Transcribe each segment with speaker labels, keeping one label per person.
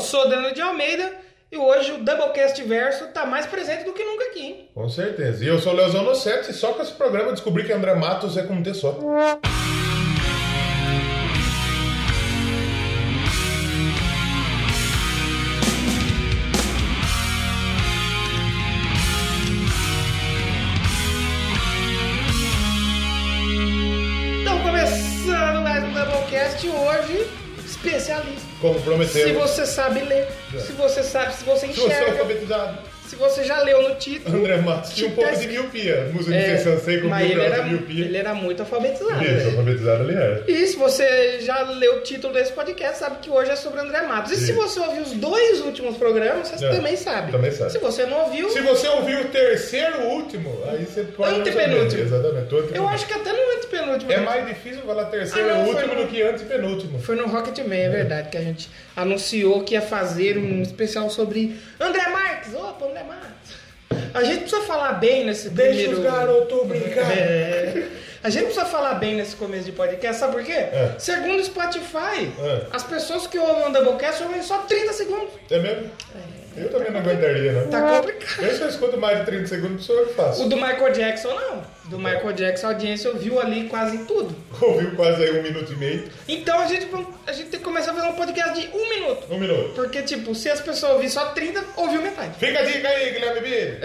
Speaker 1: sou Danilo de Almeida e hoje o Doublecast Verso tá mais presente do que nunca aqui, hein?
Speaker 2: Com certeza. E eu sou o Leozono 7 e só com esse programa eu descobri que André Matos é com um T só.
Speaker 1: Então, começando mais um Doublecast hoje, especialista.
Speaker 2: Como
Speaker 1: Se
Speaker 2: prometeu.
Speaker 1: você sabe ler, se você sabe, se você
Speaker 2: Se você é
Speaker 1: enxerga,
Speaker 2: alfabetizado.
Speaker 1: se você já leu no título.
Speaker 2: André Matos tinha um pouco de
Speaker 1: Titesca.
Speaker 2: miopia. Música
Speaker 1: É,
Speaker 2: de Sansei com
Speaker 1: mas
Speaker 2: mil
Speaker 1: ele era,
Speaker 2: graus de miopia.
Speaker 1: ele era muito alfabetizado.
Speaker 2: Mesmo,
Speaker 1: né?
Speaker 2: alfabetizado é. ali era.
Speaker 1: E se você já leu o título desse podcast, sabe que hoje é sobre André Matos. E
Speaker 2: Sim.
Speaker 1: se você ouviu os dois últimos programas, você
Speaker 2: É,
Speaker 1: também sabe.
Speaker 2: também sabe.
Speaker 1: Se você não ouviu,
Speaker 2: Se você ouviu o terceiro último, aí você pode.
Speaker 1: Antepenúltimo.
Speaker 2: Exatamente.
Speaker 1: eu acho que até no antepenúltimo.
Speaker 2: É
Speaker 1: né?
Speaker 2: mais difícil falar terceiro
Speaker 1: Ah, não, foi
Speaker 2: último
Speaker 1: no-
Speaker 2: do que antes penúltimo.
Speaker 1: Foi no Rocketman, é verdade, que a gente anunciou que ia fazer um especial sobre André Marques. Opa, André Marques. A gente precisa falar bem nesse
Speaker 2: Deixa
Speaker 1: primeiro...
Speaker 2: os garotos brincar.
Speaker 1: É. A gente precisa falar bem nesse começo de podcast, sabe por quê?
Speaker 2: É.
Speaker 1: Segundo o Spotify,
Speaker 2: É.
Speaker 1: as pessoas que ouvem o Doublecast ouvem só 30 segundos.
Speaker 2: É mesmo? Eu também não aguentaria, não.
Speaker 1: É. Tá complicado.
Speaker 2: Eu só escuto mais de 30 segundos, sou eu que faço.
Speaker 1: O do Michael Jackson, não. Do Michael Jackson, a audiência ouviu ali quase tudo.
Speaker 2: Ouviu quase aí um minuto e meio.
Speaker 1: Então a gente, a gente tem que começar a fazer um podcast de um minuto.
Speaker 2: Um minuto.
Speaker 1: Porque, tipo, se as pessoas ouvir só 30, ouviu metade.
Speaker 2: Fica a dica aí, Guilherme Billy.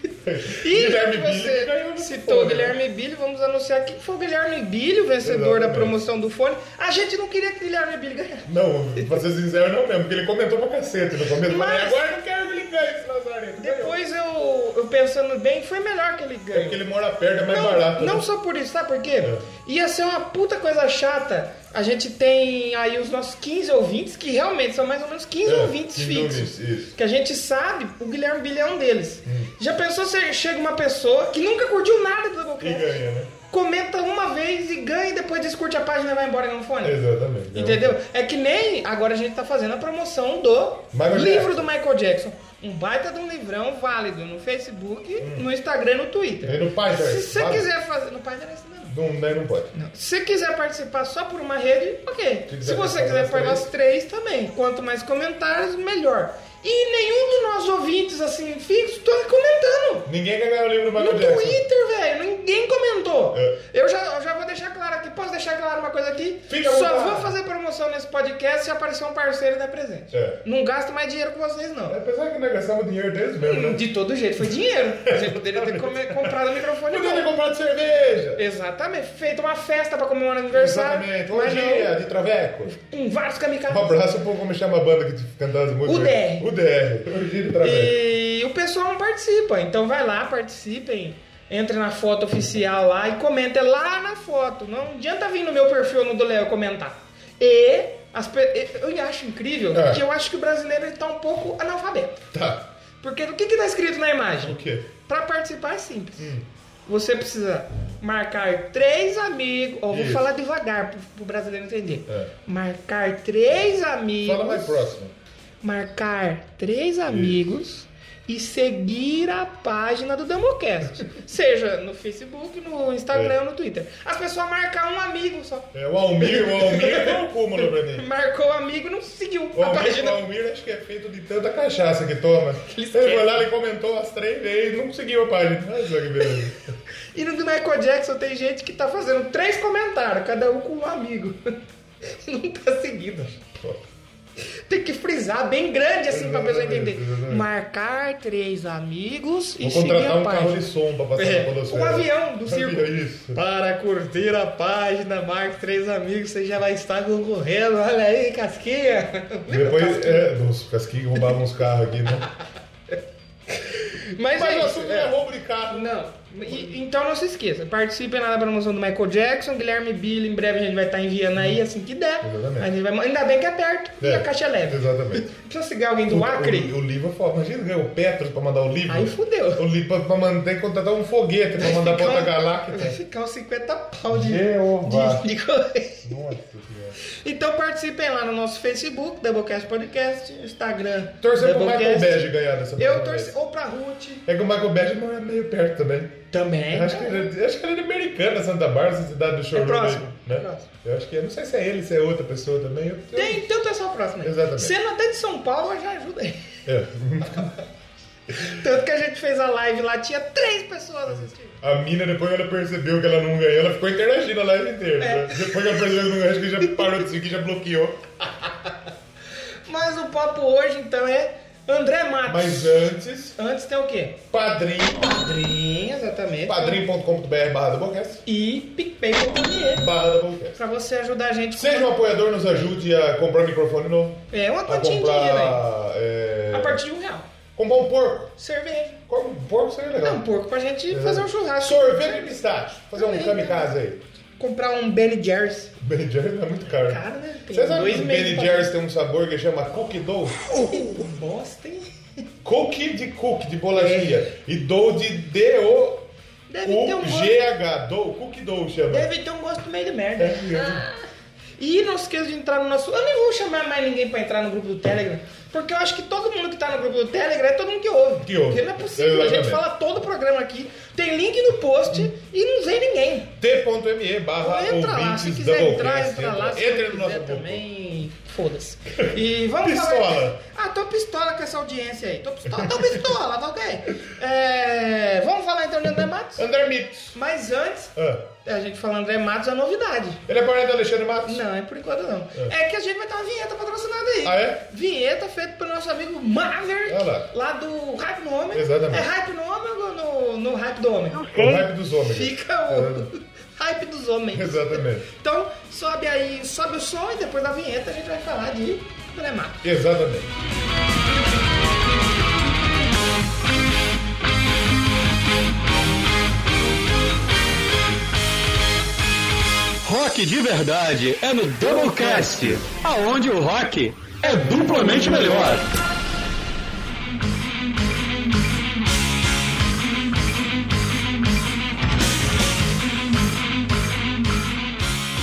Speaker 1: É. E
Speaker 2: Guilherme
Speaker 1: que
Speaker 2: Billy ganhou
Speaker 1: você
Speaker 2: no
Speaker 1: citou o
Speaker 2: fone. né?
Speaker 1: Guilherme Billy, vamos anunciar quem foi o Guilherme Billy, o vencedor da
Speaker 2: Exatamente.
Speaker 1: promoção do fone. A gente não queria que o Guilherme Billy ganhasse.
Speaker 2: Não, pra ser sincero, não mesmo, porque ele comentou pra cacete no começo.
Speaker 1: Mas-
Speaker 2: Mas agora eu não quero que ele ganhe esse Lazarento. Ganhou.
Speaker 1: Depois eu, eu pensando bem, foi melhor que ele
Speaker 2: É que
Speaker 1: ganhou.
Speaker 2: ele mora perto, é mais barato.
Speaker 1: Não, não
Speaker 2: né? É.
Speaker 1: só por isso, sabe por quê? Ia ser uma puta coisa chata. A gente tem aí os nossos 15 ouvintes, que realmente são mais ou menos 15
Speaker 2: É,
Speaker 1: ouvintes
Speaker 2: 15
Speaker 1: fixos.
Speaker 2: ouvintes, Hum. isso.
Speaker 1: Que a gente sabe, o Guilherme Billy é um deles. Já pensou se chega uma pessoa que nunca curtiu nada do
Speaker 2: Quem
Speaker 1: Doublecast?
Speaker 2: ganha, né?
Speaker 1: comenta uma vez e ganha e depois discute a página e vai embora e não fone.
Speaker 2: Exatamente.
Speaker 1: Entendeu? É que nem agora a gente tá fazendo a promoção do
Speaker 2: Michael
Speaker 1: livro
Speaker 2: Jackson.
Speaker 1: do Michael Jackson. Um baita de um livrão válido no Facebook, no Instagram e no Twitter.
Speaker 2: E Hum. no Pinterest,
Speaker 1: Se você
Speaker 2: vale.
Speaker 1: quiser fazer. No Pinterest não.
Speaker 2: Não, né, não pode.
Speaker 1: Não. Se você quiser participar só por uma rede, ok.
Speaker 2: Se quiser
Speaker 1: Se você
Speaker 2: participar
Speaker 1: quiser
Speaker 2: das
Speaker 1: por as três também. Quanto mais comentários, melhor. E nenhum de nós ouvintes assim fixos tá comentando.
Speaker 2: Ninguém quer ganhar o livro do
Speaker 1: No
Speaker 2: Michael Jackson.
Speaker 1: Twitter, velho, ninguém comentou.
Speaker 2: É.
Speaker 1: Eu, já, eu já vou deixar claro aqui. Posso deixar claro uma coisa aqui?
Speaker 2: Fica à
Speaker 1: Só
Speaker 2: vontade.
Speaker 1: vou fazer promoção nesse podcast se aparecer um parceiro e dar presente.
Speaker 2: É.
Speaker 1: Não gasto mais dinheiro com vocês, não.
Speaker 2: Apesar que nós gastamos dinheiro deles mesmo, né?
Speaker 1: De todo jeito, foi dinheiro. A gente poderia ter come- comprado o microfone
Speaker 2: Podia ter
Speaker 1: novo.
Speaker 2: comprado cerveja.
Speaker 1: Exatamente, feito uma festa pra comemorar o aniversário.
Speaker 2: Exatamente.
Speaker 1: mas
Speaker 2: Hoje é. dia de Traveco.
Speaker 1: não, com vários
Speaker 2: Um
Speaker 1: kamikazes.
Speaker 2: abraço pro como chama a banda que cantava as músicas.
Speaker 1: DR.
Speaker 2: O DR. Hoje dia de Traveco.
Speaker 1: E o pessoal não participa, então vai lá, participem. Entre na foto oficial lá e comenta lá na foto. Não adianta vir no meu perfil no do Léo comentar. E as pe- eu acho incrível
Speaker 2: É.
Speaker 1: que eu acho que o brasileiro está um pouco analfabeto.
Speaker 2: Tá.
Speaker 1: Porque o que está escrito na imagem?
Speaker 2: O quê?
Speaker 1: Para participar é simples.
Speaker 2: Hum.
Speaker 1: Você precisa marcar três amigos. Ó, vou
Speaker 2: Isso.
Speaker 1: falar devagar para o brasileiro entender.
Speaker 2: É.
Speaker 1: Marcar três amigos
Speaker 2: Fala mais próximo.
Speaker 1: marcar três amigos e seguir a página do Damocast. seja no Facebook, no Instagram,
Speaker 2: É.
Speaker 1: no Twitter. As pessoas marcam um amigo só.
Speaker 2: É, o Almir, o Almir é o cúmulo pra mim.
Speaker 1: Marcou o amigo e não seguiu
Speaker 2: O
Speaker 1: a
Speaker 2: Almir, o
Speaker 1: página.
Speaker 2: Almir acho que é feito de tanta cachaça que toma.
Speaker 1: Ele
Speaker 2: Ele
Speaker 1: esquece.
Speaker 2: foi lá, ele comentou as três vezes, não conseguiu a página. Olha só que beleza.
Speaker 1: E no do Michael Jackson tem gente que tá fazendo três comentários, cada um com um amigo. não tá seguindo.
Speaker 2: Pô,
Speaker 1: Tem que frisar bem grande assim pra pessoa
Speaker 2: Exatamente,
Speaker 1: entender.
Speaker 2: exatamente.
Speaker 1: Marcar três amigos e
Speaker 2: Vou
Speaker 1: seguir
Speaker 2: contratar
Speaker 1: a
Speaker 2: um carro de
Speaker 1: página.
Speaker 2: som pra passar
Speaker 1: É,
Speaker 2: na podosfera.
Speaker 1: um avião do
Speaker 2: Um
Speaker 1: circo.
Speaker 2: avião, Isso.
Speaker 1: Para curtir a página, marque três amigos, você já vai estar concorrendo. Olha aí, Casquinha.
Speaker 2: Depois, é, os casquinhos roubavam os carros aqui, né?
Speaker 1: Mas,
Speaker 2: Mas
Speaker 1: é
Speaker 2: o
Speaker 1: isso.
Speaker 2: assunto não é roubo de carro.
Speaker 1: Não. E- então não se esqueça, participem lá da promoção do Michael Jackson, Guilherme Billy, em breve a gente vai estar enviando aí assim que der.
Speaker 2: Exatamente.
Speaker 1: A gente vai, ainda bem que é perto e
Speaker 2: É,
Speaker 1: a caixa é leve.
Speaker 2: Exatamente.
Speaker 1: Precisa seguir alguém do
Speaker 2: O-
Speaker 1: Acre?
Speaker 2: O, o livro é foda. Imagina ganhar o Petros pra mandar o livro.
Speaker 1: Aí fudeu.
Speaker 2: O livro pra, pra mandar, tem que contratar um foguete pra mandar pra outra
Speaker 1: Vai
Speaker 2: galáctica.
Speaker 1: ficar uns 50 pau de,
Speaker 2: Jeová.
Speaker 1: de, de correio.
Speaker 2: Nossa senhora.
Speaker 1: Então participem lá no nosso Facebook, Doublecast Podcast, Instagram.
Speaker 2: Torcer pro Michael
Speaker 1: Doublecast.
Speaker 2: Badge ganhar
Speaker 1: é
Speaker 2: dessa
Speaker 1: Eu
Speaker 2: próxima
Speaker 1: torci.
Speaker 2: vez.
Speaker 1: Ou pra Ruth.
Speaker 2: É que o Michael Badge mora meio perto também.
Speaker 1: Também.
Speaker 2: Eu acho, que ele, eu acho que ele é americano, Santa Bárbara, essa cidade do showroom
Speaker 1: então. É próximo,
Speaker 2: dele, né?
Speaker 1: é próximo.
Speaker 2: Eu acho que eu não sei se é ele, se é outra pessoa também. Eu, eu-
Speaker 1: Tem, tem o pessoal próximo aí.
Speaker 2: Exatamente.
Speaker 1: Sendo até de São Paulo, já ajuda aí.
Speaker 2: É.
Speaker 1: Tanto que a gente fez a live lá, tinha três pessoas assistindo.
Speaker 2: A mina, depois que ela percebeu que ela não ganhou, ela ficou interagindo a live inteira.
Speaker 1: É.
Speaker 2: né? Depois que ela percebeu que não ganhou, acho que já parou de seguir, já bloqueou.
Speaker 1: Mas o papo hoje, então, é André Matos.
Speaker 2: Mas antes,
Speaker 1: Antes tem o quê?
Speaker 2: padrinho,
Speaker 1: Padrinho, exatamente.
Speaker 2: padrinho.com.br barra Doublecast,
Speaker 1: E picpay.me.
Speaker 2: barra Doublecast.
Speaker 1: Pra você ajudar a gente. com-
Speaker 2: Seja um apoiador, nos ajude a comprar um microfone novo,
Speaker 1: É uma
Speaker 2: a
Speaker 1: quantia em dinheiro aí.
Speaker 2: comprar... É,
Speaker 1: né? A partir de um real.
Speaker 2: Comprar um porco.
Speaker 1: Cerveja.
Speaker 2: Comprar um porco seria legal.
Speaker 1: Não, um porco pra gente
Speaker 2: Exato.
Speaker 1: fazer um churrasco.
Speaker 2: Sorvete de pistache. Fazer um
Speaker 1: Também,
Speaker 2: kamikaze aí.
Speaker 1: Comprar um Ben Jerry's.
Speaker 2: Ben Jerry's é muito caro.
Speaker 1: Caro, né? Tem
Speaker 2: Você sabe
Speaker 1: dois
Speaker 2: que o
Speaker 1: e meio
Speaker 2: Ben
Speaker 1: pra-
Speaker 2: Jerry's tem um sabor que chama cookie dough?
Speaker 1: Uh, bosta, hein?
Speaker 2: Cookie de cookie, de bolachinha. E dough de D-O...
Speaker 1: Deve ter um
Speaker 2: O
Speaker 1: gosto.
Speaker 2: G-H, dough, cookie dough chama.
Speaker 1: Deve ter um gosto meio de merda.
Speaker 2: É mesmo.
Speaker 1: E não esqueça de entrar no nosso. Eu nem vou chamar mais ninguém pra entrar no grupo do Telegram. Porque eu acho que todo mundo que tá no grupo do Telegram é todo mundo que ouve.
Speaker 2: Que ouve.
Speaker 1: Porque não é possível. A gente
Speaker 2: Exatamente. Uhum.
Speaker 1: fala todo o programa aqui, tem link no post e não vem ninguém.
Speaker 2: T.me barra
Speaker 1: Então entra lá, se
Speaker 2: ouvintes
Speaker 1: quiser entrar,
Speaker 2: Doublecast.
Speaker 1: entra lá. Se
Speaker 2: Entra
Speaker 1: não
Speaker 2: no nosso
Speaker 1: quiser
Speaker 2: grupo.
Speaker 1: também. Foda-se. E vamos falar.
Speaker 2: Pistola.
Speaker 1: Ah, tô pistola com essa audiência aí. Tô pistola, tô pistola, tá ok? É, Vamos falar então de André Matos?
Speaker 2: André Mix.
Speaker 1: Mas antes,
Speaker 2: Ah,
Speaker 1: a gente falar André Matos é novidade.
Speaker 2: ele é parente do Alexandre Matos?
Speaker 1: Não, é por enquanto não. É.
Speaker 2: É.
Speaker 1: que a gente vai ter uma vinheta patrocinada aí.
Speaker 2: Ah, é?
Speaker 1: Vinheta feita pelo nosso amigo Maverick,
Speaker 2: Olha lá.
Speaker 1: lá do Hype no Homem.
Speaker 2: Exatamente.
Speaker 1: É Hype no Homem ou no, no Hype do Homem?
Speaker 2: É O hype dos homens.
Speaker 1: Fica o Hype dos Homens.
Speaker 2: Exatamente.
Speaker 1: Então, sobe aí, sobe o som e depois da vinheta a gente vai falar de André Matos.
Speaker 2: Exatamente.
Speaker 3: Rock de verdade é no Doublecast, aonde o rock é duplamente melhor.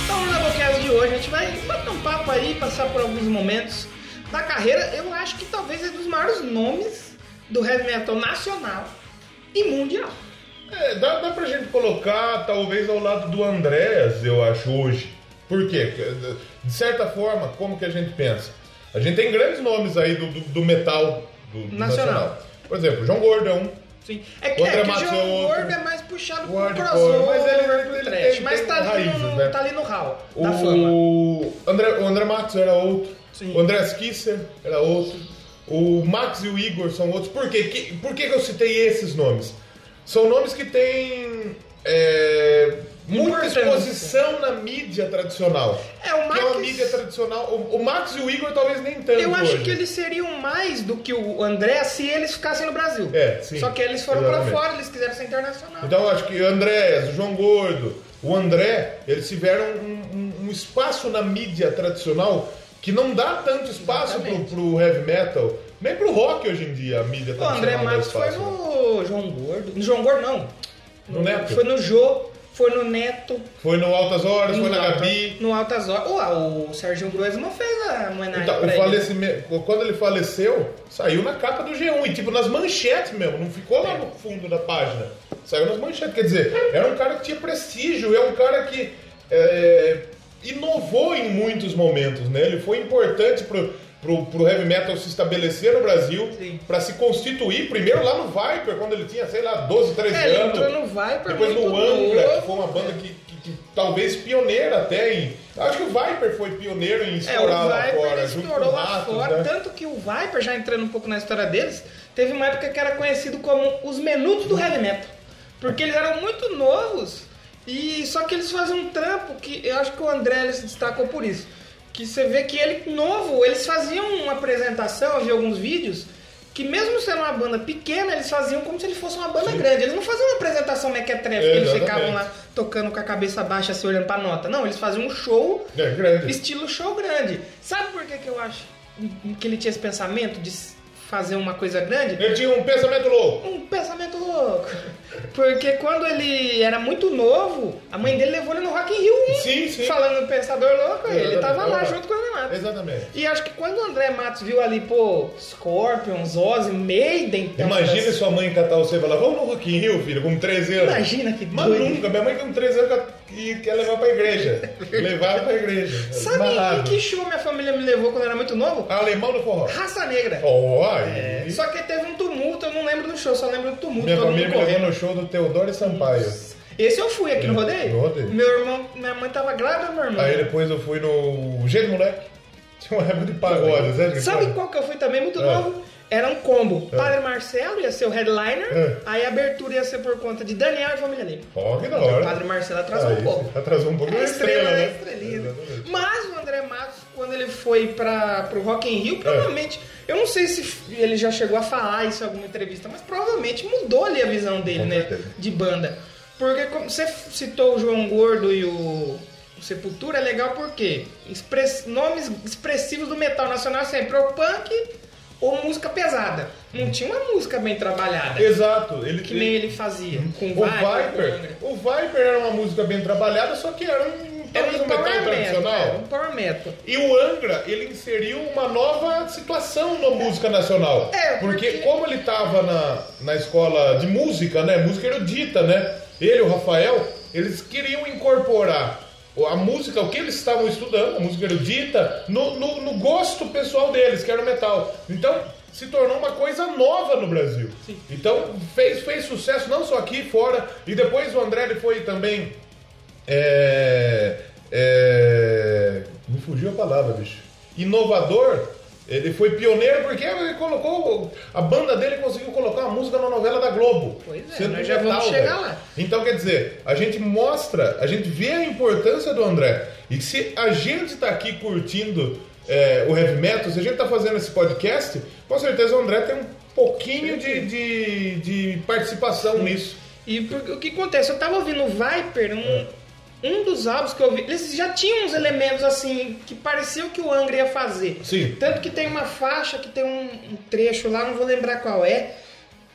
Speaker 1: Então, no Doublecast de hoje, a gente vai bater um papo aí, passar por alguns momentos da carreira. Eu acho que talvez é dos maiores nomes do heavy metal nacional e mundial.
Speaker 2: É, dá, dá pra gente colocar, talvez, ao lado do Andréas, eu acho, hoje. Por quê? De certa forma, como que a gente pensa? A gente tem grandes nomes aí do, do, do metal do, do
Speaker 1: Nacional.
Speaker 2: nacional. Por exemplo, João Gordão.
Speaker 1: Sim. É que,
Speaker 2: O André
Speaker 1: é que
Speaker 2: Matos
Speaker 1: João
Speaker 2: é outro.
Speaker 1: Gordo é mais puxado
Speaker 2: O
Speaker 1: pro
Speaker 2: hardcore,
Speaker 1: crossover,
Speaker 2: mas ele-
Speaker 1: pro
Speaker 2: ele- ele
Speaker 1: trash.
Speaker 2: tem-
Speaker 1: mas
Speaker 2: tem
Speaker 1: tá ali, no,
Speaker 2: raízes, né?
Speaker 1: tá ali no hall da fama. É,
Speaker 2: O André, o André Matos era outro.
Speaker 1: Sim.
Speaker 2: O André Kisser era outro. O Max e o Igor são outros. Por quê? Que- por que, que eu citei esses nomes? São nomes que têm é, muita
Speaker 1: Importância.
Speaker 2: exposição na mídia tradicional.
Speaker 1: É, o
Speaker 2: Que é uma
Speaker 1: Max-
Speaker 2: mídia tradicional. O, o Max e o Igor talvez nem tanto.
Speaker 1: Eu acho
Speaker 2: hoje.
Speaker 1: que eles seriam mais do que o André se eles ficassem no Brasil.
Speaker 2: É, sim.
Speaker 1: Só que eles foram
Speaker 2: Exatamente.
Speaker 1: pra fora, eles quiseram ser internacional.
Speaker 2: Então eu acho que o Andrés, o João Gordo, o André, eles tiveram um, um- um espaço na mídia tradicional que não dá tanto espaço pro,
Speaker 1: Exatamente.
Speaker 2: pro heavy metal, nem pro rock hoje em dia, a mídia
Speaker 1: o
Speaker 2: tradicional.
Speaker 1: André
Speaker 2: dá
Speaker 1: Matos foi
Speaker 2: espaço, né?
Speaker 1: no João Gordo. No João Gordo, não.
Speaker 2: No Neto?
Speaker 1: Foi no Jô, foi no Neto.
Speaker 2: Foi no Altas Horas,
Speaker 1: no
Speaker 2: foi na
Speaker 1: Alta-
Speaker 2: Gabi.
Speaker 1: No Altas Horas. Ué, o Sérgio Groisman fez a homenagem
Speaker 2: Então, o
Speaker 1: pra ele. né?
Speaker 2: falecimento, quando ele faleceu, saiu na capa do G1 e tipo nas manchetes mesmo, não ficou lá no fundo da página. Saiu nas manchetes, quer dizer, era um cara que tinha prestígio, é um cara que é, inovou em muitos momentos, né? Ele foi importante pro, pro, pro heavy metal se estabelecer no Brasil,
Speaker 1: Sim.
Speaker 2: pra se constituir primeiro lá no Viper, quando ele tinha, sei lá, 12, 13
Speaker 1: É, ele
Speaker 2: anos.
Speaker 1: entrou no Viper,
Speaker 2: Depois
Speaker 1: muito
Speaker 2: no Angra,
Speaker 1: novo.
Speaker 2: que foi uma banda que, que- que talvez pioneira até em. Acho que o Viper foi pioneiro em
Speaker 1: É, o
Speaker 2: estourar lá
Speaker 1: Viper
Speaker 2: fora, junto com
Speaker 1: estourou
Speaker 2: o
Speaker 1: lá
Speaker 2: Ratos,
Speaker 1: fora,
Speaker 2: né?
Speaker 1: tanto que o Viper, já entrando um pouco na história deles, teve uma época que era conhecido como os menudos do heavy metal. Porque eles eram muito novos, e só que eles fazem um trampo que eu acho que o André ele se destacou por isso. Que você vê que ele, novo, eles faziam uma apresentação, eu vi alguns vídeos, que mesmo sendo uma banda pequena, eles faziam como se ele fosse uma banda grande. Eles não faziam uma apresentação mequetrefe, que eles
Speaker 2: Exatamente.
Speaker 1: ficavam lá tocando com a cabeça baixa, se olhando pra nota. Não, eles faziam um show
Speaker 2: É, grande.
Speaker 1: estilo show grande. Sabe por que, que eu acho que ele tinha esse pensamento de s- fazer uma coisa grande?
Speaker 2: Ele tinha um pensamento louco.
Speaker 1: Um pensamento louco. Porque quando ele era muito novo, a mãe dele levou ele no Rock in Rio 1.
Speaker 2: Sim, sim.
Speaker 1: Falando do Pensador Louco, É, ele
Speaker 2: Exatamente.
Speaker 1: tava lá
Speaker 2: Olha
Speaker 1: junto com o Renato.
Speaker 2: É. Exatamente.
Speaker 1: E acho que quando o André Matos viu ali, pô, Scorpions, Ozzy, Maiden... tem umas-
Speaker 2: Imagina sua mãe catar você e falar, vamos no Rock in Rio, filho, com 13 anos.
Speaker 1: Imagina que
Speaker 2: Mas
Speaker 1: doido.
Speaker 2: nunca, minha mãe com 13 anos que quer levar pra igreja. Levar pra igreja.
Speaker 1: Sabe em
Speaker 2: Amarrado.
Speaker 1: que show minha família me levou quando eu era muito novo?
Speaker 2: Alemão do forró.
Speaker 1: Raça Negra.
Speaker 2: Ó, aí.
Speaker 1: Só que teve um tumulto, eu não lembro do show, só lembro do tumulto.
Speaker 2: Minha
Speaker 1: todo
Speaker 2: família
Speaker 1: mundo
Speaker 2: me levou
Speaker 1: correndo.
Speaker 2: no show do Teodoro e Sampaio.
Speaker 1: Esse eu fui aqui no rodeio.
Speaker 2: É, No rodeio.
Speaker 1: Meu irmão, minha mãe tava grávida, meu irmão.
Speaker 2: Aí depois eu fui no G do Moleque. Tinha uma época de pagode, sabe?
Speaker 1: Sabe qual que eu fui também? Muito
Speaker 2: Ah.
Speaker 1: novo. Era um combo.
Speaker 2: Ah.
Speaker 1: Padre Marcelo ia ser o headliner,
Speaker 2: Ah.
Speaker 1: aí a abertura ia ser por conta de Daniel e Família Negra.
Speaker 2: Ó, que da
Speaker 1: O
Speaker 2: hora.
Speaker 1: Padre Marcelo atrasou
Speaker 2: Aí,
Speaker 1: um pouco.
Speaker 2: Atrasou um pouco.
Speaker 1: É
Speaker 2: a
Speaker 1: estrela, né?
Speaker 2: né?
Speaker 1: Estrelinha.
Speaker 2: Exatamente.
Speaker 1: Mas o André Matos, quando ele foi pra, pro Rock in Rio, provavelmente... Eu não sei se ele já chegou a falar isso em alguma entrevista, mas provavelmente mudou ali a visão dele,
Speaker 2: Com
Speaker 1: né?
Speaker 2: certeza.
Speaker 1: De banda. Porque como você citou o João Gordo e o... o Sepultura é legal porque express- nomes expressivos do metal nacional sempre é o punk ou música pesada.
Speaker 2: Hum.
Speaker 1: Não tinha uma música bem trabalhada,
Speaker 2: Exato. Ele,
Speaker 1: que nem ele fazia com né?
Speaker 2: Hum. O
Speaker 1: Viper, com
Speaker 2: Viper,
Speaker 1: Angra.
Speaker 2: o Viper era uma música bem trabalhada, só que era um,
Speaker 1: Era
Speaker 2: talvez
Speaker 1: um
Speaker 2: um metal
Speaker 1: power metal,
Speaker 2: tradicional.
Speaker 1: era um power metal.
Speaker 2: E o Angra, ele inseriu uma nova situação na música nacional.
Speaker 1: É,
Speaker 2: porque,
Speaker 1: porque-
Speaker 2: como ele tava na, na escola de música, né? Música erudita, né? Ele e o Rafael, eles queriam incorporar o- a música, o que eles estavam estudando, a música erudita, no, no, no gosto pessoal deles, que era o metal. Então, se tornou uma coisa nova no Brasil. Então, fez, fez sucesso não só aqui, fora. E depois o André ele foi também é, é, me fugiu a palavra, bicho. Inovador. Ele foi pioneiro porque ele colocou. A banda dele conseguiu colocar a música na novela da Globo.
Speaker 1: Pois é,
Speaker 2: Sendo
Speaker 1: nós já vamos
Speaker 2: metal,
Speaker 1: chegar
Speaker 2: velho.
Speaker 1: lá.
Speaker 2: Então, quer dizer, a gente mostra, a gente vê a importância do André. E se a gente tá aqui curtindo é, o heavy metal, se a gente tá fazendo esse podcast, com certeza o André tem um pouquinho de, de, de participação nisso.
Speaker 1: E por- o que acontece? Eu tava ouvindo o Viper, um, um dos álbuns que eu ouvi, eles já tinham uns elementos assim que pareciam que o Angra ia fazer.
Speaker 2: Sim.
Speaker 1: Tanto que tem uma faixa, que tem um, um trecho lá, não vou lembrar qual é.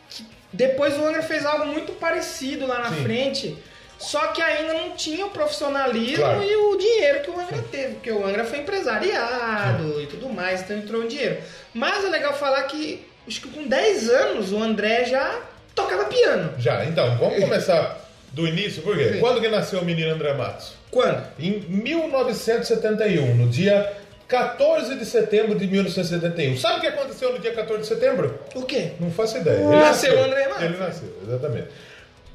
Speaker 1: que depois o Angra fez algo muito parecido lá na
Speaker 2: Sim.
Speaker 1: frente. Só que ainda não tinha o profissionalismo
Speaker 2: Claro.
Speaker 1: e o dinheiro que o Angra teve, porque o Angra foi empresariado e tudo mais, então entrou um dinheiro. Mas é legal falar que acho que com 10 anos o André já tocava piano.
Speaker 2: Já, então, vamos começar do início, por quê? Quando que nasceu o menino André Matos?
Speaker 1: Quando?
Speaker 2: Em 1971, no dia 14 de setembro de 1971. Sabe o que aconteceu no dia 14 de setembro?
Speaker 1: O quê?
Speaker 2: Não faço ideia.
Speaker 1: Nasceu o André Matos.
Speaker 2: Ele nasceu, exatamente.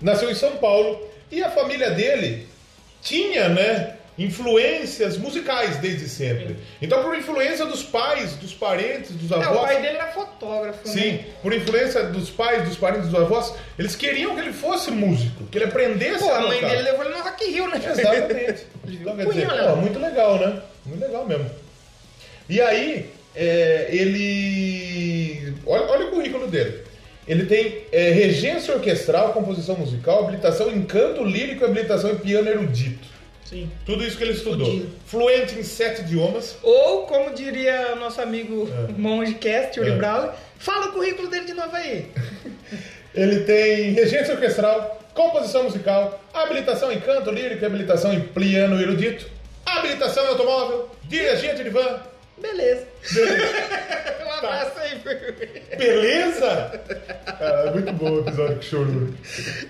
Speaker 2: Nasceu em São Paulo e a família dele tinha, né, influências musicais desde sempre. Então, por influência dos pais, dos parentes, dos
Speaker 1: É,
Speaker 2: avós...
Speaker 1: o pai dele era fotógrafo,
Speaker 2: Sim,
Speaker 1: né?
Speaker 2: por influência dos pais, dos parentes, dos avós, eles queriam que ele fosse músico, que ele aprendesse
Speaker 1: Pô,
Speaker 2: a
Speaker 1: a mãe
Speaker 2: tocar.
Speaker 1: dele levou ele no Rock in Rio, né?
Speaker 2: Exatamente. Então, quer dizer,
Speaker 1: Punha, né?
Speaker 2: pô, muito legal, né? Muito legal mesmo. E aí, é, ele. Olha, olha o currículo dele. Ele tem é, regência orquestral, composição musical, habilitação em canto lírico e habilitação em piano erudito.
Speaker 1: Sim.
Speaker 2: Tudo isso que ele estudou.
Speaker 1: Fudido.
Speaker 2: Fluente em sete idiomas.
Speaker 1: Ou, como diria nosso amigo monge Cast, Yuri
Speaker 2: É.
Speaker 1: Brawley, fala o currículo dele de novo aí.
Speaker 2: Ele tem regência orquestral, composição musical, habilitação em canto lírico, e habilitação em piano erudito, habilitação em automóvel, dirigente de van.
Speaker 1: Beleza. um abraço aí, Yuri.
Speaker 2: Beleza? Cara, é muito bom o né? episódio que chorou.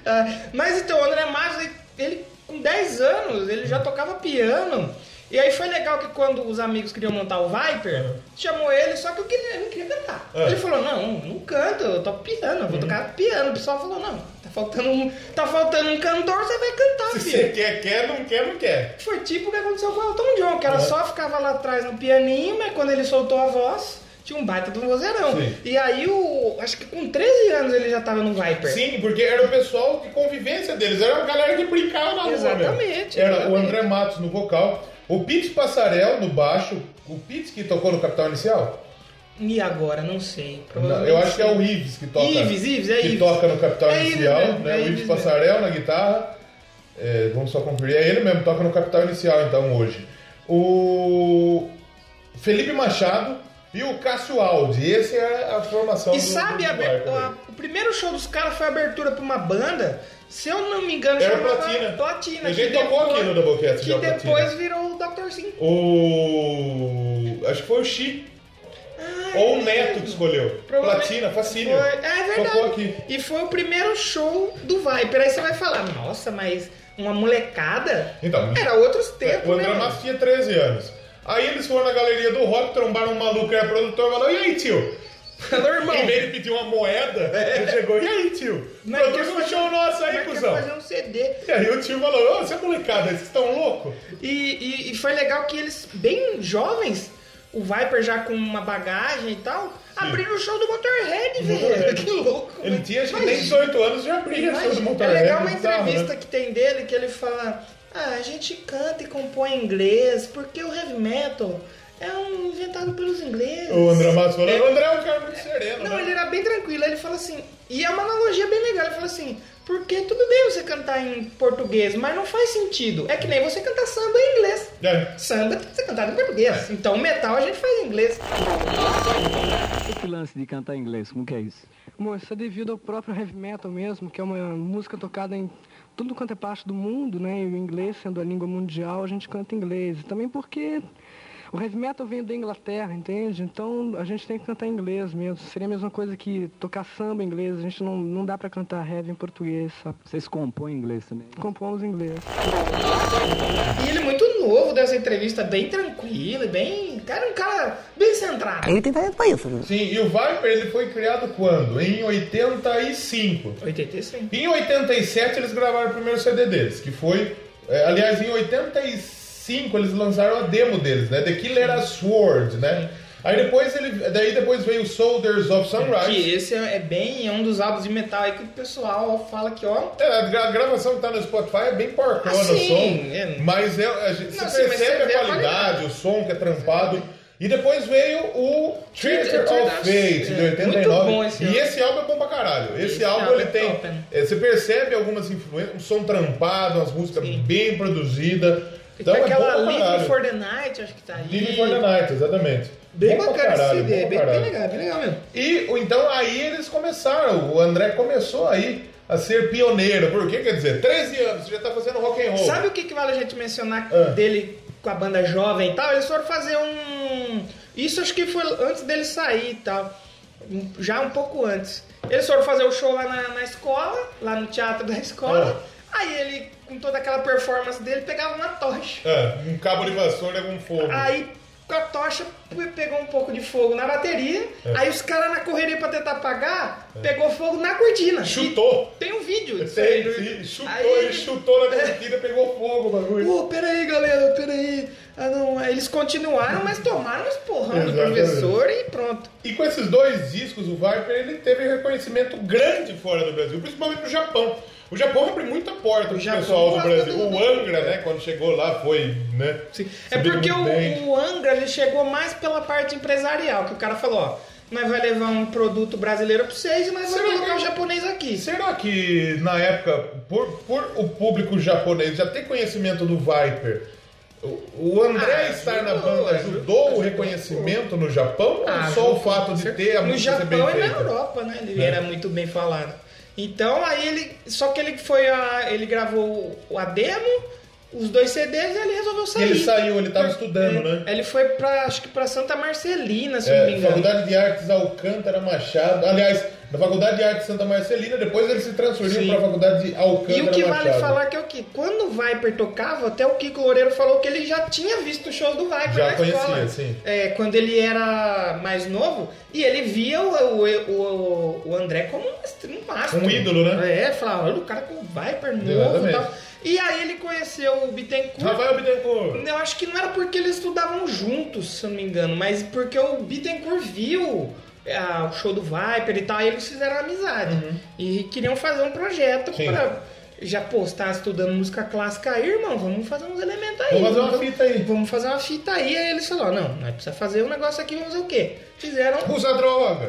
Speaker 1: Ah, mas então, o André Matos, ele- ele com 10 anos, ele já tocava piano. E aí foi legal que quando os amigos queriam montar o Viper, chamou ele, só que eu queria, eu não queria cantar.
Speaker 2: Ah. Uhum.
Speaker 1: Ele falou, não, não canto, eu toco piano, eu vou tocar piano. O pessoal falou, não, tá faltando um, tá faltando um cantor, você vai cantar,
Speaker 2: Se
Speaker 1: filho.
Speaker 2: você quer, é quer, não quer, não quer.
Speaker 1: Foi tipo o que aconteceu com o Elton John, que
Speaker 2: É.
Speaker 1: ela só ficava lá atrás no pianinho, mas quando ele soltou a voz, tinha um baita de um vozeirão.
Speaker 2: Sim.
Speaker 1: E aí, o, acho que com 13 anos ele já tava no Viper.
Speaker 2: Sim, porque era o pessoal de convivência deles, era a galera que brincava na rua.
Speaker 1: Exatamente,
Speaker 2: mesmo. Era o
Speaker 1: exatamente.
Speaker 2: André Matos no vocal, o Pete Passarel no baixo, o Pete que tocou no Capital Inicial?
Speaker 1: E agora, não sei.
Speaker 2: Não,
Speaker 1: provavelmente
Speaker 2: eu acho que é
Speaker 1: sim.
Speaker 2: o Ives que toca.
Speaker 1: Ives, Ives, é
Speaker 2: Que
Speaker 1: Ives.
Speaker 2: toca no Capital
Speaker 1: É Ives
Speaker 2: Inicial,
Speaker 1: mesmo,
Speaker 2: né?
Speaker 1: é
Speaker 2: o Ives,
Speaker 1: Ives
Speaker 2: Passarel na guitarra. É, vamos só conferir. É ele mesmo, toca no Capital Inicial então hoje. O Felipe Machado, E o Cássio Aldi, essa é a formação
Speaker 1: E
Speaker 2: do-
Speaker 1: sabe,
Speaker 2: do
Speaker 1: a aber-
Speaker 2: barco
Speaker 1: a-
Speaker 2: dele.
Speaker 1: o primeiro show dos caras foi a abertura pra uma banda, se eu não me engano,
Speaker 2: Era
Speaker 1: chamava
Speaker 2: Platina.
Speaker 1: Platina.
Speaker 2: A
Speaker 1: que
Speaker 2: gente tocou
Speaker 1: depois-
Speaker 2: aqui no Doublecast
Speaker 1: Que
Speaker 2: já, Platina.
Speaker 1: depois virou o Dr. Sim.
Speaker 2: O... Acho que foi o Chi. Ou o Neto que escolheu.
Speaker 1: Provavelmente
Speaker 2: Platina, facinho.
Speaker 1: Foi- É verdade.
Speaker 2: Tocou aqui.
Speaker 1: E foi o primeiro show do Viper. Aí você vai falar, nossa, mas uma molecada?
Speaker 2: Então,
Speaker 1: Era outros
Speaker 2: É,
Speaker 1: tempos,
Speaker 2: o
Speaker 1: né?
Speaker 2: André
Speaker 1: mano?
Speaker 2: Matos tinha 13 anos. Aí eles foram na galeria do rock, trombaram um maluco que era produtor e falaram: E aí, tio?
Speaker 1: Falou, irmão,
Speaker 2: Em vez de pedir uma moeda, ele chegou: E aí, tio?
Speaker 1: É. Não,
Speaker 2: Produz
Speaker 1: quer
Speaker 2: um
Speaker 1: fazer-
Speaker 2: show nosso aí,
Speaker 1: nós quer
Speaker 2: cuzão.
Speaker 1: fazer um CD.
Speaker 2: E aí o tio falou: Ô, você é molecada, vocês estão loucos?
Speaker 1: E, e- e foi legal que eles, bem jovens, o Viper já com uma bagagem e tal, abriram o show do Motorhead, velho.
Speaker 2: Motorhead.
Speaker 1: É, Que louco.
Speaker 2: Ele
Speaker 1: velho.
Speaker 2: tinha acho que
Speaker 1: Imagina.
Speaker 2: nem 18 anos e já abria show do
Speaker 1: É
Speaker 2: Montanha.
Speaker 1: legal uma
Speaker 2: né?
Speaker 1: entrevista que tem dele que ele fala: Ah, a gente canta e compõe em inglês porque o heavy metal é um inventado pelos ingleses.
Speaker 2: O André Matos falou: O André é um cara muito sereno.
Speaker 1: Não,
Speaker 2: né?
Speaker 1: ele era bem tranquilo. Aí Ele fala assim: E é uma analogia bem legal. Ele fala assim: Porque tudo bem você cantar em português, mas não faz sentido. É que nem você cantar samba em inglês.
Speaker 2: É.
Speaker 1: Samba tem que ser cantado em português. Então metal a gente faz em inglês.
Speaker 4: Esse lance de cantar em inglês, como que é isso?
Speaker 5: Bom, isso é devido ao próprio heavy metal mesmo, que é uma música tocada em tudo quanto é parte do mundo, né? E o inglês sendo a língua mundial, a gente canta em inglês. E também porque o heavy metal vem da Inglaterra, entende? Então a gente tem que cantar em inglês mesmo. Seria a mesma coisa que tocar samba em inglês. A gente não, não dá pra cantar heavy em português, sabe?
Speaker 4: Vocês compõem em inglês também?
Speaker 5: Compomos em inglês.
Speaker 1: E ele é muito novo dessa entrevista, bem tranquilo, e bem. Cara, um cara bem centrado.
Speaker 6: Ele tem talento pra isso, né?
Speaker 2: Sim, e o Viper ele foi criado quando? Em 85.
Speaker 1: 85.
Speaker 2: Em 87 eles gravaram o primeiro CD deles, que foi. é, aliás, em 85 eles lançaram a demo deles, né? The Killer As Sword, né? Aí depois ele. Daí depois veio Soldiers of
Speaker 1: Que
Speaker 2: Sunrise.
Speaker 1: esse é é bem é um dos álbuns de metal aí que o pessoal fala que, ó.
Speaker 2: É, a gra- a gravação que tá no Spotify é bem porcona
Speaker 1: Ah,
Speaker 2: o
Speaker 1: sim,
Speaker 2: som.
Speaker 1: é.
Speaker 2: Mas é, a gente-
Speaker 1: Não,
Speaker 2: você
Speaker 1: sim, mas
Speaker 2: percebe
Speaker 1: você vê
Speaker 2: a
Speaker 1: a
Speaker 2: qualidade,
Speaker 1: qualidade.
Speaker 2: o som que é trampado. E depois veio o Traitor
Speaker 1: Traitor
Speaker 2: of
Speaker 1: of
Speaker 2: Fate,
Speaker 1: Fate,
Speaker 2: de
Speaker 1: é.
Speaker 2: 89.
Speaker 1: Muito bom esse
Speaker 2: e
Speaker 1: álbum.
Speaker 2: esse álbum é bom pra caralho. Esse,
Speaker 1: Esse
Speaker 2: álbum,
Speaker 1: álbum
Speaker 2: ele
Speaker 1: é
Speaker 2: tem.
Speaker 1: top, né?
Speaker 2: É, Você percebe algumas influências, um som trampado, umas músicas bem produzidas. Então
Speaker 1: tem
Speaker 2: é
Speaker 1: tá aquela
Speaker 2: bom pra
Speaker 1: Live
Speaker 2: caralho.
Speaker 1: for the Night, acho que tá ali.
Speaker 2: Living for the Night, exatamente.
Speaker 1: Bem
Speaker 2: Bom pra
Speaker 1: bacana esse
Speaker 2: caralho,
Speaker 1: CD,
Speaker 2: bom pra
Speaker 1: bem, bem
Speaker 2: caralho.
Speaker 1: legal, bem legal mesmo.
Speaker 2: E o- então aí eles começaram, o André começou aí a ser pioneiro. Por quê? Quer dizer, 13 anos, você já tá fazendo rock and roll.
Speaker 1: Sabe o que, que vale a gente mencionar
Speaker 2: Ah.
Speaker 1: dele com a banda jovem e tal? Eles foram fazer um. Isso acho que foi antes dele sair e tal. Um- Já um pouco antes. Eles foram fazer o show lá na, na escola, lá no teatro da escola.
Speaker 2: Ah.
Speaker 1: Aí ele, com toda aquela performance dele, pegava uma tocha.
Speaker 2: É, um cabo de vassoura com fogo.
Speaker 1: Aí com a tocha pe- pegou um pouco de fogo na bateria.
Speaker 2: É.
Speaker 1: Aí os caras na correria pra tentar apagar, pegou fogo na cortina.
Speaker 2: Chutou.
Speaker 1: E tem um vídeo disso
Speaker 2: Sei,
Speaker 1: aí no-
Speaker 2: sim, chutou,
Speaker 1: Aí É.
Speaker 2: ele chutou na cortina, pegou fogo o bagulho.
Speaker 1: Pô, peraí, galera, peraí. Ah, não, aí eles continuaram, mas tomaram um esporrão do
Speaker 2: Exatamente.
Speaker 1: professor e pronto.
Speaker 2: E com esses dois discos, o Viper ele teve reconhecimento grande fora do Brasil, principalmente no Japão. O Japão abre muita porta pro
Speaker 1: Japão
Speaker 2: pessoal do
Speaker 1: gosta
Speaker 2: Brasil.
Speaker 1: do-
Speaker 2: O Angra, né, quando chegou lá, foi, né?
Speaker 1: Sim.
Speaker 2: se
Speaker 1: É
Speaker 2: deu
Speaker 1: porque
Speaker 2: muito bem.
Speaker 1: o, o Angra ele chegou mais pela parte empresarial, que o cara falou, ó, nós vai levar um produto brasileiro pra vocês e nós
Speaker 2: Será
Speaker 1: vamos colocar um
Speaker 2: que-
Speaker 1: japonês aqui.
Speaker 2: Será que na época, por, por o público japonês já ter conhecimento do Viper, o, o André
Speaker 1: Ah,
Speaker 2: estar na
Speaker 1: ajudou, ajudou,
Speaker 2: banda ajudou o
Speaker 1: ajudou.
Speaker 2: reconhecimento no Japão?
Speaker 1: Ah,
Speaker 2: ou só o
Speaker 1: ajudou,
Speaker 2: fato de ter a
Speaker 1: no
Speaker 2: música ser bem
Speaker 1: Japão e na
Speaker 2: feita?
Speaker 1: Europa, né? Ele
Speaker 2: É.
Speaker 1: era muito bem falado. Então aí ele. Só que ele foi a. ele gravou o- a demo, os dois CDs e ele resolveu
Speaker 2: E
Speaker 1: sair.
Speaker 2: ele saiu, ele tava
Speaker 1: Por-
Speaker 2: estudando, né?
Speaker 1: Ele foi pra. acho que pra Santa Marcelina, se eu não me
Speaker 2: É,
Speaker 1: engano.
Speaker 2: Faculdade de Artes Alcântara Machado. Aliás, na Faculdade de Artes Santa Marcelina, depois ele se transferiu
Speaker 1: Sim.
Speaker 2: para a Faculdade de Alcântara
Speaker 1: E o que vale
Speaker 2: Machado.
Speaker 1: falar que é o que? Quando o Viper tocava, até o Kiko Loureiro falou que ele já tinha visto o show do Viper
Speaker 2: Já
Speaker 1: na escola.
Speaker 2: conhecia, sim.
Speaker 1: É, quando ele era mais novo, e ele via o, o, o, o André como um, mestre, um astro.
Speaker 2: Um ídolo, né?
Speaker 1: É, falava, olha o cara com o Viper novo e
Speaker 2: Exatamente.
Speaker 1: tal. E aí ele conheceu o Bittencourt.
Speaker 2: Rafael Bittencourt.
Speaker 1: Eu acho que não era porque eles estudavam juntos, se eu não me engano, mas porque o Bittencourt viu ah, o show do Viper e tal, e eles fizeram amizade. E queriam fazer um projeto
Speaker 2: Sim.
Speaker 1: pra já postar estudando música clássica aí, irmão, vamos fazer uns elementos aí.
Speaker 2: Vamos fazer uma fita aí.
Speaker 1: Vamos fazer uma fita aí. Aí eles falaram, não, nós precisamos fazer um negócio aqui, vamos fazer o quê? Fizeram...
Speaker 2: Usa droga.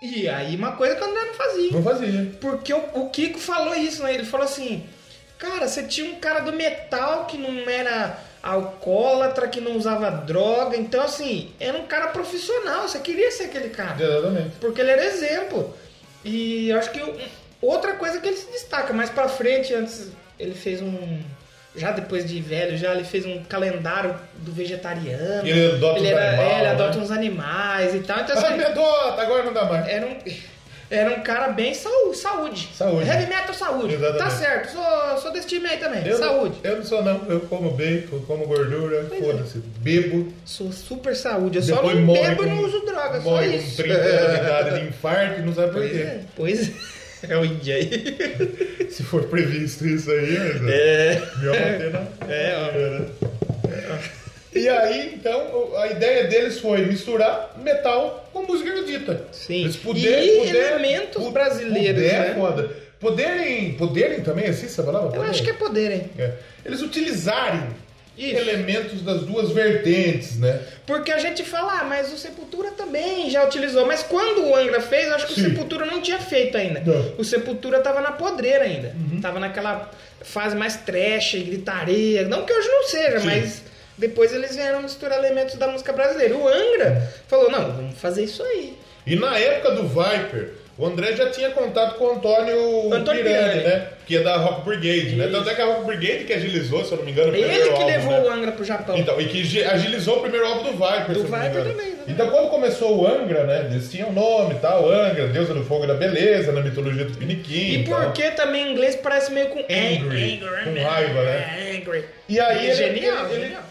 Speaker 1: E aí uma coisa que o André não fazia.
Speaker 2: Não fazia.
Speaker 1: Porque o, o Kiko falou isso, né? Ele falou assim: Cara, você tinha um cara do metal que não era alcoólatra, que não usava droga. Então, assim, era um cara profissional. Você queria ser aquele cara.
Speaker 2: Exatamente.
Speaker 1: Porque ele era exemplo. E eu acho que um- outra coisa que ele se destaca, mais pra frente, antes ele fez um. Já depois de velho, já ele fez um calendário do vegetariano.
Speaker 2: Ele adota uns animal,
Speaker 1: é, ele adota
Speaker 2: né?
Speaker 1: uns animais e tal. Então,
Speaker 2: Ah,
Speaker 1: assim,
Speaker 2: me adota, agora não dá mais.
Speaker 1: era um, era um cara bem saúde. Saúde.
Speaker 2: Saúde.
Speaker 1: Heavy metal, saúde.
Speaker 2: Exatamente.
Speaker 1: Tá certo, sou, sou desse time aí também.
Speaker 2: Eu,
Speaker 1: saúde.
Speaker 2: Eu não sou não, eu como bacon, como gordura, foda-se, bebo,
Speaker 1: Sou super saúde. Eu só
Speaker 2: depois
Speaker 1: não
Speaker 2: morre
Speaker 1: bebo e não
Speaker 2: com-
Speaker 1: uso droga, só
Speaker 2: morre com
Speaker 1: isso.
Speaker 2: 30 anos de idade de infarto e não sabe por
Speaker 1: Pois
Speaker 2: quê.
Speaker 1: é, pois é. É o índio aí.
Speaker 2: Se for previsto isso aí, né, mas,
Speaker 1: É.
Speaker 2: me bater na...
Speaker 1: É, ó.
Speaker 2: né? E aí, então, o- a ideia deles foi misturar metal com música erudita.
Speaker 1: Sim.
Speaker 2: Eles puderem,
Speaker 1: E
Speaker 2: puderem-
Speaker 1: elementos
Speaker 2: pu-
Speaker 1: brasileiros,
Speaker 2: puder,
Speaker 1: né?
Speaker 2: foda. Poderem, poderem também, assim essa palavra?
Speaker 1: Eu acho que é poder, hein?
Speaker 2: É. Eles utilizarem
Speaker 1: Isso.
Speaker 2: elementos das duas vertentes, né?
Speaker 1: Porque a gente fala, ah, mas o Sepultura também já utilizou. Mas quando o Angra fez, eu acho que
Speaker 2: Sim.
Speaker 1: o Sepultura não tinha feito ainda.
Speaker 2: Não. Uhum.
Speaker 1: O Sepultura tava na podreira ainda. Tava naquela fase mais trash, gritaria. Não que hoje não seja,
Speaker 2: Sim.
Speaker 1: mas depois eles vieram misturar elementos da música brasileira. O
Speaker 2: Uhum.
Speaker 1: Angra falou, não, vamos fazer isso aí.
Speaker 2: E na época do Viper, o André já tinha contato com o Antônio,
Speaker 1: Antônio
Speaker 2: Pirani,
Speaker 1: Pirani.
Speaker 2: né? Que é da Rock Brigade, né? Tanto é que a Rock Brigade que agilizou, se eu não me engano, o primeiro
Speaker 1: Ele que
Speaker 2: álbum,
Speaker 1: levou
Speaker 2: né?
Speaker 1: o Angra pro Japão.
Speaker 2: Então, e que gi- agilizou o primeiro álbum do Viper, se eu não me
Speaker 1: Viper
Speaker 2: engano.
Speaker 1: também, né? exatamente.
Speaker 2: Então, quando começou o Angra, né? Eles tinham nome e tal, Angra, deusa do fogo e da beleza, na mitologia do Piniquim.
Speaker 1: e
Speaker 2: tal.
Speaker 1: por que também em inglês parece meio com
Speaker 2: então.
Speaker 1: É,
Speaker 2: Angry, com raiva, né?
Speaker 1: Angry.
Speaker 2: E aí ele-
Speaker 1: genial,
Speaker 2: ele-
Speaker 1: genial.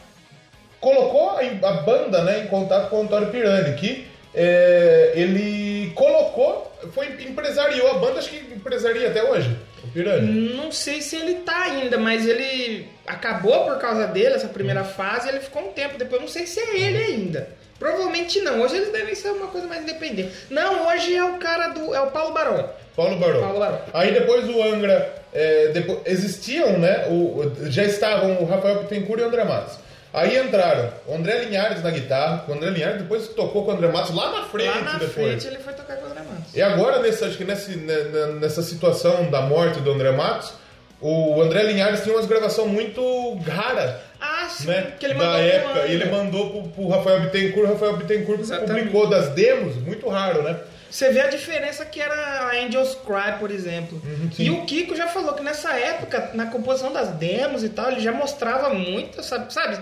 Speaker 2: colocou a, a banda né, em contato com o Antônio Pirani, que é, ele colocou, foi empresariou a banda, acho que empresaria até hoje, o Pirani.
Speaker 1: Não sei se ele tá ainda, mas ele acabou por causa dele, essa
Speaker 2: Hum.
Speaker 1: primeira fase, ele ficou um tempo depois. Não sei se é ele ainda. Provavelmente não. Hoje eles devem ser uma coisa mais independente. Não, hoje é o cara do. É o Paulo Barão.
Speaker 2: Paulo Barão.
Speaker 1: Paulo Barão.
Speaker 2: Aí depois o Angra, é, depo- existiam, né, o, o- já estavam o Rafael Bittencourt e o André Matos. Aí entraram o André Linhares na guitarra, o André Linhares depois tocou com o André Matos lá na frente
Speaker 1: Lá na
Speaker 2: depois.
Speaker 1: frente ele foi tocar com os Dramatos.
Speaker 2: E agora, nesse, acho que nesse- ne- ne- nessa situação da morte do André Matos, o André Linhares tinha umas gravação muito rara,
Speaker 1: Ah, sim,
Speaker 2: né?
Speaker 1: que ele mandou
Speaker 2: da
Speaker 1: pro
Speaker 2: época.
Speaker 1: Angra.
Speaker 2: E ele mandou pro, pro Rafael Bittencourt, o Rafael Bittencourt
Speaker 1: Exatamente.
Speaker 2: publicou das demos, muito raro, né?
Speaker 1: Você vê a diferença que era a Angels Cry, por exemplo.
Speaker 2: Uhum, sim.
Speaker 1: e o Kiko já falou que nessa época, na composição das demos e tal, ele já mostrava muito, sabe? sabe?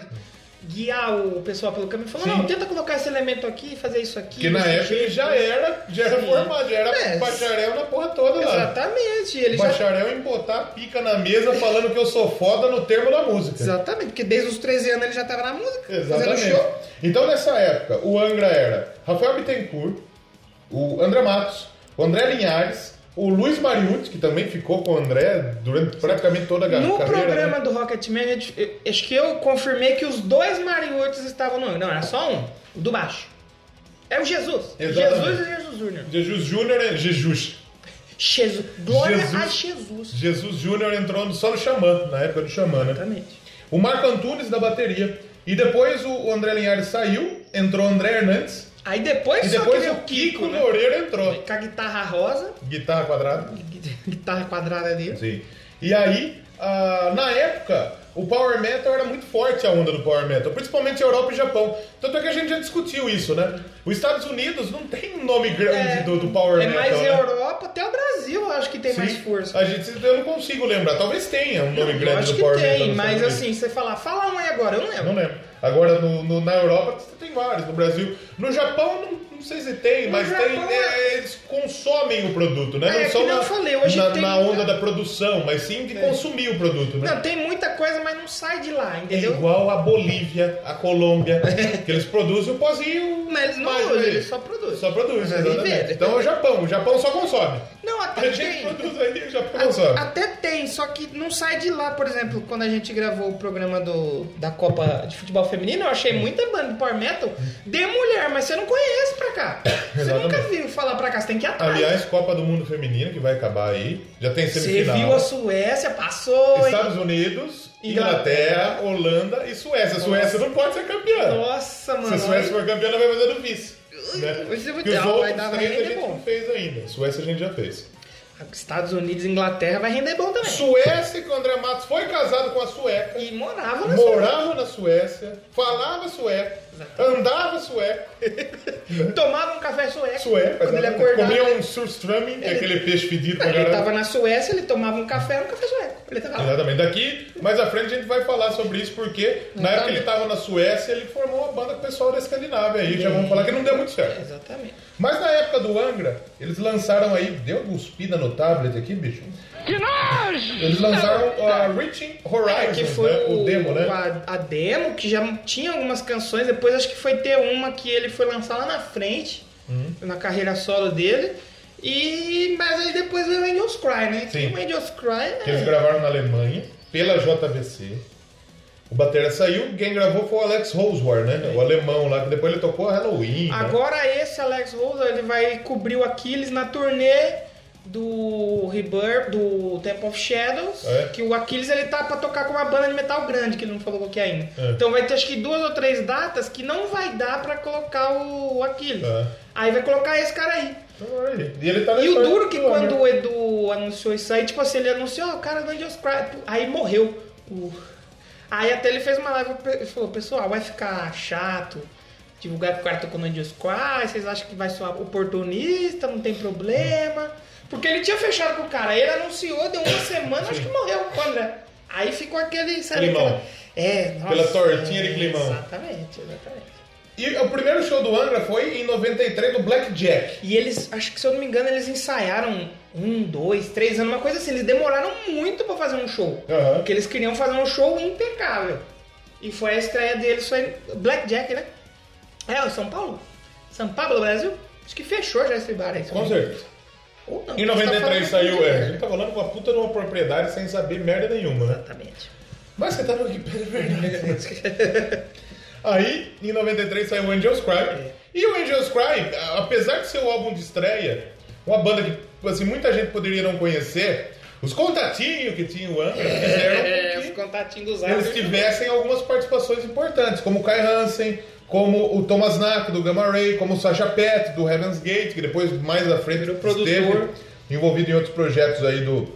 Speaker 1: Guiar o pessoal pelo caminho. Falou, não, tenta colocar esse elemento aqui, fazer isso aqui.
Speaker 2: Porque na
Speaker 1: desse
Speaker 2: época ele
Speaker 1: jeito."
Speaker 2: já era, já era
Speaker 1: Sim.
Speaker 2: formado, já era
Speaker 1: É,
Speaker 2: bacharel na porra toda lá.
Speaker 1: Exatamente. Ele já...
Speaker 2: Bacharel em botar a pica na mesa falando que eu sou foda no termo da música.
Speaker 1: Exatamente, porque desde os 13 anos ele já tava na música, fazendo
Speaker 2: Exatamente.
Speaker 1: show.
Speaker 2: Então, nessa época, o Angra era Rafael Bittencourt, o André Matos, o André Linhares, o Luiz Mariucci, que também ficou com o André durante praticamente toda a
Speaker 1: No
Speaker 2: carreira. né?
Speaker 1: programa do Rocketman, a gente- eu- acho que eu confirmei que os dois Mariuts estavam no. Não, era só um, o do baixo. É o Jesus.
Speaker 2: Exatamente.
Speaker 1: Jesus e Jesus Júnior.
Speaker 2: Jesus Júnior, é- Jesus.
Speaker 1: Jesus. Glória
Speaker 2: Jesus.
Speaker 1: a Jesus.
Speaker 2: Jesus Júnior entrou no- só no Xamã, na época do Xamã, né?
Speaker 1: Exatamente.
Speaker 2: O Marco Antunes da bateria. E depois o o André Linhares saiu, entrou o André Hernandes.
Speaker 1: Aí depois,
Speaker 2: E
Speaker 1: É só
Speaker 2: depois
Speaker 1: que veio
Speaker 2: o Kiko
Speaker 1: né?
Speaker 2: Loureiro entrou.
Speaker 1: Com a guitarra rosa,
Speaker 2: Guitarra quadrada.
Speaker 1: guitarra quadrada dele.
Speaker 2: Sim. E aí, ah, na época, o Power Metal era muito forte a onda do Power Metal, principalmente Europa e Japão. Tanto é que a gente já discutiu isso, né? Os Estados Unidos não tem um nome grande do, do Power
Speaker 1: é
Speaker 2: Metal.
Speaker 1: mais
Speaker 2: né?
Speaker 1: Europa, até o Brasil eu acho que tem
Speaker 2: Sim.
Speaker 1: mais força.
Speaker 2: A gente, eu não consigo lembrar, talvez tenha um nome
Speaker 1: Eu
Speaker 2: grande
Speaker 1: acho
Speaker 2: do
Speaker 1: que
Speaker 2: Power Metal.
Speaker 1: tem,
Speaker 2: nos
Speaker 1: mas
Speaker 2: Estados Unidos.
Speaker 1: assim, você falar, fala um aí agora, eu não lembro.
Speaker 2: Não lembro. Agora, no, no- na Europa, você tem vários. No Brasil. No Japão, não, não sei se tem,
Speaker 1: No
Speaker 2: mas tem.
Speaker 1: Japão,
Speaker 2: é, eles consomem o produto, né?
Speaker 1: É,
Speaker 2: não só
Speaker 1: que nem
Speaker 2: na,
Speaker 1: eu falei, hoje
Speaker 2: na,
Speaker 1: tem
Speaker 2: na
Speaker 1: muita- É.
Speaker 2: onda da produção, mas sim de consumir o produto, né?
Speaker 1: Não, tem muita coisa, mas não sai de lá,
Speaker 2: É
Speaker 1: entendeu?
Speaker 2: igual a Bolívia, a Colômbia, que eles produzem o pozinho.
Speaker 1: Mas eles não
Speaker 2: mais
Speaker 1: usam,
Speaker 2: ali.
Speaker 1: eles só produzem.
Speaker 2: Só produzem,
Speaker 1: Mas aí
Speaker 2: exatamente.
Speaker 1: vende.
Speaker 2: Então é o Japão, o Japão só consome.
Speaker 1: Não,
Speaker 2: A
Speaker 1: até
Speaker 2: gente
Speaker 1: tem.
Speaker 2: produz aí o Japão consome.
Speaker 1: Até tem, só que não sai de lá. Por exemplo, quando a gente gravou o programa do, da Copa de Futebol Feminino, eu achei muita banda de power metal de mulher, mas você não conhece pra cá. Você nunca
Speaker 2: Exatamente.
Speaker 1: viu falar pra cá, você tem que ir atrás.
Speaker 2: Aliás, Copa do Mundo Feminino, que vai acabar aí. Já tem
Speaker 1: você
Speaker 2: semifinal.
Speaker 1: viu a Suécia, passou, hein?
Speaker 2: Estados Unidos, Inglaterra,
Speaker 1: Inglaterra,
Speaker 2: Holanda e Suécia. A Suécia não pode ser campeã.
Speaker 1: Nossa, mano.
Speaker 2: Se a Suécia for campeã, ela vai fazer do vice. Né?
Speaker 1: Ui, ui,
Speaker 2: Que
Speaker 1: ui,
Speaker 2: os
Speaker 1: ah, vai
Speaker 2: outros
Speaker 1: dar, vai
Speaker 2: três a
Speaker 1: render
Speaker 2: gente
Speaker 1: bom.
Speaker 2: não fez ainda. Suécia a gente já fez.
Speaker 1: Estados Unidos e Inglaterra vai render bom também.
Speaker 2: Suécia, que o André Matos foi casado com a sueca,
Speaker 1: E morava na
Speaker 2: morava na Suécia, falava sueco, andava sueco.
Speaker 1: Suécia. Tomava um café sueco.
Speaker 2: Sueco,
Speaker 1: Quando ele
Speaker 2: exatamente.
Speaker 1: acordava.
Speaker 2: comia um surströmming, que é aquele peixe pedido pra
Speaker 1: Ele
Speaker 2: galera.
Speaker 1: tava na Suécia, ele tomava um café, era um café sueco. Ele tava lá.
Speaker 2: Exatamente. Daqui, mais à frente a gente vai falar sobre isso, porque na época que ele estava na Suécia, ele formou uma banda com o pessoal da Escandinávia aí, já vamos falar que não deu muito certo.
Speaker 1: Exatamente.
Speaker 2: Mas na época do Angra, eles lançaram aí, deu guspida no tablet aqui, bicho? Que nojo! Eles lançaram a Reaching Horizons,
Speaker 1: É, que foi
Speaker 2: né? o, demo, né?
Speaker 1: A, a demo, que já tinha algumas canções, depois acho que foi ter uma que ele foi lançar lá na frente,
Speaker 2: Uhum.
Speaker 1: na carreira solo dele. E. Mas aí depois veio o Angels Cry, né?
Speaker 2: Sim.
Speaker 1: Que O Angels Cry,
Speaker 2: que eles
Speaker 1: né?
Speaker 2: gravaram na Alemanha, pela JVC. O batera saiu, quem gravou foi o Alex Rosewar, né? O alemão lá, que depois ele tocou Halloween. né?
Speaker 1: Agora esse Alex Rose, ele vai cobrir o Aquiles na turnê do Rebirth, do Temple of Shadows,
Speaker 2: É.
Speaker 1: que o Aquiles ele tá pra tocar com uma banda de metal grande, que ele não falou qual que é ainda.
Speaker 2: É.
Speaker 1: Então vai ter acho que duas ou três datas que não vai dar pra colocar o Aquiles.
Speaker 2: É.
Speaker 1: Aí vai colocar esse cara aí.
Speaker 2: Então, olha aí. E, ele tá na
Speaker 1: E o
Speaker 2: história
Speaker 1: duro é
Speaker 2: do
Speaker 1: que
Speaker 2: Angra.
Speaker 1: quando o Edu anunciou isso aí, tipo assim, ele anunciou, "Ó, o cara do Angels Cry, pô, aí morreu. O- Aí até ele fez uma live e falou, pessoal, vai ficar chato divulgar que o cara tocou no Angels Cry, vocês acham que vai soar oportunista, não tem problema. Porque ele tinha fechado com o cara, aí ele anunciou, deu uma semana, acho que morreu o André. Aí ficou aquele... sabe,
Speaker 2: Climão.
Speaker 1: aquela- É, nossa,
Speaker 2: Pela tortinha de
Speaker 1: é,
Speaker 2: climão.
Speaker 1: Exatamente, exatamente.
Speaker 2: E o primeiro show do Angra foi em 93 do Black Jack.
Speaker 1: E eles, acho que se eu não me engano, eles ensaiaram um, dois, três anos, uma coisa assim. Eles demoraram muito pra fazer um show.
Speaker 2: Aham.
Speaker 1: Porque eles queriam fazer um show impecável. E foi a estreia deles, foi Blackjack, né? É, o São Paulo. São Paulo, Brasil. Acho que fechou já esse bar aí.
Speaker 2: Com certeza.
Speaker 1: Ou não, você
Speaker 2: Em
Speaker 1: tá falando
Speaker 2: 93 saiu,
Speaker 1: de-
Speaker 2: é. A gente tá falando com a puta numa propriedade sem saber merda nenhuma, né?
Speaker 1: Exatamente.
Speaker 2: Mas você tá no Wikipedia de verdade. Aí, em 93, saiu o Angels Cry.
Speaker 1: É.
Speaker 2: E o Angels Cry, a- apesar de ser o álbum de estreia, uma banda que assim, muita gente poderia não conhecer, os contatinhos que tinha o Angra
Speaker 1: É,
Speaker 2: fizeram
Speaker 1: os
Speaker 2: com que
Speaker 1: contatinhos dos
Speaker 2: eles
Speaker 1: árbitros.
Speaker 2: tivessem algumas participações importantes, como o Kai Hansen, como o Thomas Knack, do Gamma Ray, como o Sasha Pet, do Heaven's Gate, que depois, mais à frente,
Speaker 1: produtor.
Speaker 2: esteve envolvido em outros projetos aí do,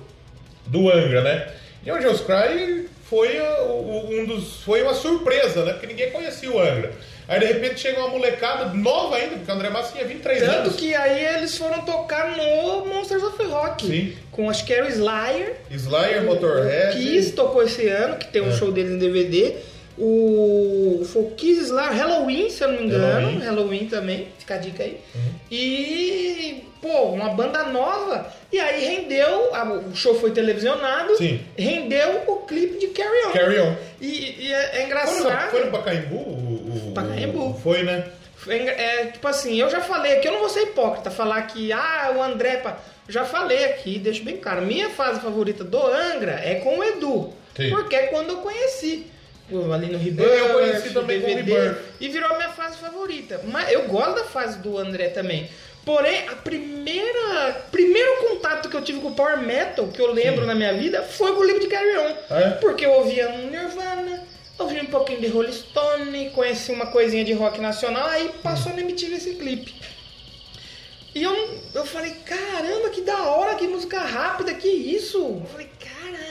Speaker 2: do Angra, né? E o Jones Cry foi, a- o- o- um dos, foi uma surpresa, né? Porque ninguém conhecia o Angra. Aí, de repente, chega uma molecada nova ainda, porque o André Massa tinha 23
Speaker 1: Tanto
Speaker 2: anos.
Speaker 1: que aí eles foram tocar no Monsters of Rock.
Speaker 2: Sim.
Speaker 1: Com acho que era o Slayer.
Speaker 2: Slayer, Motorhead...
Speaker 1: Kiss tocou esse ano, que
Speaker 2: É.
Speaker 1: tem um show deles em DVD. O foi o Kiss lá, Halloween, se eu não me engano.
Speaker 2: Halloween. Uhum.
Speaker 1: Halloween, também, fica a dica aí. E, pô, uma banda nova. E aí rendeu, a- o show foi televisionado,
Speaker 2: Sim.
Speaker 1: rendeu o clipe de Carry On.
Speaker 2: Carry On.
Speaker 1: E, e é, é
Speaker 2: Foi
Speaker 1: engraçado.
Speaker 2: no, foi no Pacaembu? o- o-
Speaker 1: Pacaembu.
Speaker 2: Foi, né?
Speaker 1: É, engra- é, tipo assim, eu já falei aqui, eu não vou ser hipócrita, falar que, ah, o André. pá, já falei aqui, deixo bem claro. Minha fase favorita do Angra é com o Edu.
Speaker 2: Sim.
Speaker 1: Porque é quando eu conheci. Eu, ali no Rebirth.
Speaker 2: Eu conheci também com o
Speaker 1: DVD,
Speaker 2: Rebirth.
Speaker 1: E virou a minha fase favorita. Mas eu gosto da fase do André também. Porém, a primeira. Primeiro contato que eu tive com o Power Metal, que eu lembro na minha vida, foi com o livro de Carry On.
Speaker 2: Ah, é?
Speaker 1: Porque eu ouvia um Nirvana, ouvia um pouquinho de Rolling Stone, conheci uma coisinha de rock nacional, aí passou na MTV esse clipe. E eu, eu falei, caramba, que da hora, que música rápida, que isso? Eu falei, cara,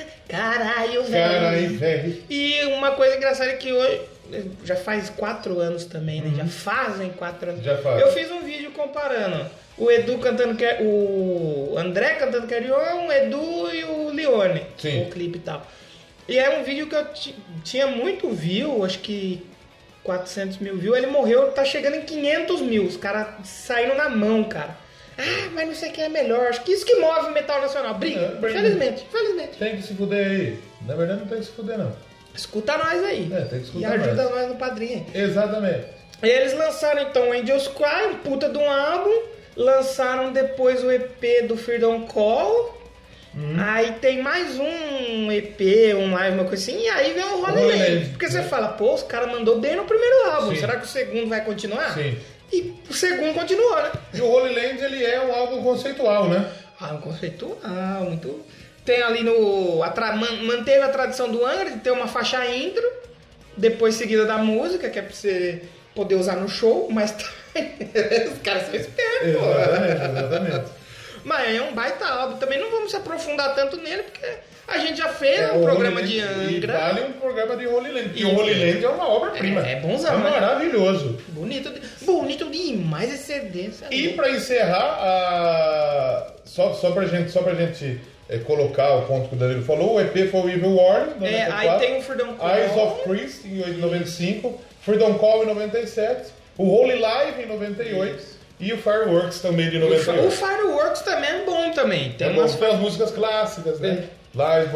Speaker 1: caralho, velho.
Speaker 2: Caralho, velho.
Speaker 1: E uma coisa engraçada é que hoje, já faz quatro anos também, né? Já fazem quatro anos.
Speaker 2: Uhum. Já fazem.
Speaker 1: Eu fiz um vídeo comparando o Edu cantando, Ca- o André cantando Carion, o Edu e o Leone.
Speaker 2: Sim.
Speaker 1: O clipe e tal. E é um vídeo que eu ti- tinha muito view, acho que 400 mil views. Ele morreu, tá chegando em 500 mil. Os caras saíram na mão, cara. Ah, mas não sei quem é melhor. Acho que isso que move o metal nacional.
Speaker 2: É,
Speaker 1: Briga,
Speaker 2: briga.
Speaker 1: felizmente, felizmente.
Speaker 2: Tem que se fuder aí. Na verdade, não tem que se fuder, não.
Speaker 1: Escuta nós aí.
Speaker 2: É, tem que escutar
Speaker 1: E ajuda
Speaker 2: nós.
Speaker 1: nós, no padrinho aí.
Speaker 2: Exatamente.
Speaker 1: E eles lançaram então o Angels Cry, um puta de um álbum. Lançaram depois o EP do Freedom Call.
Speaker 2: Hum.
Speaker 1: Aí tem mais um EP, um live, uma coisa assim. E aí vem o Holy
Speaker 2: Holy
Speaker 1: Land.
Speaker 2: Land,
Speaker 1: Porque
Speaker 2: né?
Speaker 1: você fala, pô, os caras mandou bem no primeiro álbum.
Speaker 2: Sim.
Speaker 1: Será que o segundo vai continuar?
Speaker 2: Sim.
Speaker 1: E o segundo continuou, né?
Speaker 2: E o Holy Land, ele é um álbum conceitual, né?
Speaker 1: Ah, um conceitual, muito. Tem ali no. A tra- man- manteve a tradição do Angra de ter uma faixa intro, depois seguida da música, que é pra você tá,
Speaker 2: É.
Speaker 1: poder usar no show, mas. Os caras são espertos, pô.
Speaker 2: exatamente.
Speaker 1: Mas é um baita álbum. Também não vamos se aprofundar tanto nele, porque a gente já fez
Speaker 2: É,
Speaker 1: um
Speaker 2: o
Speaker 1: programa
Speaker 2: Holy
Speaker 1: de
Speaker 2: Land- e
Speaker 1: Angra.
Speaker 2: Vale um programa de Holy Land. E
Speaker 1: E-
Speaker 2: o Holy Land é uma obra-prima.
Speaker 1: É- é bonzão,
Speaker 2: É
Speaker 1: né?
Speaker 2: maravilhoso.
Speaker 1: Bonito, de- bonito demais esse CD. sabe?
Speaker 2: E pra encerrar, a... só, só pra gente, só pra gente eh, colocar o ponto que o Danilo falou, o EP foi o Evil War, em
Speaker 1: É,
Speaker 2: 94,
Speaker 1: aí tem o Freedom Call.
Speaker 2: Eyes of Priest, em 95, Freedom Call, em 97, o Holy Live, em 98, e o Fireworks, também, de
Speaker 1: O Fi-
Speaker 2: 98.
Speaker 1: O Fireworks também é bom também. Tem
Speaker 2: é bom,
Speaker 1: umas
Speaker 2: tem as músicas clássicas, né? Live,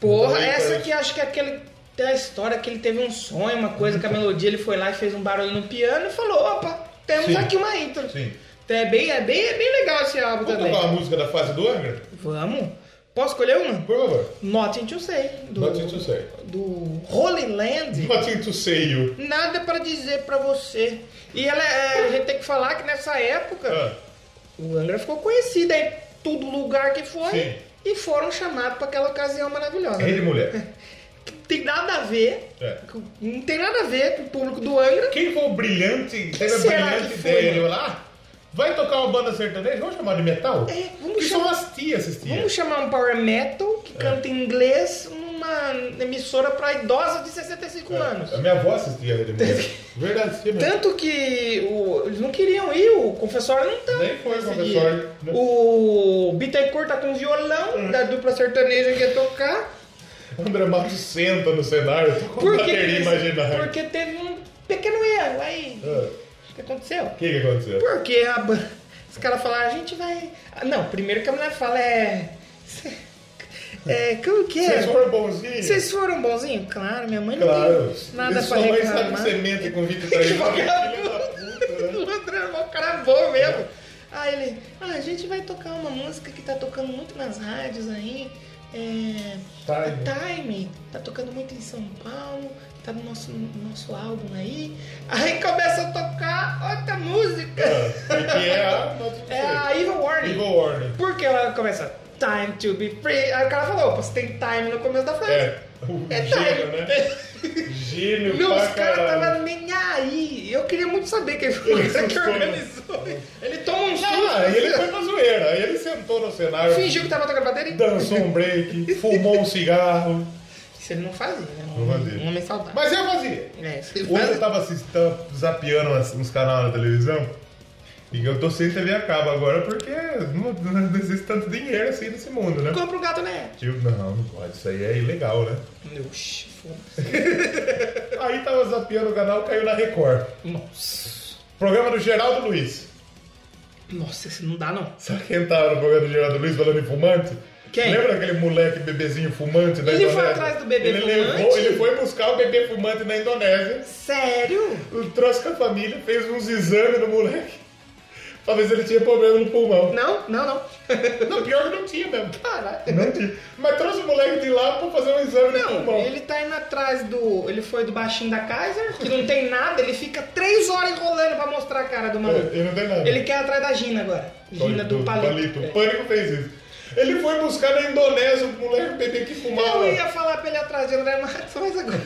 Speaker 1: Porra,
Speaker 2: Então,
Speaker 1: essa aqui acho que é aquele tem a história que ele teve um sonho, uma
Speaker 2: Uhum.
Speaker 1: coisa com a melodia, ele foi lá e fez um barulho no piano e falou, opa, temos
Speaker 2: Sim.
Speaker 1: aqui uma intro.
Speaker 2: Sim.
Speaker 1: Então é bem, é bem, é bem legal esse álbum
Speaker 2: Vamos
Speaker 1: também.
Speaker 2: tocar uma música da fase do Angra?
Speaker 1: Vamos. Posso escolher uma?
Speaker 2: Por favor.
Speaker 1: Nothing to Say, do,
Speaker 2: Nothing to say.
Speaker 1: do Holy Land.
Speaker 2: Nothing to say you.
Speaker 1: Nada pra dizer pra você. E ela, é, a gente tem que falar que nessa época
Speaker 2: Ah,
Speaker 1: o Angra ficou conhecido em todo lugar que foi
Speaker 2: Sim.
Speaker 1: e foram chamados pra aquela ocasião maravilhosa. né?
Speaker 2: rei de mulher.
Speaker 1: tem nada a ver.
Speaker 2: É.
Speaker 1: com- Não tem nada a ver com o público do Angra.
Speaker 2: Quem foi o brilhante, teve a
Speaker 1: será
Speaker 2: brilhante
Speaker 1: que foi,
Speaker 2: ideia
Speaker 1: né?
Speaker 2: de lá? Vai tocar uma banda sertaneja? Vamos chamar de metal?
Speaker 1: É, vamos
Speaker 2: que
Speaker 1: chamar-
Speaker 2: são as tias, essas tias.
Speaker 1: Vamos chamar um power metal
Speaker 2: É.
Speaker 1: que canta em inglês numa emissora pra idosa de 65
Speaker 2: É,
Speaker 1: anos.
Speaker 2: A minha avó assistia Rei de Mulher. Verdade, tia mesmo.
Speaker 1: Tanto que o- eles não queriam ir, o confessor não tá.
Speaker 2: Nem foi o
Speaker 1: Esse
Speaker 2: confessor, Hum.
Speaker 1: dia.
Speaker 2: né?
Speaker 1: O Bittencourt tá com um violão da dupla sertaneja que ia tocar.
Speaker 2: André Matos senta Um no cenário com
Speaker 1: Porque,
Speaker 2: bateria imaginária.
Speaker 1: porque teve um pequeno erro aí.
Speaker 2: Ah,
Speaker 1: O que aconteceu?
Speaker 2: O que, que aconteceu?
Speaker 1: Porque a ban- os caras falaram, a gente vai. Ah, Não, primeiro que a mulher fala é. É, como que é?
Speaker 2: Vocês foram bonzinhos?
Speaker 1: Vocês foram bonzinhos? Claro, minha mãe não
Speaker 2: Claro.
Speaker 1: tem nada
Speaker 2: Isso
Speaker 1: pra
Speaker 2: sua mãe
Speaker 1: reclamar.
Speaker 2: sabe que você é mente com
Speaker 1: Que
Speaker 2: 23 anos. né?
Speaker 1: vagabundo! O André é um cara bom mesmo. Aí ele, ah, a gente vai tocar uma música que tá tocando muito nas rádios aí. É, a
Speaker 2: Time.
Speaker 1: Time, tá tocando muito em São Paulo, tá no nosso, no nosso álbum aí. Aí começa a tocar outra música.
Speaker 2: Que é a Nothing to
Speaker 1: É
Speaker 2: Say.
Speaker 1: a Evil Warning.
Speaker 2: Evil Warning.
Speaker 1: Porque ela começa Time to be free. Aí o cara falou, opa, você tem time no começo da frase.
Speaker 2: É, o
Speaker 1: É
Speaker 2: gênio,
Speaker 1: time.
Speaker 2: né? Gênio
Speaker 1: Meu,
Speaker 2: pra
Speaker 1: os tá caras
Speaker 2: caralho.
Speaker 1: estavam nem aí. Eu queria muito saber quem foi o cara que
Speaker 2: assustou, né?
Speaker 1: organizou. Ele toma um
Speaker 2: Ah, aí ele foi
Speaker 1: susto,
Speaker 2: pra zoeira. Aí ele sentou no cenário,
Speaker 1: fingiu que tava tocando bateria.
Speaker 2: dançou um break, fumou um cigarro.
Speaker 1: Isso ele não fazia, né? Um,
Speaker 2: Não fazia.
Speaker 1: um homem saudável.
Speaker 2: Mas eu fazia.
Speaker 1: É, se ele
Speaker 2: Hoje
Speaker 1: faz-
Speaker 2: eu tava assistindo, zapeando umas- uns canais na televisão. E eu tô sem TV a cabo agora porque não, não existe tanto dinheiro assim nesse mundo, né?
Speaker 1: Compra um gato, né?
Speaker 2: Tipo, não, não pode, isso aí é ilegal, né?
Speaker 1: Oxi, foda-se.
Speaker 2: Aí tava zapeando o canal, caiu na Record.
Speaker 1: Nossa.
Speaker 2: Programa do Geraldo Luiz.
Speaker 1: Nossa, esse não dá não.
Speaker 2: Sabe quem tava no programa do Geraldo Luiz falando em fumante?
Speaker 1: Quem?
Speaker 2: Lembra aquele moleque bebezinho fumante da
Speaker 1: Ele foi
Speaker 2: Indonésia?
Speaker 1: atrás do bebê
Speaker 2: ele
Speaker 1: fumante?
Speaker 2: Levou, ele foi buscar o bebê fumante na Indonésia,
Speaker 1: Sério?
Speaker 2: trouxe com a família, fez uns exames no moleque pra ver se ele tinha problema no pulmão.
Speaker 1: Não, não, não.
Speaker 2: Não, pior que não tinha mesmo.
Speaker 1: Caralho.
Speaker 2: Não tinha. Mas trouxe o moleque de lá pra fazer um exame no
Speaker 1: Não,
Speaker 2: pulmão.
Speaker 1: ele tá indo atrás do. Ele foi do baixinho da Kaiser, que não tem nada, ele fica três horas enrolando pra mostrar a cara do
Speaker 2: É,
Speaker 1: maluco.
Speaker 2: Ele não tem nada.
Speaker 1: Ele quer atrás da Gina agora. Gina do, palito.
Speaker 2: O
Speaker 1: É.
Speaker 2: Pânico fez isso. Ele foi buscar na Indonésia o moleque bebê que fumava.
Speaker 1: Eu ia falar pra ele atrás de André Matos, mas agora.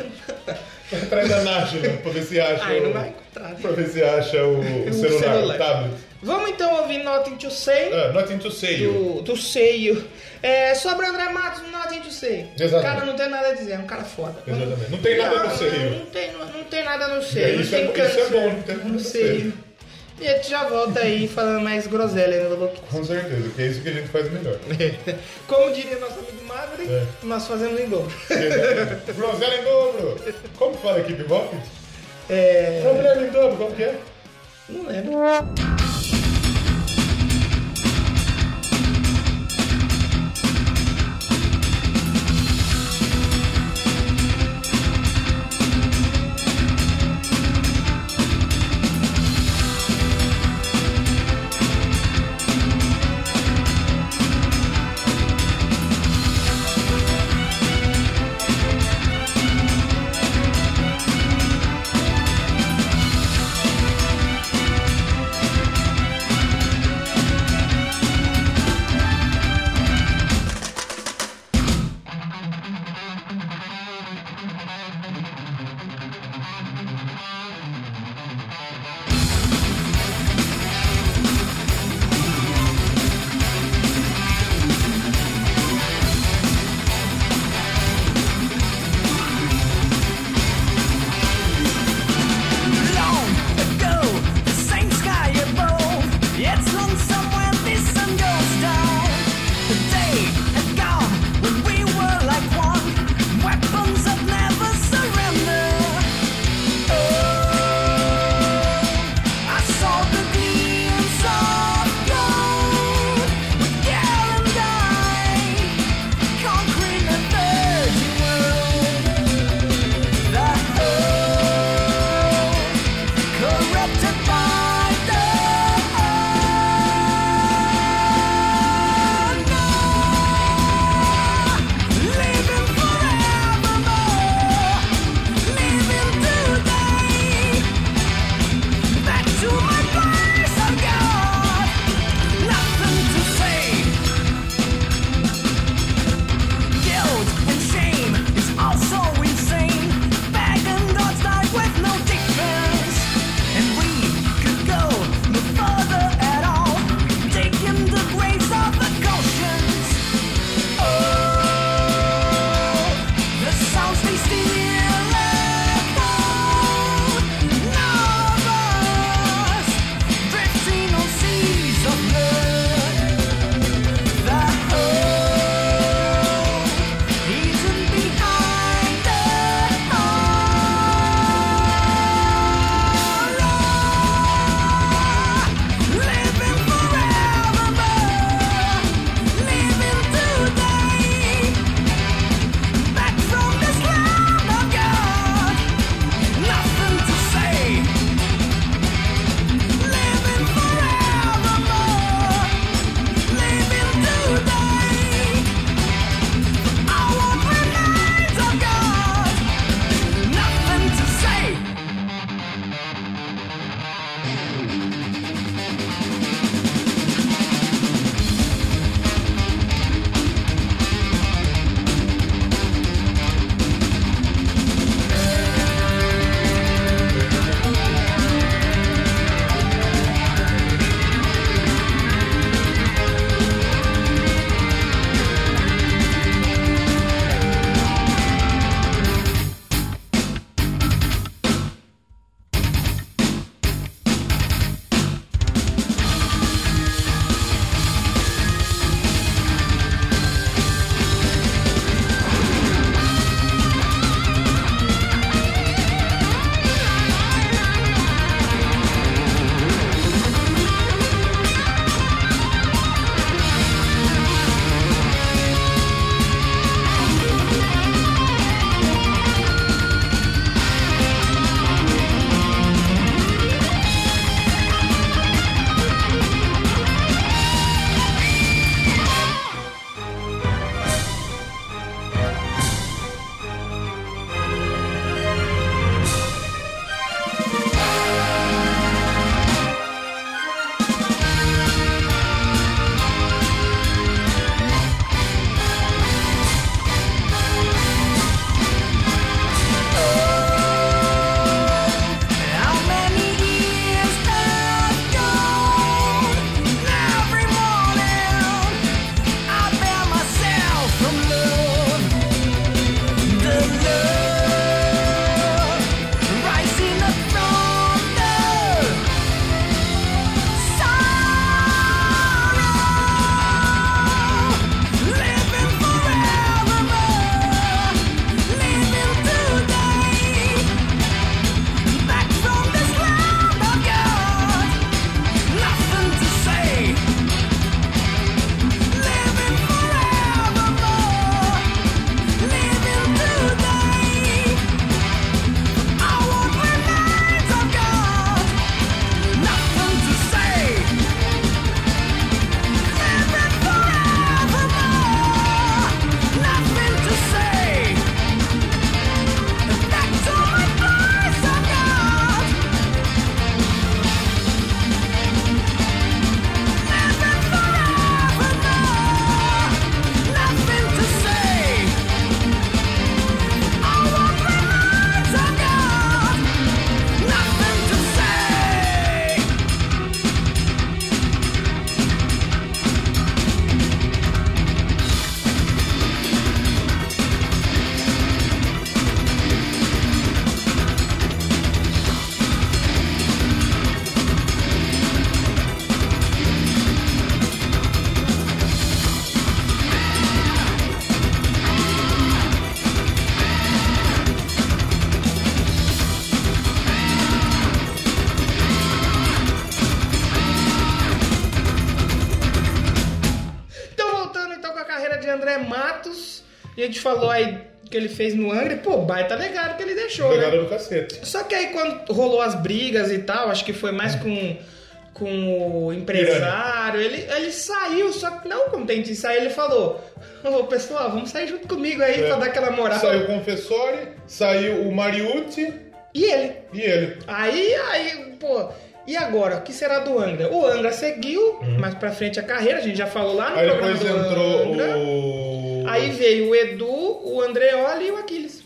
Speaker 1: não.
Speaker 2: Atrás da Nath, né? Pra ver se acha.
Speaker 1: Aí não
Speaker 2: o-
Speaker 1: vai encontrar. né?
Speaker 2: Pra ver se acha o, o
Speaker 1: O
Speaker 2: celular,
Speaker 1: celular.
Speaker 2: o tablet.
Speaker 1: Vamos então ouvir Nothing to Say
Speaker 2: Ah, Nothing to say. you.
Speaker 1: do, do Seio. É, sobre André Matos, Nothing to Say. O
Speaker 2: Exatamente.
Speaker 1: cara não tem nada a dizer, é um cara foda. Vamos-
Speaker 2: Exatamente. Não tem nada no
Speaker 1: Não,
Speaker 2: seio.
Speaker 1: Não tem, não, não tem nada no
Speaker 2: É,
Speaker 1: seio.
Speaker 2: isso
Speaker 1: não
Speaker 2: é-
Speaker 1: tem
Speaker 2: isso é
Speaker 1: câncer
Speaker 2: bom, não tem nada no
Speaker 1: no seio. E a gente já volta aí falando mais groselha né? no Lobo
Speaker 2: Com certeza, que é isso que a gente faz melhor.
Speaker 1: Como diria nosso amigo Maverick,
Speaker 2: É.
Speaker 1: nós fazemos em dobro.
Speaker 2: Groselha em dobro. Como que fala aqui, Bebop?
Speaker 1: É.
Speaker 2: Problema em dobro, como que é?
Speaker 1: Não lembro.
Speaker 6: Thank It's long somewhere the sun goes down. The day had gone when we were like one. Weapons of never surrender. Oh, I saw the gleams of gold with Galentine conquering a third world. The oh, corrupted by the. Oh,
Speaker 1: Então, André Matos. E a gente falou aí que ele fez no Angra. e, Pô, baita legado que ele deixou, né?
Speaker 2: Pegada do cacete.
Speaker 1: Só que aí quando rolou as brigas e tal, acho que foi mais com, com o empresário, ele, ele saiu, só que não contente em sair, ele falou, ô pessoal, vamos sair junto comigo aí pra dar aquela moral.
Speaker 2: É. Saiu o Confessori, saiu o Mariucci
Speaker 1: E ele.
Speaker 2: e ele.
Speaker 1: Aí, aí, pô. E agora, o que será do Angra? O Angra seguiu mais pra frente a carreira, a gente já falou lá no
Speaker 2: Uhum. Aí
Speaker 1: programa
Speaker 2: depois
Speaker 1: do
Speaker 2: entrou
Speaker 1: Angra.
Speaker 2: o.
Speaker 1: Aí veio o Edu, o Andreoli e o Aquiles.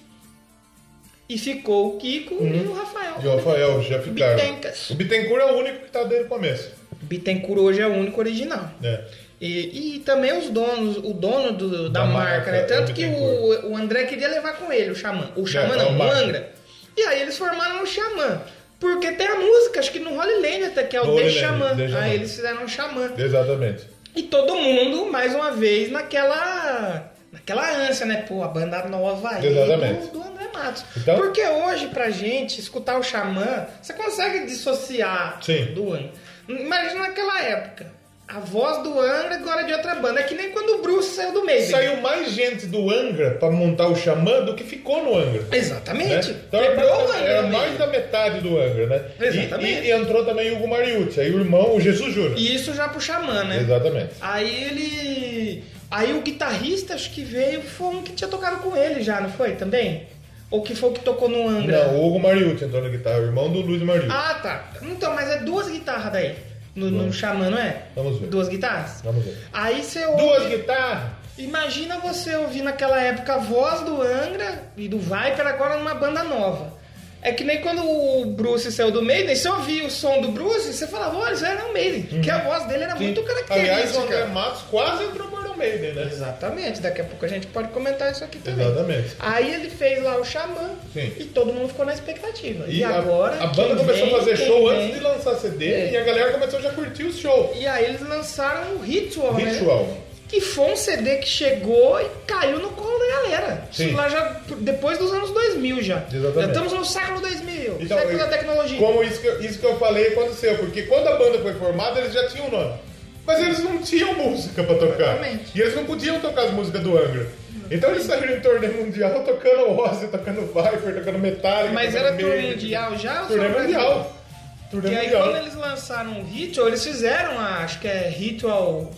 Speaker 1: E ficou o Kiko e o Rafael.
Speaker 2: Uhum. E o Rafael, já ficaram.
Speaker 1: Bittencas.
Speaker 2: O Bittencourt é o único que tá desde o começo.
Speaker 1: Bittencourt hoje é o único original.
Speaker 2: né?
Speaker 1: E, e também os donos, o dono do- da,
Speaker 2: Da
Speaker 1: marca,
Speaker 2: marca,
Speaker 1: né? Tanto
Speaker 2: é,
Speaker 1: que
Speaker 2: Bittencourt.
Speaker 1: o, o André queria levar com ele o Xamã. O Xamã
Speaker 2: É,
Speaker 1: não,
Speaker 2: a
Speaker 1: o
Speaker 2: marca.
Speaker 1: Angra. E aí eles formaram o Xamã. Porque tem a música, acho que no Holy Land até, que é o
Speaker 2: No
Speaker 1: The
Speaker 2: Holy
Speaker 1: Xamã.
Speaker 2: Land, The Xamã.
Speaker 1: Aí eles fizeram o Xamã.
Speaker 2: Exatamente.
Speaker 1: E todo mundo, mais uma vez, naquela. Naquela ânsia, né? Pô, a banda nova aí
Speaker 2: Exatamente.
Speaker 1: do, do André Matos.
Speaker 2: Então-
Speaker 1: Porque hoje, pra gente, escutar o Xamã, você consegue dissociar
Speaker 2: Sim.
Speaker 1: do Angra. Imagina naquela época. A voz do Angra agora é de outra banda. É que nem quando o Bruce saiu do Maiden.
Speaker 2: Saiu mais gente do Angra pra montar o Xamã do que ficou no Angra. né?
Speaker 1: Exatamente.
Speaker 2: Então era,
Speaker 1: Quebrou o
Speaker 2: mais-
Speaker 1: Angra.
Speaker 2: era
Speaker 1: né?
Speaker 2: mais da metade do Angra, né? E-
Speaker 1: Exatamente.
Speaker 2: E, e entrou também o Hugo Mariucci, aí o irmão, o Jesus Júnior.
Speaker 1: E isso já pro Xamã, né?
Speaker 2: Exatamente.
Speaker 1: Aí ele. Aí o guitarrista, acho que veio, foi um que tinha tocado com ele já, não foi? Também? Ou que foi o que tocou no Angra?
Speaker 2: Não, o Hugo Mariucci entrou na guitarra, o irmão do Luiz Mariucci.
Speaker 1: Ah, tá. Então, mas é duas guitarras daí. No, no Xamã, não é?
Speaker 2: Vamos ver.
Speaker 1: Duas guitarras?
Speaker 2: Vamos ver.
Speaker 1: Aí você ouve.
Speaker 2: Duas guitarras.
Speaker 1: Imagina você ouvir naquela época a voz do Angra e do Viper agora numa banda nova. É que nem quando o Bruce saiu do Maiden, você ouvia o som do Bruce, você falava, olha, isso era o Maiden. Porque a voz dele era muito característica.
Speaker 2: Uhum. Aliás, é, o André Matos quase entrou pro Iron Maiden, né?
Speaker 1: Exatamente, daqui a pouco a gente pode comentar isso aqui também.
Speaker 2: Exatamente.
Speaker 1: Aí ele fez lá o Xamã
Speaker 2: Sim.
Speaker 1: e todo mundo ficou na expectativa. E,
Speaker 2: E, a-
Speaker 1: agora.
Speaker 2: a, banda
Speaker 1: quem
Speaker 2: começou
Speaker 1: vem,
Speaker 2: a fazer
Speaker 1: quem
Speaker 2: show
Speaker 1: vem-
Speaker 2: antes de lançar CD
Speaker 1: É.
Speaker 2: e a galera começou a já curtir o show.
Speaker 1: E aí eles lançaram o Ritual, né?
Speaker 2: Ritual.
Speaker 1: Que foi um CD que chegou e caiu no colo da galera.
Speaker 2: Sim.
Speaker 1: Isso lá já depois dos anos 2000 já.
Speaker 2: Exatamente.
Speaker 1: Já estamos no século 2000,
Speaker 2: Então,
Speaker 1: século da
Speaker 2: eu-
Speaker 1: tecnologia.
Speaker 2: Como isso que, eu- isso que eu falei aconteceu, porque quando a banda foi formada, eles já tinham um nome. Mas eles não tinham música pra tocar.
Speaker 1: Exatamente.
Speaker 2: E eles não podiam tocar as músicas do Angra. Então eles saíram em torneio mundial tocando Ozzy, tocando Viper, tocando Metallica.
Speaker 1: Mas
Speaker 2: tocando
Speaker 1: era turnê
Speaker 2: Maiden.
Speaker 1: mundial já? ou
Speaker 2: Turnê
Speaker 1: só Brasil?
Speaker 2: mundial. Turnê
Speaker 1: E aí
Speaker 2: mundial.
Speaker 1: quando eles lançaram o Ritual, eles fizeram, a, acho que é Ritual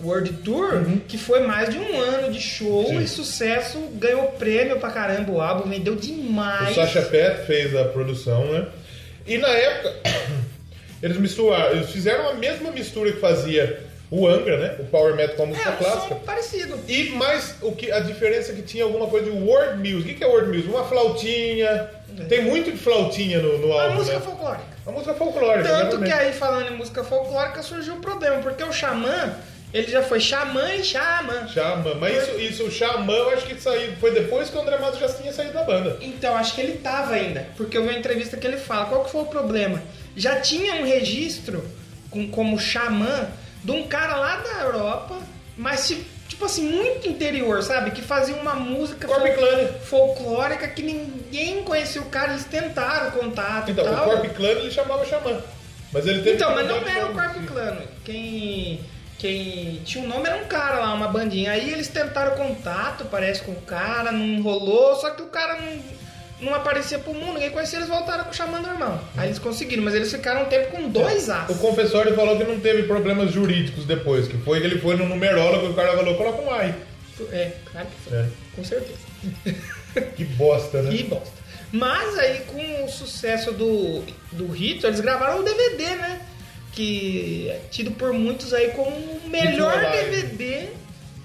Speaker 1: World Tour, que foi mais de um ano de show
Speaker 2: Uhum. Sim.
Speaker 1: e sucesso, ganhou prêmio pra caramba o álbum, vendeu demais.
Speaker 2: O Sacha Pet fez a produção, né? E na época, eles misturaram, eles fizeram a mesma mistura que fazia o Angra, né? O Power Metal com a
Speaker 1: é,
Speaker 2: música
Speaker 1: um
Speaker 2: clássica.
Speaker 1: som parecido.
Speaker 2: E mais o que, a diferença é que tinha alguma coisa de world music. O que que é world music? Uma flautinha. Tem muito de flautinha no, no
Speaker 1: Uma
Speaker 2: álbum.
Speaker 1: É. música
Speaker 2: né? é
Speaker 1: folclórica.
Speaker 2: Uma música folclórica.
Speaker 1: Tanto que
Speaker 2: exatamente.
Speaker 1: aí, falando em música folclórica, surgiu um problema, porque o Xamã, ele já foi Xamã e Xamã.
Speaker 2: Xamã. Mas isso, isso, o Xamã, eu acho que saiu, foi depois que o André Matos já tinha saído da banda.
Speaker 1: Então, acho que ele tava ainda, porque eu vi uma entrevista que ele fala, qual que foi o problema? Já tinha um registro com, como xamã de um cara lá da Europa, mas ti- tipo assim, muito interior, sabe? Que fazia uma música
Speaker 2: Corp
Speaker 1: fol-
Speaker 2: Clan.
Speaker 1: folclórica que ninguém conhecia o cara, eles tentaram contato
Speaker 2: Então,
Speaker 1: e
Speaker 2: o
Speaker 1: tal.
Speaker 2: Corp Clan ele chamava Xamã. Mas ele teve
Speaker 1: Então,
Speaker 2: que
Speaker 1: mas
Speaker 2: mudar
Speaker 1: não
Speaker 2: de
Speaker 1: era o
Speaker 2: nome.
Speaker 1: Corpo Clano. Quem, quem tinha um nome era um cara lá, uma bandinha. Aí eles tentaram contato, parece, com o cara, não rolou, só que o cara não, não aparecia pro mundo, ninguém conhecia, eles voltaram com o Xamã normal. Aí eles conseguiram, mas eles ficaram um tempo com dois As.
Speaker 2: É. O confessório falou que não teve problemas jurídicos depois, que foi que ele foi no numerólogo e o cara falou, coloca um ai.
Speaker 1: É, claro que foi.
Speaker 2: É.
Speaker 1: Com certeza.
Speaker 2: Que bosta, né?
Speaker 1: E bosta. Mas aí, com o sucesso do, do Hito, eles gravaram um DVD, né? Que é tido por muitos aí como o melhor
Speaker 2: Alive.
Speaker 1: DVD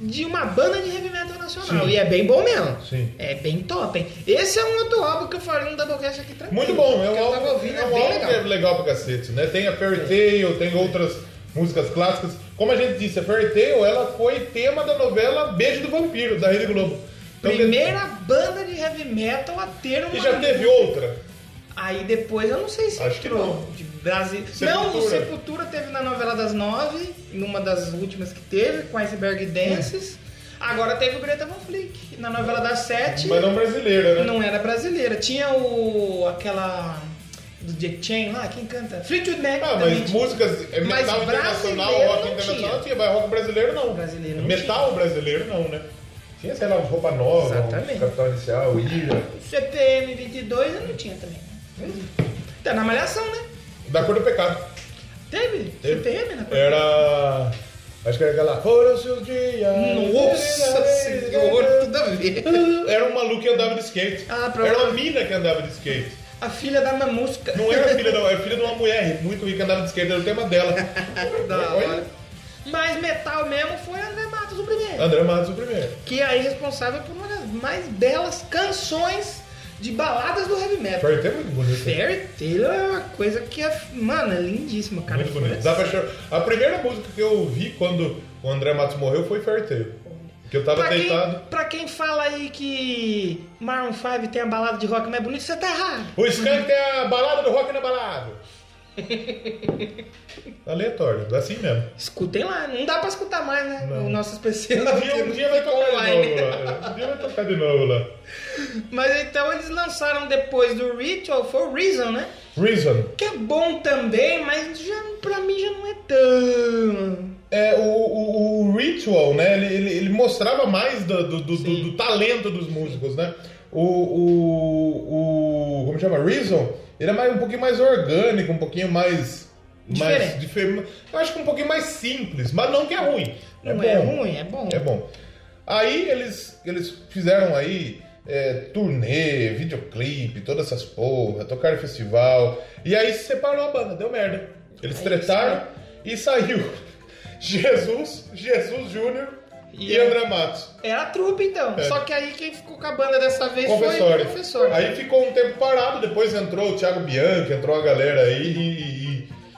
Speaker 1: de uma banda de heavy metal nacional.
Speaker 2: Sim.
Speaker 1: E é bem bom mesmo.
Speaker 2: Sim.
Speaker 1: É bem top, hein? Esse é um outro álbum que eu falei no Doublecast aqui tranquilo.
Speaker 2: Muito bom, é
Speaker 1: que
Speaker 2: um
Speaker 1: eu tava
Speaker 2: álbum,
Speaker 1: ouvindo,
Speaker 2: é um
Speaker 1: bem
Speaker 2: álbum
Speaker 1: legal. É.
Speaker 2: que é legal pra cacete, né? Tem a Fairy Tail, tem outras músicas clássicas. Como a gente disse, a Fairy Tail ela foi tema da novela Beijo do Vampiro, da Rede Globo. Então,
Speaker 1: Primeira banda de heavy metal a ter uma.
Speaker 2: E já teve outra.
Speaker 1: Aí depois eu não sei se
Speaker 2: Acho que
Speaker 1: entrou
Speaker 2: não.
Speaker 1: de Brasil. Não, o
Speaker 2: Sepultura.
Speaker 1: Sepultura teve na novela das nove, numa das últimas que teve, com Iceberg
Speaker 2: Hum.
Speaker 1: Dances. Agora teve o Greta Van Flick. Na novela das sete
Speaker 2: Mas não brasileira, né?
Speaker 1: não era brasileira. Tinha o. aquela. do Jack Chan lá, quem canta? Fleetwood Mac
Speaker 2: Ah,
Speaker 1: também
Speaker 2: mas
Speaker 1: tinha.
Speaker 2: músicas, é
Speaker 1: Mas
Speaker 2: metal internacional,
Speaker 1: brasileiro
Speaker 2: rock
Speaker 1: não
Speaker 2: internacional tinha, mas rock brasileiro não.
Speaker 1: Brasileiro não
Speaker 2: metal brasileiro não, né? Tinha, sei lá, uns roupa nova,
Speaker 1: Exatamente.
Speaker 2: uns capital inicial, ira.
Speaker 1: CPM 22 eu não tinha também.
Speaker 2: é.
Speaker 1: Tá na malhação, né?
Speaker 2: Da cor do pecado.
Speaker 1: Teve? CPM
Speaker 2: É.
Speaker 1: na
Speaker 2: Era. Acho que era aquela. Foram seus dias.
Speaker 1: Nossa senhora, tudo a ver.
Speaker 2: Era um maluco que andava de skate.
Speaker 1: Ah, pra-
Speaker 2: era uma mina que andava de skate.
Speaker 1: A filha da mamusca.
Speaker 2: Não era filha, não, era filha de uma mulher muito rica que andava de skate, era o tema dela.
Speaker 1: da
Speaker 2: Olha,
Speaker 1: hora. Mas metal mesmo foi André Matos o primeiro.
Speaker 2: André Matos o primeiro.
Speaker 1: Que é responsável por uma das mais belas canções de baladas do heavy metal.
Speaker 2: Foi até muito bonito. né?
Speaker 1: Fairy Tail é uma coisa que é, mano, é lindíssima, cara.
Speaker 2: Muito bonito. Dá pra chorar. A primeira música que eu ouvi quando o André Matos morreu foi Fair Tale. Que eu tava
Speaker 1: Pra quem,
Speaker 2: deitado.
Speaker 1: pra quem fala aí que Maroon 5 tem a balada de rock mais bonita, você tá errado.
Speaker 2: O Skank é a balada do rock na balada. Aleatório, assim mesmo.
Speaker 1: Escutem lá, não dá pra escutar mais, né?
Speaker 2: Não.
Speaker 1: O nosso especial.
Speaker 2: Um dia, um dia vai
Speaker 1: Ficou
Speaker 2: tocar
Speaker 1: online.
Speaker 2: de novo lá. Um dia vai tocar de novo lá.
Speaker 1: Mas então eles lançaram depois do Ritual for Reason, né?
Speaker 2: Reason.
Speaker 1: Que é bom também, mas já, pra mim já não é tão.
Speaker 2: É, o, o, o Ritual, né? Ele, ele, ele mostrava mais do, do, do- do- do talento dos músicos, né? O, o, o. Como chama? Reason? Ele é mais, um pouquinho mais orgânico, um pouquinho mais. Mais
Speaker 1: Diferente.
Speaker 2: difer- Eu acho que um pouquinho mais simples, mas não que é ruim.
Speaker 1: Não
Speaker 2: bom.
Speaker 1: é, ruim, é bom.
Speaker 2: É bom. Aí eles, eles fizeram aí é, turnê, videoclipe, todas essas porra, tocaram em festival. E aí se separou a banda, deu merda. Eles tretaram e saiu Jesus, Jesus Júnior e, é-
Speaker 1: E
Speaker 2: André Matos.
Speaker 1: Era a trupe então.
Speaker 2: É.
Speaker 1: Só que aí quem ficou com a banda dessa vez foi
Speaker 2: Confessório.
Speaker 1: o professor.
Speaker 2: Aí ficou um tempo parado, depois entrou o Thiago Bianchi, entrou a galera aí e. e-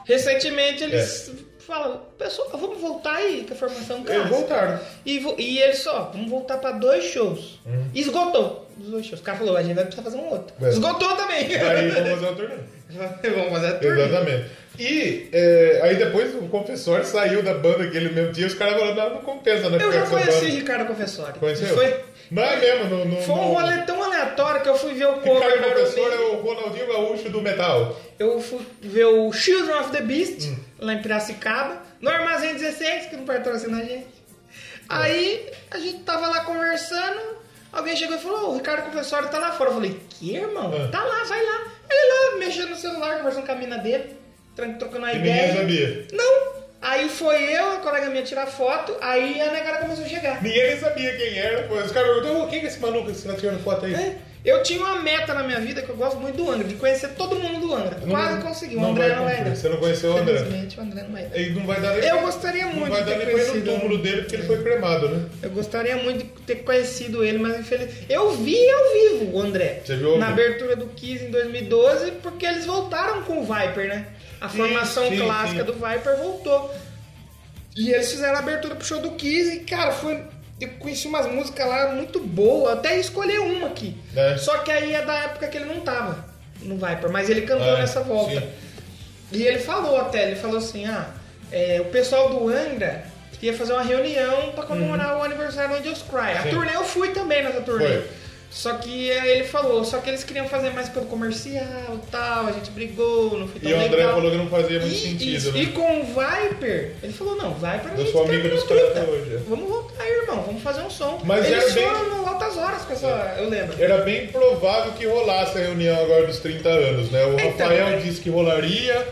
Speaker 1: Recentemente eles
Speaker 2: É.
Speaker 1: falam, pessoal, vamos voltar aí com a formação
Speaker 2: e
Speaker 1: clássica.
Speaker 2: voltaram.
Speaker 1: E, vo- e ele só, vamos voltar pra dois shows. Esgotou os dois shows. O cara falou, a gente vai precisar fazer um outro.
Speaker 2: Uhum. É.
Speaker 1: Esgotou também.
Speaker 2: Aí vamos fazer uma turnê.
Speaker 1: vamos fazer a turnê.
Speaker 2: Exatamente. E é, aí depois o confessor saiu da banda aquele mesmo dia, os caras falaram, não, não compensa, né?
Speaker 1: Eu
Speaker 2: ficar
Speaker 1: já
Speaker 2: com essa
Speaker 1: conheci
Speaker 2: banda."
Speaker 1: Ricardo Confessori.
Speaker 2: Conheceu?
Speaker 1: Foi,
Speaker 2: Não é mesmo, não. não
Speaker 1: foi um
Speaker 2: não-
Speaker 1: rolê né, tão aleatório que eu fui ver o cover
Speaker 2: Ricardo
Speaker 1: do
Speaker 2: Confessor é
Speaker 1: Iron Maiden.
Speaker 2: o Ronaldinho Gaúcho do metal.
Speaker 1: Eu fui ver o Children of the Beast,
Speaker 2: Hum.
Speaker 1: lá em Piracicaba, no Armazém 16, que não patrocina a gente.
Speaker 2: É.
Speaker 1: Aí a gente tava lá conversando, alguém chegou e falou, "Ô, o Ricardo Confessori tá lá fora. Eu falei, que irmão?
Speaker 2: Ah.
Speaker 1: Tá lá, vai lá. Ele lá, mexendo no celular, conversando com a mina dele, tran- trocando a
Speaker 2: E
Speaker 1: ideia.
Speaker 2: ninguém sabia.
Speaker 1: Não! Aí foi eu, a colega minha tirar foto, aí a negada começou a chegar.
Speaker 2: Ninguém sabia quem era. Foi. Os caras perguntaram, "Ô, quem que é esse maluco que você tá tirando foto aí?
Speaker 1: É. Eu tinha uma meta na minha vida que eu gosto muito do Angra, de conhecer todo mundo do Angra.
Speaker 2: Não-
Speaker 1: Quase consegui. O
Speaker 2: não
Speaker 1: André
Speaker 2: vai
Speaker 1: não é.
Speaker 2: conseguir. Você não conheceu o André?
Speaker 1: Infelizmente, o André não é.
Speaker 2: E não vai dar nem
Speaker 1: Eu gostaria muito
Speaker 2: Não vai
Speaker 1: de
Speaker 2: dar
Speaker 1: ter
Speaker 2: nem pra ir no
Speaker 1: conhecido.
Speaker 2: túmulo dele porque ele foi cremado, né?
Speaker 1: Eu gostaria muito de ter conhecido ele, mas infelizmente. Eu vi ao vivo o André.
Speaker 2: Você viu ao
Speaker 1: Na
Speaker 2: vivo?
Speaker 1: abertura do Kiss em 2012, porque eles voltaram com o Viper, né? A
Speaker 2: Sim,
Speaker 1: formação
Speaker 2: sim,
Speaker 1: clássica
Speaker 2: sim.
Speaker 1: do Viper voltou. E eles fizeram a abertura pro show do Kiss e, cara, foi. Eu conheci umas músicas lá muito boas, eu até escolhi uma aqui.
Speaker 2: É.
Speaker 1: Só que aí é da época que ele não tava no Viper, mas ele cantou
Speaker 2: Ah,
Speaker 1: nessa volta.
Speaker 2: sim.
Speaker 1: E ele falou até, ele falou assim, ah, é, o pessoal do Angra queria fazer uma reunião pra comemorar o aniversário do Angels Cry. A
Speaker 2: Sim.
Speaker 1: turnê eu fui também nessa turnê.
Speaker 2: Foi.
Speaker 1: Só que é, ele falou, só que eles queriam fazer mais pelo comercial e tal, a gente brigou, não foi tão
Speaker 2: E o
Speaker 1: Então, legal.
Speaker 2: André falou que não fazia muito
Speaker 1: E-
Speaker 2: sentido,
Speaker 1: e,
Speaker 2: né?
Speaker 1: e com o Viper, ele falou, não, Viper a
Speaker 2: Eu
Speaker 1: gente
Speaker 2: sou amigo
Speaker 1: termina
Speaker 2: dos
Speaker 1: o 30.
Speaker 2: caras até hoje, é.
Speaker 1: Vamos voltar aí, irmão, vamos fazer um som.
Speaker 2: Mas era
Speaker 1: eles
Speaker 2: bem- É.
Speaker 1: foram altas horas com essa, eu lembro.
Speaker 2: Era bem provável que rolasse a reunião agora dos 30 anos, né? O
Speaker 1: Então,
Speaker 2: Rafael
Speaker 1: né?
Speaker 2: disse que rolaria.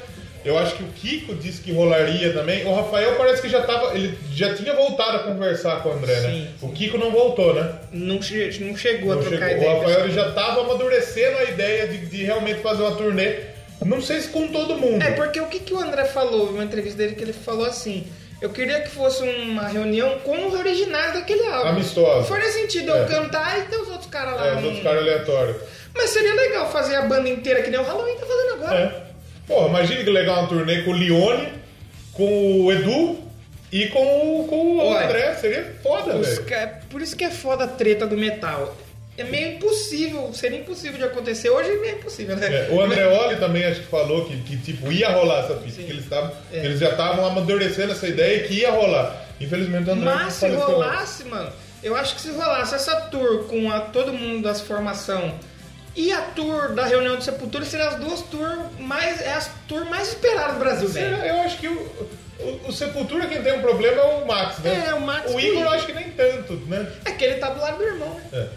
Speaker 2: Eu acho que o Kiko disse que rolaria também. O Rafael parece que já tava. Ele já tinha voltado a conversar com o André, né?
Speaker 1: Sim,
Speaker 2: O Kiko não voltou, né?
Speaker 1: Não, che- não chegou a
Speaker 2: Não
Speaker 1: trocar
Speaker 2: chegou.
Speaker 1: ideia.
Speaker 2: O Rafael ele já tava amadurecendo a ideia de, de realmente fazer uma turnê. Não sei se com todo mundo.
Speaker 1: É, porque o que, que o André falou, uma entrevista dele, que ele falou assim: eu queria que fosse uma reunião com os originais daquele álbum.
Speaker 2: Amistosa.
Speaker 1: Foi nesse sentido,
Speaker 2: É.
Speaker 1: eu cantar e ter os outros caras lá.
Speaker 2: É, os
Speaker 1: não-
Speaker 2: outros caras aleatórios.
Speaker 1: Mas seria legal fazer a banda inteira, que nem o Halloween tá fazendo agora.
Speaker 2: É. Porra, imagina que legal uma turnê com o Leone, com o Edu e com o, com o
Speaker 1: Ué.
Speaker 2: André. Seria foda,
Speaker 1: Os
Speaker 2: velho.
Speaker 1: ca- Por isso que é foda a treta do metal. É meio impossível, seria impossível de acontecer. Hoje é meio impossível, né?
Speaker 2: É, o Andreoli também acho que falou que, que, tipo, ia rolar essa pista, que eles, tavam,
Speaker 1: É.
Speaker 2: eles já estavam amadurecendo essa ideia e que ia rolar. Infelizmente o André não
Speaker 1: Mas se
Speaker 2: faleceu.
Speaker 1: rolasse, mano, eu acho que se rolasse essa tour com a- todo mundo das formação E a tour da reunião do Sepultura seria as duas tours mais. É as tour mais esperadas do Brasil, velho.
Speaker 2: é, Eu acho que o, o, o Sepultura quem tem um problema é o Max, né?
Speaker 1: É, o Max
Speaker 2: O
Speaker 1: que-
Speaker 2: Igor eu acho que nem tanto, né?
Speaker 1: É que ele tá do lado do irmão, né?
Speaker 2: É.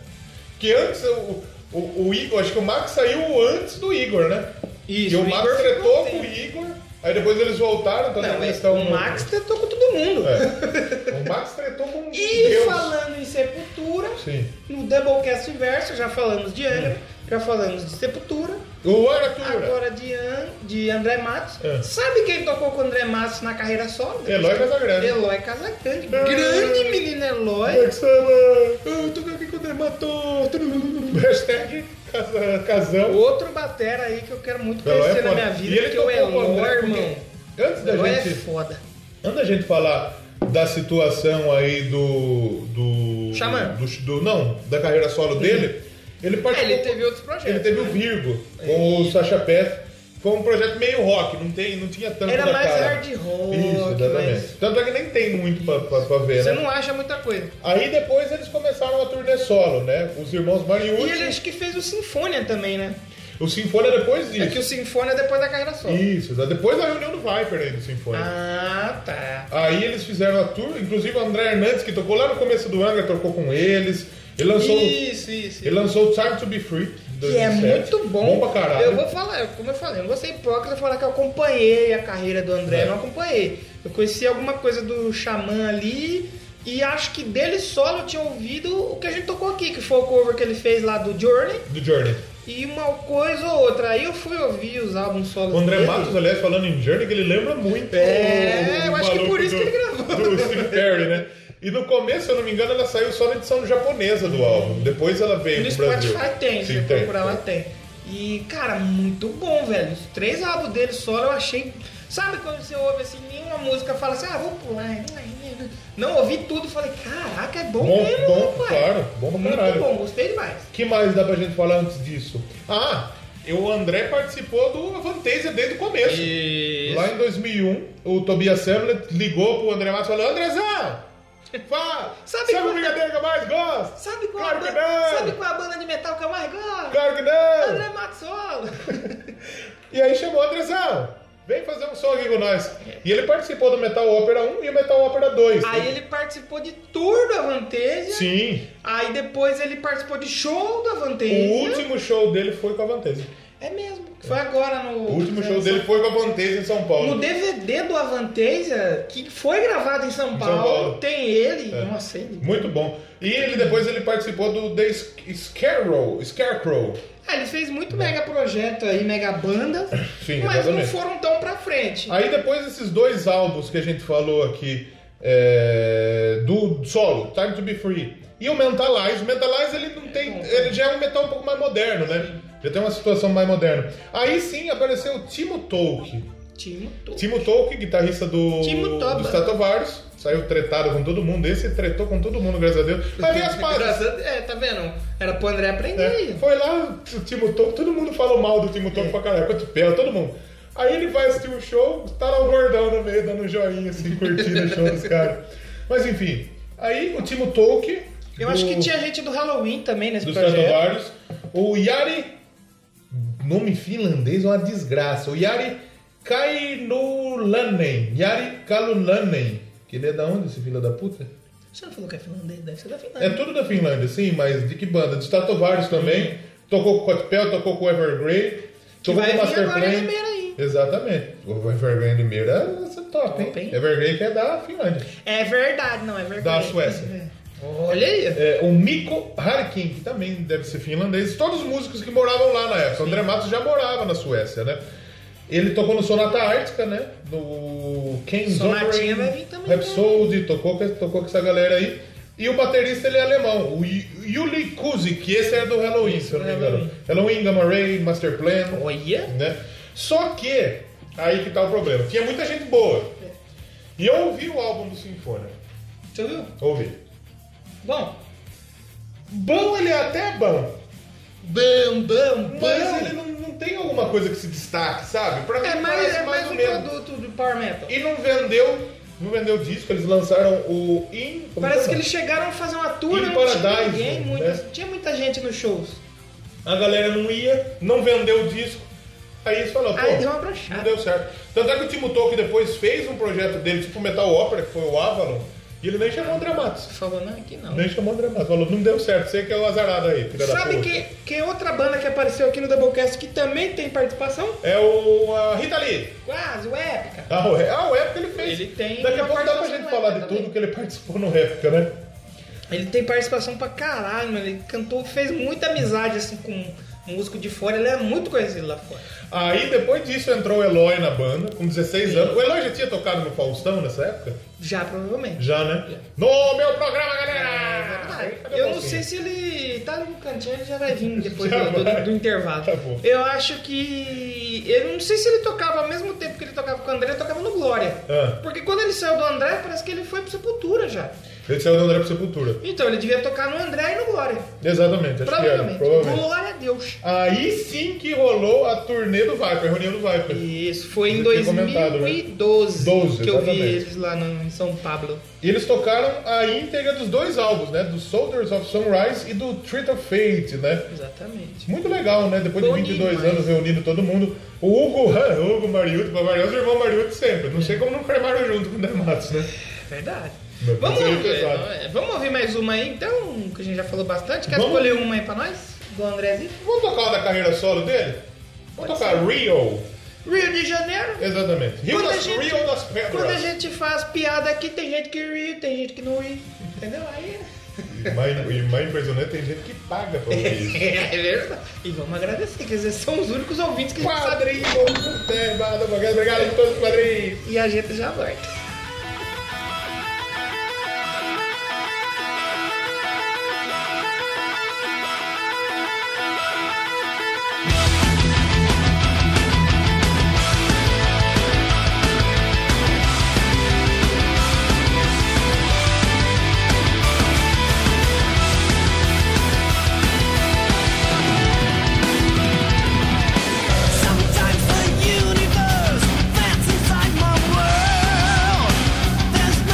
Speaker 2: Que antes, o, o, o Igor, acho que o Max saiu antes do Igor, né?
Speaker 1: Isso,
Speaker 2: E o
Speaker 1: o
Speaker 2: Max
Speaker 1: Igor
Speaker 2: tretou
Speaker 1: ficou
Speaker 2: com o Igor, aí depois eles voltaram, então
Speaker 1: Não,
Speaker 2: eles
Speaker 1: mas
Speaker 2: estão...
Speaker 1: o Max tentou com todo mundo.
Speaker 2: É. O Max tretou com
Speaker 1: E
Speaker 2: Deus.
Speaker 1: falando em Sepultura,
Speaker 2: Sim.
Speaker 1: no Doublecast Verso já falamos de Angra,
Speaker 2: Hum.
Speaker 1: já falamos de Sepultura,
Speaker 2: O Aratura.
Speaker 1: agora de, An- de André Matos.
Speaker 2: É.
Speaker 1: Sabe quem tocou com o André Matos na carreira solo?
Speaker 2: Eloy Casagrande.
Speaker 1: Eloy Casagrande. Grande menino
Speaker 2: Como é
Speaker 1: Eloy.
Speaker 2: que chama?
Speaker 1: Eu tô aqui com o André Matos.
Speaker 2: Hashtag casa- casão.
Speaker 1: Outro batera aí que eu quero muito
Speaker 2: O Eloy é
Speaker 1: conhecer na
Speaker 2: foda.
Speaker 1: minha
Speaker 2: E
Speaker 1: vida,
Speaker 2: ele
Speaker 1: que é o
Speaker 2: tocou com o
Speaker 1: Eloy,
Speaker 2: André, porque
Speaker 1: irmão.
Speaker 2: Antes da
Speaker 1: Eloy é
Speaker 2: gente...
Speaker 1: foda.
Speaker 2: Antes da gente falar da situação aí do. do.
Speaker 1: Xamã.
Speaker 2: do, do- não, da carreira solo dele, ele
Speaker 1: É,
Speaker 2: participou.
Speaker 1: ele teve É outros projetos. né?
Speaker 2: ele teve o Virgo com o Sacha Pé. Foi um projeto meio rock, não, tem, não tinha tanto.
Speaker 1: Era
Speaker 2: da
Speaker 1: mais
Speaker 2: cara.
Speaker 1: hard rock,
Speaker 2: Isso, exatamente.
Speaker 1: mas-
Speaker 2: Tanto é que nem tem muito pra, pra, pra ver,
Speaker 1: Você
Speaker 2: né?
Speaker 1: não acha muita coisa.
Speaker 2: Aí depois eles começaram a turnê solo, né? Os irmãos
Speaker 1: E
Speaker 2: Mariucci.
Speaker 1: ele acho que fez o Sinfônia também, né?
Speaker 2: O Sinfonia depois disso.
Speaker 1: É que o Sinfônia é depois da carreira solo.
Speaker 2: Isso, exato. depois da reunião do Viper aí do Sinfonia.
Speaker 1: Ah, tá.
Speaker 2: Aí eles fizeram a tour, inclusive o André Hernandes, que tocou lá no começo do Angra, tocou com eles. Ele lançou,
Speaker 1: Isso, isso.
Speaker 2: ele lançou o Time to Be Free,
Speaker 1: Que é
Speaker 2: 2007.
Speaker 1: muito bom.
Speaker 2: Bom pra caralho.
Speaker 1: Eu vou falar, como eu falei, eu não vou ser hipócrita e falar que eu acompanhei a carreira do André.
Speaker 2: É.
Speaker 1: Eu não acompanhei. Eu conheci alguma coisa do Xamã ali e acho que dele solo eu tinha ouvido o que a gente tocou aqui, que foi o cover que ele fez lá do Journey
Speaker 2: Do Journey.
Speaker 1: e uma coisa ou outra. Aí eu fui ouvir os álbuns solos
Speaker 2: O André
Speaker 1: dele.
Speaker 2: Matos, aliás, falando em Journey, que ele lembra muito.
Speaker 1: É,
Speaker 2: o- o
Speaker 1: eu acho que
Speaker 2: maluco
Speaker 1: por isso
Speaker 2: do-
Speaker 1: que ele gravou.
Speaker 2: Do Steve Perry, né? E no começo, se eu não me engano, ela saiu só na edição japonesa do álbum. Depois ela veio
Speaker 1: No
Speaker 2: pro Brasil.
Speaker 1: Spotify tem, se
Speaker 2: Sim,
Speaker 1: você procurar lá tem. E, cara, muito bom, velho. Os três álbuns dele solo eu achei. Sabe quando você ouve assim, nenhuma música fala assim, ah, vou pular. né, Não ouvi tudo, falei, caraca, é bom,
Speaker 2: Bom,
Speaker 1: mesmo,
Speaker 2: bom,
Speaker 1: rapaz.
Speaker 2: claro, bom pra
Speaker 1: Muito
Speaker 2: caralho.
Speaker 1: bom, gostei demais.
Speaker 2: que mais dá pra gente falar antes disso? Ah, o André participou do Avantasia desde o começo. Lá em 2001, o Tobias Samlet ligou pro André Matos e falou: Andrezão, fala, sabe,
Speaker 1: Sabe
Speaker 2: o
Speaker 1: qual-
Speaker 2: brigadeiro que eu mais gosto?
Speaker 1: Sabe qual,
Speaker 2: claro
Speaker 1: a
Speaker 2: que
Speaker 1: banda,
Speaker 2: não!
Speaker 1: sabe qual a banda de metal que eu mais gosto?
Speaker 2: Claro que não!
Speaker 1: André Matos Solo.
Speaker 2: E aí chamou o Andrezão, vem fazer um som aqui com nós. E ele participou do Metal Opera 1 e o Metal Opera 2.
Speaker 1: Aí ele participou de tour do Avanteja.
Speaker 2: Sim,
Speaker 1: Aí depois ele participou de show do
Speaker 2: o
Speaker 1: Avanteja.
Speaker 2: último show dele foi com a Avantasia.
Speaker 1: É mesmo. Foi agora no.
Speaker 2: O último
Speaker 1: é
Speaker 2: show dele foi com a Avantasia em São
Speaker 1: No
Speaker 2: Paulo.
Speaker 1: DVD do Avanteja, que foi gravado em São
Speaker 2: São
Speaker 1: Paulo,
Speaker 2: Paulo.
Speaker 1: tem ele.
Speaker 2: É.
Speaker 1: Nossa, ele.
Speaker 2: Muito bom. E ele depois ele participou do The Sc- Scarecrow, Scarecrow.
Speaker 1: Ah, ele fez muito mega projeto aí, mega banda,
Speaker 2: Sim,
Speaker 1: mas não
Speaker 2: exatamente.
Speaker 1: foram tão pra frente.
Speaker 2: Aí depois desses dois álbuns que a gente falou aqui é, do solo, Time to Be Free, e o Mentalize. O Mentalize ele não tem. Ele já é um metal um pouco mais moderno, né? Já tem uma situação mais moderna. Aí sim apareceu o Timo Tolk.
Speaker 1: Timo Tolkien.
Speaker 2: Timo Tolk, guitarrista do,
Speaker 1: Timo Toba.
Speaker 2: do Stratovarius. Saiu tretado com todo mundo. Esse tretou com todo mundo, graças a Deus. Mas vem as pazes.
Speaker 1: Engraçado- É, tá vendo? Era pro André aprender
Speaker 2: É,
Speaker 1: aí.
Speaker 2: foi lá, o Timo Tolk, todo mundo falou mal do Timo
Speaker 1: É.
Speaker 2: Tolk pra caralho, quanto pé, todo mundo. Aí ele vai assistir o show, tá lá o gordão no meio, dando um joinha, assim, curtindo o show dos caras. Mas enfim, aí o Timo Tolk.
Speaker 1: Eu
Speaker 2: do-
Speaker 1: acho que tinha gente do Halloween também nesse
Speaker 2: Dos
Speaker 1: projeto.
Speaker 2: Stratovarius. O Yari. Nome finlandês é uma desgraça. O Yari Kainulanen. Yari Kalulanen. Que ele é da onde, esse filho da puta?
Speaker 1: Você não falou que é finlandês? Deve ser da
Speaker 2: É
Speaker 1: Finlândia.
Speaker 2: tudo da Finlândia, sim, mas de que banda? De Tatovares também. Tocou com o Cotpel, tocou com o Evergrey. Tocou
Speaker 1: vai
Speaker 2: com o
Speaker 1: vir
Speaker 2: Master
Speaker 1: agora em
Speaker 2: Plan.
Speaker 1: Limeira aí.
Speaker 2: Exatamente. O Evergrey em Limeira é top, hein?
Speaker 1: Top, hein?
Speaker 2: Evergrey que é da Finlândia.
Speaker 1: É, verdade, não, é verdade.
Speaker 2: Da Suécia.
Speaker 1: É. Olha aí.
Speaker 2: É, o Mikko Harkin, que também deve ser finlandês. Todos os músicos que moravam lá na época. O André Matos já morava na Suécia, né? Ele tocou no Sonata Ártica, né? No Ken's
Speaker 1: Sonatinha vai vir também, né?
Speaker 2: Rhapsody, tocou, com- tocou com essa galera aí. E o baterista, ele é alemão. O Yu- Yuli Kuzi, que esse era do Halloween, se eu
Speaker 1: é
Speaker 2: não me engano. Halloween, Gamma Ray, Master Plan
Speaker 1: Olha.
Speaker 2: né? Só que, aí que tá o problema. Tinha muita gente boa.
Speaker 1: É.
Speaker 2: E eu ouvi o álbum do Sinfonia.
Speaker 1: Você ouviu?
Speaker 2: Ouvi.
Speaker 1: Bom.
Speaker 2: Bom, ele é até bom.
Speaker 1: Bam, bam, bam.
Speaker 2: Mas ele não, não tem alguma coisa que se destaque, sabe? Pra mim
Speaker 1: É mais,
Speaker 2: parece
Speaker 1: é mais
Speaker 2: ou
Speaker 1: um
Speaker 2: menos.
Speaker 1: produto do Power Metal.
Speaker 2: E não vendeu, não vendeu disco, eles lançaram o In... como
Speaker 1: Parece que
Speaker 2: chama?
Speaker 1: eles chegaram a fazer uma tour
Speaker 2: Em
Speaker 1: não tinha
Speaker 2: Paradise,
Speaker 1: ninguém,
Speaker 2: né?
Speaker 1: muita, tinha muita gente nos shows.
Speaker 2: a galera não ia, não vendeu o disco. Aí eles falaram, pô,
Speaker 1: Aí Ah, deu uma
Speaker 2: não
Speaker 1: brochada.
Speaker 2: Tá deu certo. Tanto é que o Timo Tolkien depois fez um projeto dele, tipo Metal Opera, que foi o Avalon, e ele nem chamou o Dramatis.
Speaker 1: Falou, não, aqui não.
Speaker 2: Nem chamou o Dramatis, falou, não deu certo, você que é o azarado aí, filha da
Speaker 1: Sabe
Speaker 2: puta.
Speaker 1: que, que outra banda que apareceu aqui no Doublecast que também tem participação?
Speaker 2: É o a Rita Lee.
Speaker 1: Quase, o Épica.
Speaker 2: Ah, o, Re- ah, o Épica ele fez.
Speaker 1: Ele tem
Speaker 2: Daqui a
Speaker 1: uma
Speaker 2: pouco dá pra
Speaker 1: participação
Speaker 2: gente
Speaker 1: no
Speaker 2: falar de
Speaker 1: Épica
Speaker 2: tudo
Speaker 1: também.
Speaker 2: que ele participou no Épica, né?
Speaker 1: Ele tem participação pra caralho, mano. Ele cantou, fez muita amizade assim com músico de fora. Ele é muito conhecido lá fora.
Speaker 2: Aí depois disso entrou o Eloy na banda, com 16 anos. O Eloy já tinha tocado no Faustão nessa época?
Speaker 1: Já, provavelmente.
Speaker 2: Já, né? No meu programa,
Speaker 1: Ah,
Speaker 2: galera! assim. Cadê o
Speaker 1: É. eu não sei
Speaker 2: Faustinho?
Speaker 1: se ele tá no cantinho, ele já vai vir depois
Speaker 2: Já
Speaker 1: do, do-
Speaker 2: vai.
Speaker 1: do intervalo.
Speaker 2: Tá bom.
Speaker 1: eu acho que. Eu não sei se ele tocava ao mesmo tempo que ele tocava com o André, ele tocava no Glória.
Speaker 2: Ah.
Speaker 1: Porque quando ele saiu do André, parece que ele foi pro Sepultura já.
Speaker 2: Ele saiu do é André pro Sepultura.
Speaker 1: Então ele devia tocar no André e no Glória.
Speaker 2: Exatamente, acho que era,
Speaker 1: Provavelmente.
Speaker 2: provavelmente.
Speaker 1: Glória a Deus.
Speaker 2: Aí sim que rolou a turnê do Viper, a reunião do Viper.
Speaker 1: Isso, foi em
Speaker 2: Você tinha comentado,
Speaker 1: 2012
Speaker 2: né? 12,
Speaker 1: que eu vi
Speaker 2: exatamente.
Speaker 1: eles lá no, em São Pablo.
Speaker 2: E eles tocaram a íntegra dos dois álbuns, né? Do Soldiers of Sunrise e do Treat of Fate, né?
Speaker 1: Exatamente.
Speaker 2: Muito legal, né? Depois de
Speaker 1: Bom
Speaker 2: 22
Speaker 1: demais.
Speaker 2: anos reunindo todo mundo. O Hugo, ah, o Hugo Mariuto, o Mariuto, o irmão Mariuto sempre. Não sei como não cremaram junto com o Dematos, né?
Speaker 1: Verdade.
Speaker 2: Meu,
Speaker 1: Vamos,
Speaker 2: isso aí é
Speaker 1: ouvir,
Speaker 2: pesado.
Speaker 1: não é? vamos ouvir mais uma aí, então, que a gente já falou bastante. Quer
Speaker 2: Vamos.
Speaker 1: escolher uma aí pra nós? Do Andrezinho?
Speaker 2: Vamos tocar o da carreira solo dele? Vamos tocar Rio.
Speaker 1: Rio de Janeiro.
Speaker 2: Exatamente. Rio
Speaker 1: Quando a
Speaker 2: das,
Speaker 1: gente-
Speaker 2: Rio das
Speaker 1: Quando a
Speaker 2: Pedras.
Speaker 1: gente faz piada aqui, tem gente que ri, tem gente que não ri. Entendeu? Aí. é.
Speaker 2: E mais, e mais impressionante, tem gente que paga pra ouvir isso.
Speaker 1: É verdade. E vamos agradecer, que eles são os únicos ouvintes que a gente sabe.
Speaker 2: Quadrinho, é, barra da Baguete, obrigado a todos os quadrinhos.
Speaker 1: E a gente já volta.
Speaker 6: Sometimes the universe that's inside my world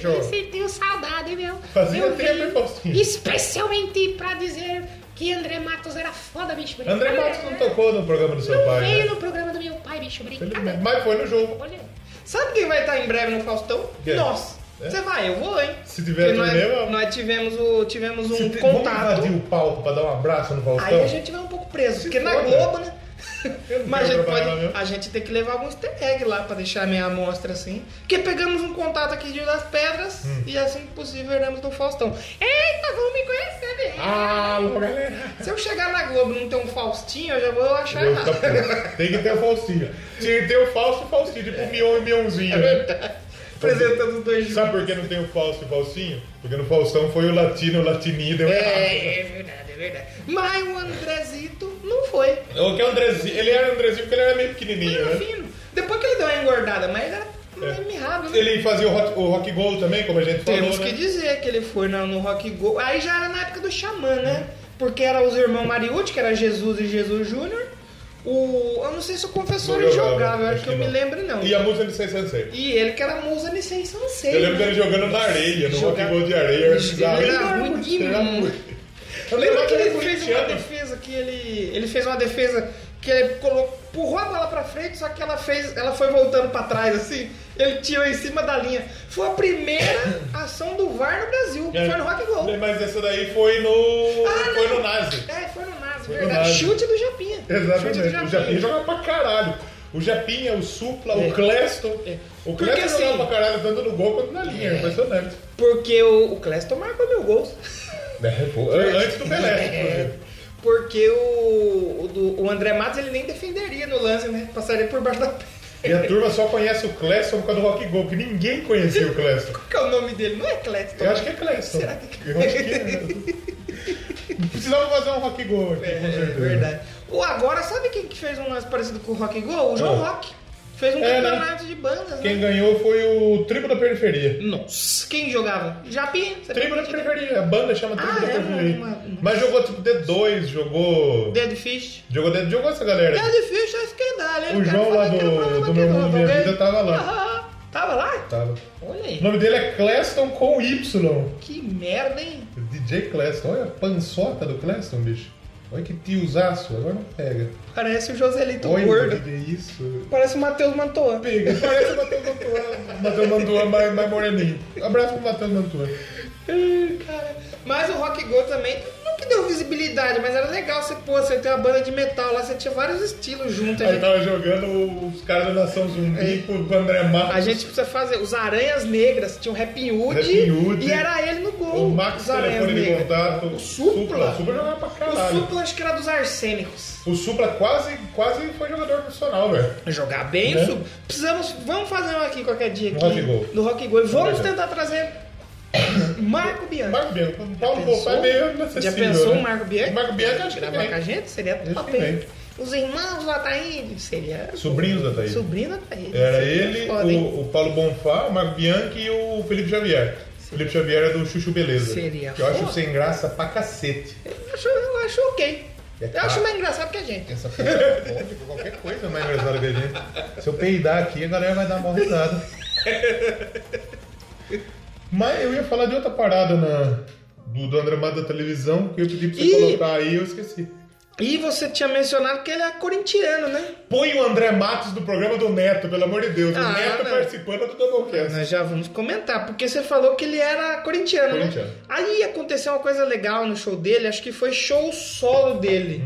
Speaker 2: show.
Speaker 1: Você tenho saudade, meu.
Speaker 2: Fazia
Speaker 1: eu
Speaker 2: tempo,
Speaker 1: venho
Speaker 2: hein, Faustinho?
Speaker 1: Especialmente pra dizer que André Matos era foda, bicho.
Speaker 2: André
Speaker 1: brincadeira.
Speaker 2: Matos não tocou no programa do seu
Speaker 1: Não
Speaker 2: pai.
Speaker 1: veio
Speaker 2: né?
Speaker 1: no programa do meu pai, bicho. Brincadeira.
Speaker 2: Felizmente. Mas foi no jogo.
Speaker 1: Olha. Sabe quem vai estar em breve no Faustão?
Speaker 2: Quem?
Speaker 1: Nós.
Speaker 2: É?
Speaker 1: Você vai, eu vou, hein?
Speaker 2: Se tiver
Speaker 1: Porque
Speaker 2: turnê,
Speaker 1: nós,
Speaker 2: vamos.
Speaker 1: nós tivemos, o, tivemos um
Speaker 2: um- Se te- Vamos
Speaker 1: contato.
Speaker 2: invadir o palco pra dar um abraço no Faustão?
Speaker 1: Aí a gente vai um pouco preso, porque na
Speaker 2: foda.
Speaker 1: Globo, né?
Speaker 2: Eu não
Speaker 1: Mas a
Speaker 2: quero
Speaker 1: gente,
Speaker 2: trabalhar lá
Speaker 1: pode,
Speaker 2: mesmo.
Speaker 1: a gente tem que levar alguns easter egg lá pra deixar meio amostra assim. Porque pegamos um contato aqui de Rio das Pedras
Speaker 2: Hum.
Speaker 1: e assim que possível iremos do Faustão. Eita, vão me conhecer, velho!
Speaker 2: Ah.
Speaker 1: Ah,
Speaker 2: Alô, galera!
Speaker 1: Se eu chegar na Globo e não ter um Faustinho, eu já vou achar
Speaker 2: Eu
Speaker 1: errado.
Speaker 2: tá puto. Tem que ter o Faustinho. Tinha que ter o Fausto e o Faustinho, tipo o Mion e o Mionzinho, né?
Speaker 1: Apresentando os dois juntos.
Speaker 2: Sabe por que não tem o Fausto e o Faustinho? Porque no Faustão foi o Latino, o Latini deu errado.
Speaker 1: É, é verdade, é verdade. Mas o Andrezito não foi.
Speaker 2: O que é o Andrezinho? Ele era Andrezinho porque ele era meio
Speaker 1: Ele
Speaker 2: pequenininho,
Speaker 1: era
Speaker 2: né?
Speaker 1: fino. Depois que ele deu uma engordada, mas era
Speaker 2: É.
Speaker 1: mirrado, né?
Speaker 2: Ele fazia o rock, o rock Gold também, como a gente falou,
Speaker 1: Temos que
Speaker 2: né?
Speaker 1: dizer que ele foi na- no Rock Go. Aí já era na época do Xamã, né? Porque era os irmãos Mariucci, que era Jesus e Jesus Júnior. O. Eu não sei se o confessor
Speaker 2: Não jogava,
Speaker 1: jogava, eu acho
Speaker 2: né? acho
Speaker 1: que eu
Speaker 2: que
Speaker 1: me
Speaker 2: não.
Speaker 1: lembro, não.
Speaker 2: E a música de 606.
Speaker 1: E ele que era musa de 606.
Speaker 2: Eu lembro
Speaker 1: né?
Speaker 2: dele jogando na areia, no
Speaker 1: Jogava-
Speaker 2: Rock Gold de areia. era
Speaker 1: Ele
Speaker 2: bizarro.
Speaker 1: era
Speaker 2: Ele
Speaker 1: ruim
Speaker 2: muito-
Speaker 1: demais.
Speaker 2: era muito. Eu
Speaker 1: Lembra
Speaker 2: lembro
Speaker 1: que ele fez uma
Speaker 2: é corintiano.
Speaker 1: defesa que ele. Ele fez uma defesa que ele colocou, empurrou a bola pra frente, só que ela fez. Ela foi voltando pra trás, assim. Ele tirou em cima da linha. Foi a primeira ação do VAR no Brasil.
Speaker 2: É.
Speaker 1: Foi no Rock Gol.
Speaker 2: Mas essa daí foi no.
Speaker 1: Ah,
Speaker 2: foi
Speaker 1: não.
Speaker 2: no Nazi.
Speaker 1: É, foi no Nazi,
Speaker 2: no
Speaker 1: verdade.
Speaker 2: Nazi.
Speaker 1: Chute do Japinha.
Speaker 2: Exatamente.
Speaker 1: Chute do Japinha.
Speaker 2: O Japinha jogava pra caralho. O Japinha, o Supla,
Speaker 1: É.
Speaker 2: o Cleston.
Speaker 1: É.
Speaker 2: O
Speaker 1: Porque,
Speaker 2: Cleston jogava
Speaker 1: assim,
Speaker 2: pra caralho, tanto no gol quanto na linha. É. Impressionante.
Speaker 1: Porque o, o Cleston marcou mil gols. É.
Speaker 2: Antes do Pelé. inclusive.
Speaker 1: Porque o, o, do- o André Matos ele nem defenderia no lance, né? Passaria por baixo da perna.
Speaker 2: E a turma só conhece o Cleston por causa do Rock Gol, que ninguém conhecia o Cleston.
Speaker 1: Qual que é o nome dele? Não é Cleston.
Speaker 2: Eu acho que é Cleston.
Speaker 1: Será que é
Speaker 2: Eu acho que é. Precisava fazer um Rock Gol aqui,
Speaker 1: É,
Speaker 2: com
Speaker 1: é
Speaker 2: certeza.
Speaker 1: verdade. O agora, sabe quem que fez um lance parecido com o Rock and Go? O João
Speaker 2: Ah.
Speaker 1: Rock. Fez um
Speaker 2: É, né?
Speaker 1: campeonato de bandas,
Speaker 2: Quem
Speaker 1: né?
Speaker 2: ganhou foi o Tribo da Periferia.
Speaker 1: Nossa, quem jogava? Japinha. Você
Speaker 2: Tribo da
Speaker 1: lembra?
Speaker 2: Periferia, a banda chama Tribo
Speaker 1: Ah,
Speaker 2: da
Speaker 1: é,
Speaker 2: Periferia.
Speaker 1: uma- uma-
Speaker 2: Mas jogou tipo D2, jogou.
Speaker 1: Dead Fish.
Speaker 2: Jogou, D- jogou essa galera.
Speaker 1: Dead Fish é esquerdalha. hein?
Speaker 2: O
Speaker 1: Quero
Speaker 2: João
Speaker 1: falar
Speaker 2: lá
Speaker 1: que era um
Speaker 2: do-
Speaker 1: programa
Speaker 2: do
Speaker 1: aqui,
Speaker 2: Meu Mundo, Minha
Speaker 1: alguém?
Speaker 2: Vida tava lá.
Speaker 1: Ah, tava lá?
Speaker 2: Tava.
Speaker 1: Olha
Speaker 2: O
Speaker 1: aí.
Speaker 2: nome dele é Cleston com Y.
Speaker 1: Que merda, hein?
Speaker 2: DJ Cleston. Olha a pançota do Cleston, bicho. Olha que tiozaço. Agora não pega.
Speaker 1: Parece o Joselito
Speaker 2: Olha
Speaker 1: gordo.
Speaker 2: que é isso.
Speaker 1: Parece o Matheus Mantoan.
Speaker 2: Pega. Parece o Matheus Mantua. Matheus Mantua mais, mais moreninho. Abraço pro Matheus Mantua.
Speaker 1: Ai, cara. Mas o Rock Go também não que deu visibilidade, mas era legal você, pô, você ter uma banda de metal lá, você tinha vários estilos junto. A
Speaker 2: Aí tá.
Speaker 1: gente,
Speaker 2: tava jogando os caras da Nação Zumbi com o André Matos.
Speaker 1: a gente precisa fazer os Aranhas Negras, tinha o Rap
Speaker 2: Rap
Speaker 1: Hood
Speaker 2: Hood.
Speaker 1: e era ele no gol.
Speaker 2: O Max,
Speaker 1: os Aranhas
Speaker 2: telefone de
Speaker 1: Negras.
Speaker 2: contato.
Speaker 1: O Supla.
Speaker 2: O Supla jogava pra
Speaker 1: O
Speaker 2: caralho.
Speaker 1: Supla acho que era dos Arsênicos.
Speaker 2: O Supla quase, quase foi jogador profissional, velho.
Speaker 1: Jogar bem,
Speaker 2: Né?
Speaker 1: o Supla. Precisamos, vamos fazer um aqui qualquer dia
Speaker 2: No
Speaker 1: aqui,
Speaker 2: Rock Go.
Speaker 1: do Rock Go. E vamos
Speaker 2: Verdade.
Speaker 1: tentar trazer Marco Bianchi.
Speaker 2: Marco Bianco. O Paulo
Speaker 1: pensou?
Speaker 2: Bonfá é meio
Speaker 1: Já
Speaker 2: inacessível,
Speaker 1: pensou
Speaker 2: né?
Speaker 1: o Marco Bianchi?
Speaker 2: O Marco Bianco acho que
Speaker 1: gravar com a
Speaker 2: vem.
Speaker 1: gente? Seria
Speaker 2: Acho
Speaker 1: top,
Speaker 2: que
Speaker 1: hein?
Speaker 2: vem.
Speaker 1: Os irmãos do Ataíde, seria.
Speaker 2: Sobrinhos da Thaís.
Speaker 1: Sobrinho do Ataíde.
Speaker 2: Era
Speaker 1: seria
Speaker 2: ele,
Speaker 1: foda, hein?
Speaker 2: o, o Paulo Bonfá, o Marco Bianchi e o Felipe Xavier. Felipe Xavier é do Chuchu Beleza.
Speaker 1: Seria
Speaker 2: Que eu acho
Speaker 1: foda.
Speaker 2: sem graça pra cacete.
Speaker 1: Eu acho, eu acho ok.
Speaker 2: É
Speaker 1: eu
Speaker 2: claro.
Speaker 1: acho mais engraçado que a gente.
Speaker 2: Essa porra é foda, qualquer coisa é mais engraçada que a gente. Se eu peidar aqui, a galera vai dar uma risada. Mas eu ia falar de outra parada na, do, do André Mato da televisão, que eu pedi pra você
Speaker 1: Ih!
Speaker 2: colocar aí eu esqueci.
Speaker 1: E você tinha mencionado que ele é corintiano, né?
Speaker 2: Põe o André Matos do programa do Neto, pelo amor de Deus.
Speaker 1: Ah,
Speaker 2: o Neto
Speaker 1: não.
Speaker 2: participando do Doublecast.
Speaker 1: Nós já vamos comentar, porque você falou que ele era corintiano,
Speaker 2: Corintiano.
Speaker 1: né? Aí aconteceu uma coisa legal no show dele, acho que foi show solo dele.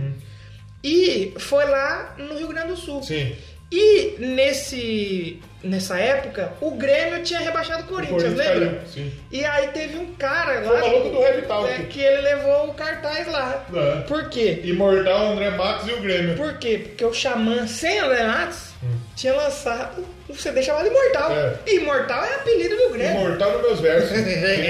Speaker 1: E foi lá no Rio Grande do Sul.
Speaker 2: Hum. Sim.
Speaker 1: E nesse, nessa época, o Grêmio tinha rebaixado o Corinthians,
Speaker 2: Corinthians
Speaker 1: lembra?
Speaker 2: caiu, sim.
Speaker 1: E aí teve um cara
Speaker 2: Foi
Speaker 1: lá
Speaker 2: o maluco do Heavy Talk.
Speaker 1: é, que ele levou o cartaz lá.
Speaker 2: É.
Speaker 1: Por quê?
Speaker 2: Imortal, André Matos e o Grêmio.
Speaker 1: Por quê? Porque o Xamã sem André Matos tinha lançado um CD chamado Imortal.
Speaker 2: Hum. É.
Speaker 1: Imortal é apelido do Grêmio.
Speaker 2: Imortal nos meus versos. Quem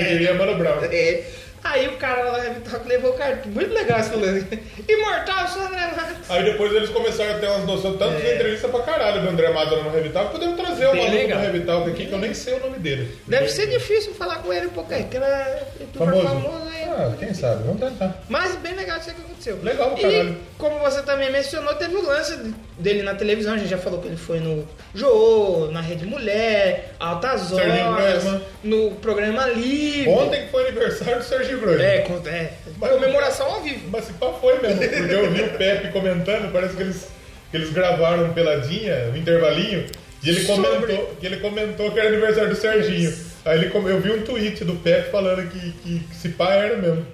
Speaker 2: diria Mano Brown.
Speaker 1: É. Aí o cara lá do Heavy Talk levou o cartão. Muito legal esse rolê. Imortal, só gravado.
Speaker 2: Aí depois eles começaram a ter umas noções, tanto de entrevista pra caralho do André Madonna no Revital, que podemos trazer o
Speaker 1: É. Bem
Speaker 2: maluco do
Speaker 1: legal.
Speaker 2: Revital aqui, que eu nem sei o nome dele.
Speaker 1: Deve ser difícil falar com ele um pouco aí, porque ele é youtuber
Speaker 2: Famoso.
Speaker 1: famoso aí. é
Speaker 2: Ah, quem sabe? Vamos tentar.
Speaker 1: Mas bem legal isso aí que aconteceu.
Speaker 2: Legal,
Speaker 1: e,
Speaker 2: caralho.
Speaker 1: Como você também mencionou, teve o lance dele na televisão. A gente já falou que ele foi no Jô, na Rede Mulher, Altas
Speaker 2: Serginho
Speaker 1: Horas,
Speaker 2: Groisman.
Speaker 1: no programa Livre.
Speaker 2: Ontem que foi aniversário do Sergio Grosso.
Speaker 1: É, con- é,
Speaker 2: Mas-
Speaker 1: comemoração ao vivo.
Speaker 2: Mas se pá foi mesmo, porque eu vi o Pepe comentando, parece que eles, que eles gravaram um peladinha, o intervalinho, e ele comentou, que ele comentou que era aniversário do Serginho. Aí ele, com- eu vi um tweet do Pepe falando que, que, que se pá era mesmo.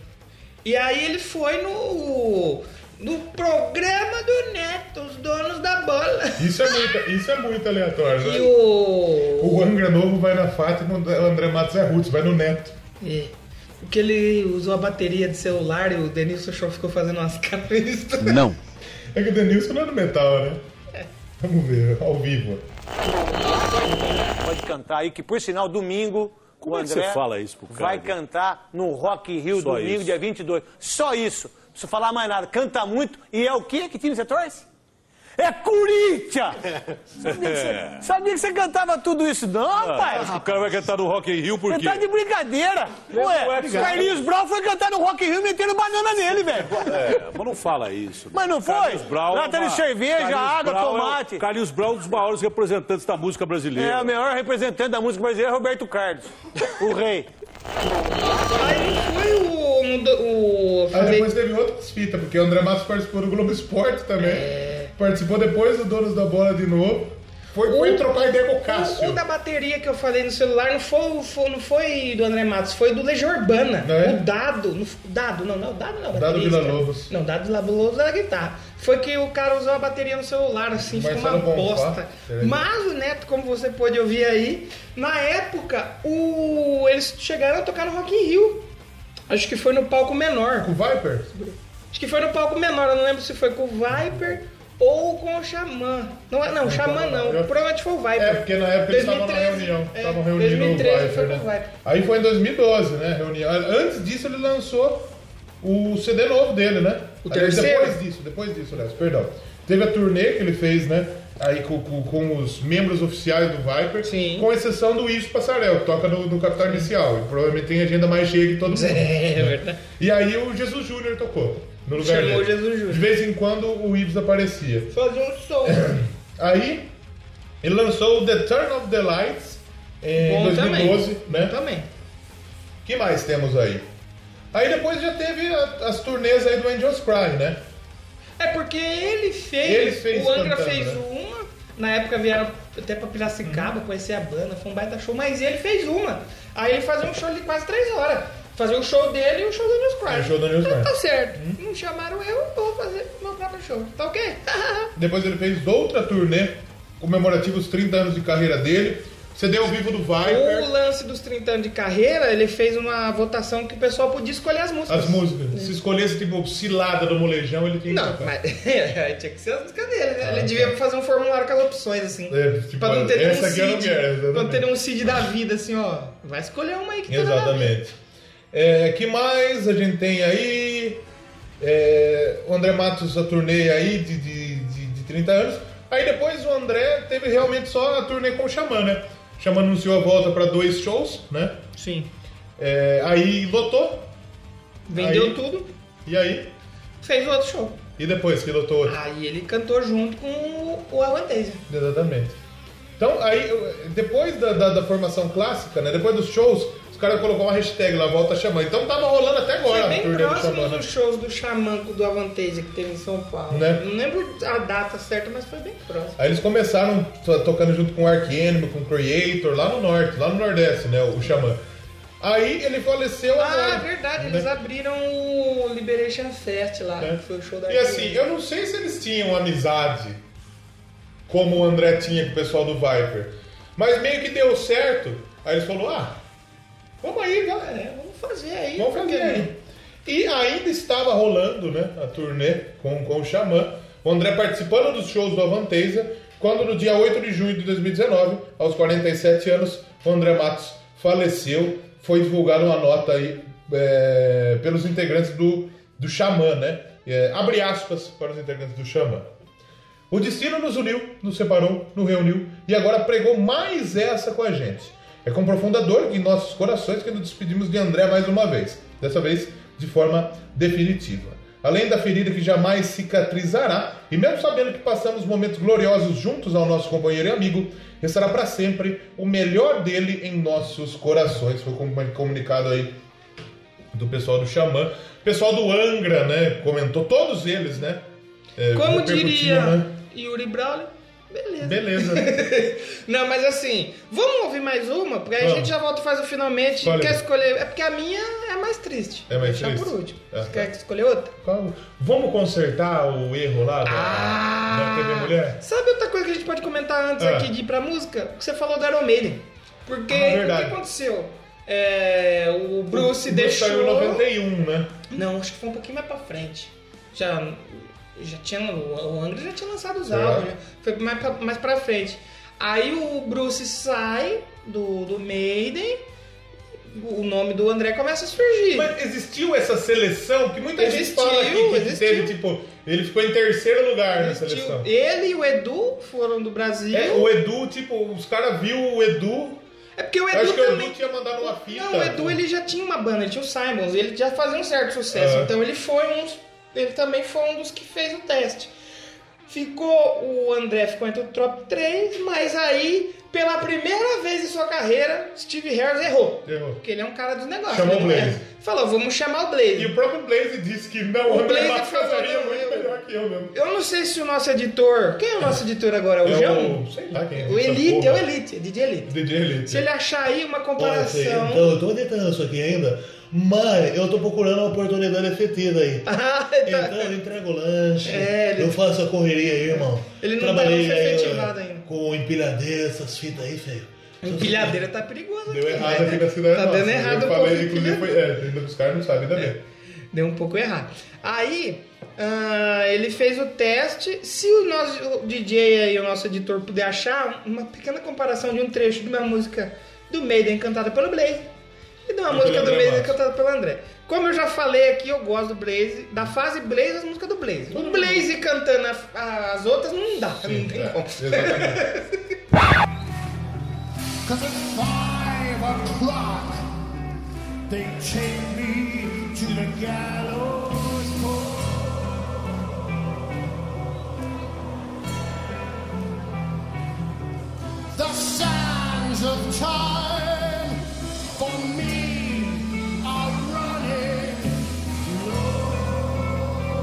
Speaker 1: E aí ele foi no. no programa do Neto, os donos da bola.
Speaker 2: Isso é muito, isso é muito aleatório,
Speaker 1: E
Speaker 2: né?
Speaker 1: o.
Speaker 2: O Angra Novo vai na Fátima, o André Matos é Roots, vai no Neto.
Speaker 1: É. Porque ele usou a bateria de celular e o Denilson Show ficou fazendo umas caras.
Speaker 3: Não.
Speaker 2: É que o Denilson não é do metal, né? Vamos ver, ao vivo.
Speaker 7: Pode cantar aí, que por sinal, domingo.
Speaker 8: Como
Speaker 7: o
Speaker 8: é que
Speaker 7: André
Speaker 8: você fala isso pro cara,
Speaker 7: Vai
Speaker 8: velho?
Speaker 7: cantar no Rock in Rio
Speaker 8: Só
Speaker 7: domingo,
Speaker 8: isso.
Speaker 7: dia 22. Só isso. Não preciso falar mais nada. Canta muito. E é o quê? Que time você torce? É Corinthians! Sabia que você- Sabia que você cantava tudo isso,
Speaker 8: É.
Speaker 7: não,
Speaker 8: Ah, acho que
Speaker 7: rapaz?
Speaker 8: o cara vai cantar no Rock in Rio por
Speaker 7: Você
Speaker 8: quê?
Speaker 7: tá de brincadeira! Ué,
Speaker 8: Obrigado.
Speaker 7: Carlinhos Brown foi cantar no Rock in Rio metendo banana nele, velho!
Speaker 8: É, mas não fala isso.
Speaker 7: Mas não foi?
Speaker 8: Carlinhos Brown é
Speaker 7: Lata de
Speaker 8: uma-
Speaker 7: cerveja,
Speaker 8: Carlinhos
Speaker 7: água,
Speaker 8: Brown é o-
Speaker 7: tomate.
Speaker 8: Carlinhos Brown é um dos maiores representantes da música
Speaker 7: É,
Speaker 8: brasileira.
Speaker 7: o melhor representante da música brasileira é Roberto Carlos, o rei.
Speaker 1: Aí não foi o. não do- o
Speaker 2: Aí
Speaker 1: fazer
Speaker 2: depois teve outras fitas, porque o André Matos participou do Globo Esporte também.
Speaker 1: É.
Speaker 2: Participou depois do Donos da Bola de novo. Foi,
Speaker 1: O-
Speaker 2: foi trocar ideia com o
Speaker 1: O,
Speaker 2: Cássio.
Speaker 1: o da bateria que eu falei no celular não foi, o- foi- não foi do André Matos, foi do Legião Urbana.
Speaker 2: É?
Speaker 1: O Dado, não, f- Dado, não, não, o Dado não.
Speaker 2: Dado
Speaker 1: baterista.
Speaker 2: Villa-Lobos.
Speaker 1: Não, Dado Vila Lobos era guitarra. Foi que o cara usou a bateria no celular, assim, ficou uma
Speaker 2: Marcelo Bonfá,
Speaker 1: bosta.
Speaker 2: é.
Speaker 1: Mas o Neto, como você pôde ouvir aí, na época, o, eles chegaram a tocar no Rock in Rio. Acho que foi no palco menor.
Speaker 2: Com o Viper?
Speaker 1: Acho que foi no palco menor, eu não lembro se foi com o Viper ou com o Xamã. Não, é, não, o Xamã não.
Speaker 2: Eu-
Speaker 1: Provavelmente foi o Viper.
Speaker 2: É, porque na época eles estavam na
Speaker 1: 2013,
Speaker 2: reunião.
Speaker 1: é,
Speaker 2: Estavam reunindo
Speaker 1: 2013
Speaker 2: o Viper,
Speaker 1: foi com o
Speaker 2: né?
Speaker 1: Viper.
Speaker 2: Aí foi em 2012, né? Reunião. Antes disso ele lançou o CD novo dele, né?
Speaker 1: O
Speaker 2: Aliás,
Speaker 1: terceiro?
Speaker 2: Depois disso, depois disso, aliás, perdão. Teve a turnê que ele fez, né? Aí com, com- com os membros oficiais do Viper,
Speaker 1: Sim.
Speaker 2: com exceção do Isso Passarel, que toca no, no Capital Inicial. E provavelmente tem agenda mais cheia que todo mundo.
Speaker 1: É verdade.
Speaker 2: E aí o Jesus Júnior tocou. No lugar
Speaker 1: Chamou
Speaker 2: dele.
Speaker 1: o Jesus Júnior.
Speaker 2: De vez em quando o Ives aparecia.
Speaker 1: Fazer um som.
Speaker 2: Aí ele lançou o The Turn of the Lights em
Speaker 1: Bom
Speaker 2: 2012,
Speaker 1: também.
Speaker 2: né?
Speaker 1: Também.
Speaker 2: que mais temos aí? Aí depois já teve a- as turnês aí do Angels Cry, né?
Speaker 1: É porque ele fez.
Speaker 2: Ele fez
Speaker 1: o Angra
Speaker 2: cantando,
Speaker 1: fez
Speaker 2: né? Uhum.
Speaker 1: uma. Na época vieram até pra Piracicaba conhecer a banda, foi um baita show, mas ele fez uma. Aí ele fazia um show de quase três horas. Fazer o show dele e o show do News Cry.
Speaker 2: E o show do Uhum. News
Speaker 1: Então
Speaker 2: Cry.
Speaker 1: Tá certo. Não chamaram eu, vou fazer meu próprio show. Tá ok?
Speaker 2: Depois ele fez outra turnê comemorativa os 30 anos de carreira dele. CD ao vivo
Speaker 1: O
Speaker 2: do Viper,
Speaker 1: lance dos 30 anos de carreira, ele fez uma votação que o pessoal podia escolher as músicas.
Speaker 2: as músicas. Se escolhesse tipo cilada do molejão, ele tinha que
Speaker 1: Não,
Speaker 2: tocar.
Speaker 1: mas tinha que ser as músicas dele. né? ele devia fazer um formulário com as opções, assim.
Speaker 2: Ah, tá. É, tipo,
Speaker 1: pra não ter nenhum
Speaker 2: essa aqui eu não
Speaker 1: seed.
Speaker 2: quero,
Speaker 1: pra não ter
Speaker 2: exatamente.
Speaker 1: nenhum seed da vida, assim, ó. Vai escolher uma aí que tá na-
Speaker 2: Exatamente. É, que mais a gente tem aí? É, o André Matos a turnê aí de, de, de, de 30 anos. Aí depois o André teve realmente só a turnê com o Xamã, né? O Xamã anunciou a volta para dois shows, né?
Speaker 1: Sim.
Speaker 2: É, aí lotou.
Speaker 1: Vendeu
Speaker 2: Aí-
Speaker 1: tudo,
Speaker 2: E aí?
Speaker 1: fez outro show.
Speaker 2: E depois que lotou outro?
Speaker 1: Aí ele cantou junto com o- o Arrantese.
Speaker 2: Exatamente. Então, aí, eu- depois da, da, da formação clássica, né? Depois dos shows, os caras colocaram uma hashtag lá, volta Xamã. Então tava rolando até agora
Speaker 1: Foi
Speaker 2: a
Speaker 1: bem
Speaker 2: turnê do Xamã,
Speaker 1: próximo
Speaker 2: né?
Speaker 1: dos shows do Xamã com o do Avanteja que teve em São Paulo.
Speaker 2: Né?
Speaker 1: Não lembro a data certa, mas foi bem próximo.
Speaker 2: Aí eles começaram to- tocando junto com o Ark Enemy, com o Creator, lá no norte, lá no nordeste, né? O Xamã. Aí ele faleceu agora.
Speaker 1: Ah, verdade, eles
Speaker 2: né?
Speaker 1: abriram o Liberation Fest lá, que foi o show da
Speaker 2: E assim, eu não sei se eles tinham amizade como o André tinha com o pessoal do Viper, mas meio que deu certo. Aí eles falaram, ah, vamos aí, galera.
Speaker 1: É, vamos fazer aí. né?
Speaker 2: Vamos
Speaker 1: por
Speaker 2: fazer
Speaker 1: que não?
Speaker 2: aí. E ainda estava rolando, né, a turnê com, com o Xamã, o André participando dos shows do Avanteza, quando no dia 8 de junho de 2019, aos 47 anos, o André Matos faleceu, foi divulgada uma nota aí é, pelos integrantes do, do Xamã, né? É, abre aspas para os integrantes do Xamã. O destino nos uniu, nos separou, nos reuniu e agora pregou mais essa com a gente. É com profunda dor em nossos corações que nos despedimos de André mais uma vez, dessa vez de forma definitiva. Além da ferida que jamais cicatrizará, e mesmo sabendo que passamos momentos gloriosos juntos ao nosso companheiro e amigo, restará para sempre o melhor dele em nossos corações. Foi como- comunicado aí do pessoal do Xamã. Pessoal do Angra, né? Comentou todos eles, né? É,
Speaker 1: Como
Speaker 2: Percutinho,
Speaker 1: diria
Speaker 2: né?
Speaker 1: Yuri Brawley, beleza.
Speaker 2: Beleza.
Speaker 1: Não, mas assim, vamos ouvir mais uma, porque aí a
Speaker 2: Vamos.
Speaker 1: gente já volta e faz o finalmente.
Speaker 2: Escolhe
Speaker 1: Quer
Speaker 2: uma.
Speaker 1: escolher? É porque a minha é mais triste.
Speaker 2: É mais
Speaker 1: Deixa
Speaker 2: triste?
Speaker 1: por último.
Speaker 2: Ah,
Speaker 1: Você
Speaker 2: tá.
Speaker 1: quer escolher outra?
Speaker 2: Qual- Vamos consertar o erro lá da,
Speaker 1: Ah!
Speaker 2: da TV Mulher?
Speaker 1: Sabe outra coisa que a gente pode comentar antes
Speaker 2: Ah.
Speaker 1: aqui de ir pra música? O que você falou da Iron Maiden. Porque
Speaker 2: Ah,
Speaker 1: o que
Speaker 2: verdade.
Speaker 1: aconteceu? É, o Bruce deixou.
Speaker 2: Saiu em 91, né?
Speaker 1: Não, acho que foi um pouquinho mais pra frente. Já, já tinha. O Angra já tinha lançado os
Speaker 2: Será?
Speaker 1: álbuns, né? Foi mais pra, mais pra frente. Aí o Bruce sai do, do Maiden, o nome do André começa a surgir.
Speaker 2: Mas existiu essa seleção? Que muita gente
Speaker 1: Existiu,
Speaker 2: fala aqui que
Speaker 1: existiu.
Speaker 2: teve, tipo, ele ficou em terceiro lugar na
Speaker 1: Existiu-
Speaker 2: seleção.
Speaker 1: Ele e o Edu foram do Brasil.
Speaker 2: É, o Edu, tipo, os caras viu o Edu.
Speaker 1: É porque o
Speaker 2: Eu
Speaker 1: Edu
Speaker 2: acho que o
Speaker 1: também.
Speaker 2: Edu tinha mandado uma fita.
Speaker 1: Não, o Edu ele já tinha uma banda, ele tinha o Simons, ele já fazia um certo sucesso.
Speaker 2: É.
Speaker 1: Então ele foi um. dos- Ele também foi um dos que fez o teste. Ficou. O André ficou entre o top 3, mas aí, pela primeira vez em sua carreira, Steve Harris errou.
Speaker 2: Errou.
Speaker 1: Porque ele é um cara dos negócios.
Speaker 2: Chamou
Speaker 1: ele
Speaker 2: o
Speaker 1: não
Speaker 2: Blaze.
Speaker 1: erra. Falou, vamos chamar o Blaze.
Speaker 2: E o próprio Blaze disse que não,
Speaker 1: Blaze
Speaker 2: o André Matos
Speaker 1: falou,
Speaker 2: casaria
Speaker 1: não,
Speaker 2: muito
Speaker 1: eu-
Speaker 2: melhor que eu mesmo.
Speaker 1: Eu não sei se o nosso editor. Quem é o nosso editor agora? O João?
Speaker 2: Eu, sei lá quem é.
Speaker 1: O
Speaker 2: essa
Speaker 1: Elite,
Speaker 2: porra.
Speaker 1: é o Elite, é DJ Elite.
Speaker 2: DJ Elite.
Speaker 1: Se ele achar aí uma
Speaker 9: Olha,
Speaker 1: comparação.
Speaker 9: assim, então, eu tô tentando isso aqui ainda, mas eu tô procurando uma oportunidade efetiva aí.
Speaker 1: Ah, tá.
Speaker 9: Então eu entrego o lanche,
Speaker 1: É, ele-
Speaker 9: eu faço a correria aí, irmão.
Speaker 1: Ele não
Speaker 9: Trabalhei
Speaker 1: tá
Speaker 9: aí,
Speaker 1: efetivado ainda.
Speaker 9: Com empilhadeira, essas fitas aí, feio.
Speaker 1: Empilhadeira tá perigosa.
Speaker 2: Deu
Speaker 1: aqui,
Speaker 2: errado
Speaker 1: né?
Speaker 2: aqui na cidade
Speaker 1: Tá
Speaker 2: nossa.
Speaker 1: dando errado
Speaker 2: Eu
Speaker 1: um
Speaker 2: falei,
Speaker 1: pouquinho,
Speaker 2: inclusive,
Speaker 1: né?
Speaker 2: foi, é, ainda os caras não sabem, ainda bem.
Speaker 1: Deu um pouco errado. Aí, ah, ele fez o teste. Se o nosso o DJ aí, o nosso editor, puder achar uma pequena comparação de um trecho de uma música do Maiden cantada pelo Blaze e de uma
Speaker 2: E
Speaker 1: música
Speaker 2: pelo
Speaker 1: do
Speaker 2: André
Speaker 1: Maiden
Speaker 2: Matos.
Speaker 1: cantada pelo André. Como eu já falei aqui, eu gosto do Blaze, da fase Blaze, as músicas do Blaze. O Blaze cantando a- a- as outras não dá, não tem
Speaker 2: É,
Speaker 1: como.
Speaker 2: exatamente.
Speaker 10: Cause at five o'clock they chained me to the gallows pole. The sands of time for me are running low.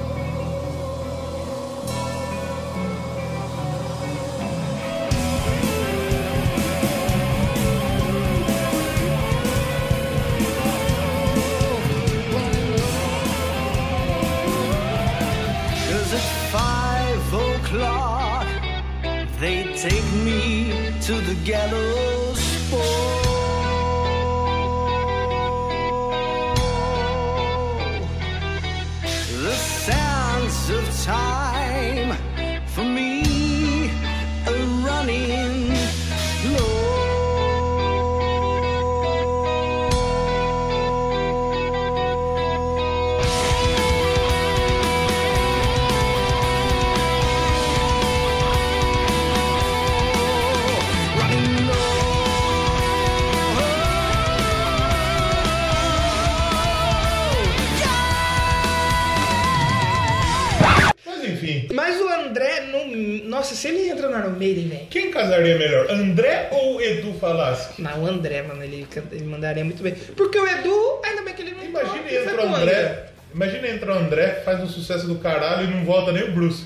Speaker 6: Cause at five o'clock they take me to the gallows pole. The sounds of time for me are running low.
Speaker 2: Mas enfim,
Speaker 1: Mas o André, não, nossa, se ele entra no Iron Maiden, velho.
Speaker 2: quem casaria melhor? André ou Edu Falaschi?
Speaker 1: Não, o André, mano, ele, canta- ele mandaria muito bem. Porque o Edu, ainda bem que ele não
Speaker 2: Imagina
Speaker 1: ele foi né?
Speaker 2: entra o
Speaker 1: pro
Speaker 2: André. Imagina entra o André, faz um sucesso do caralho e não volta nem o Bruce.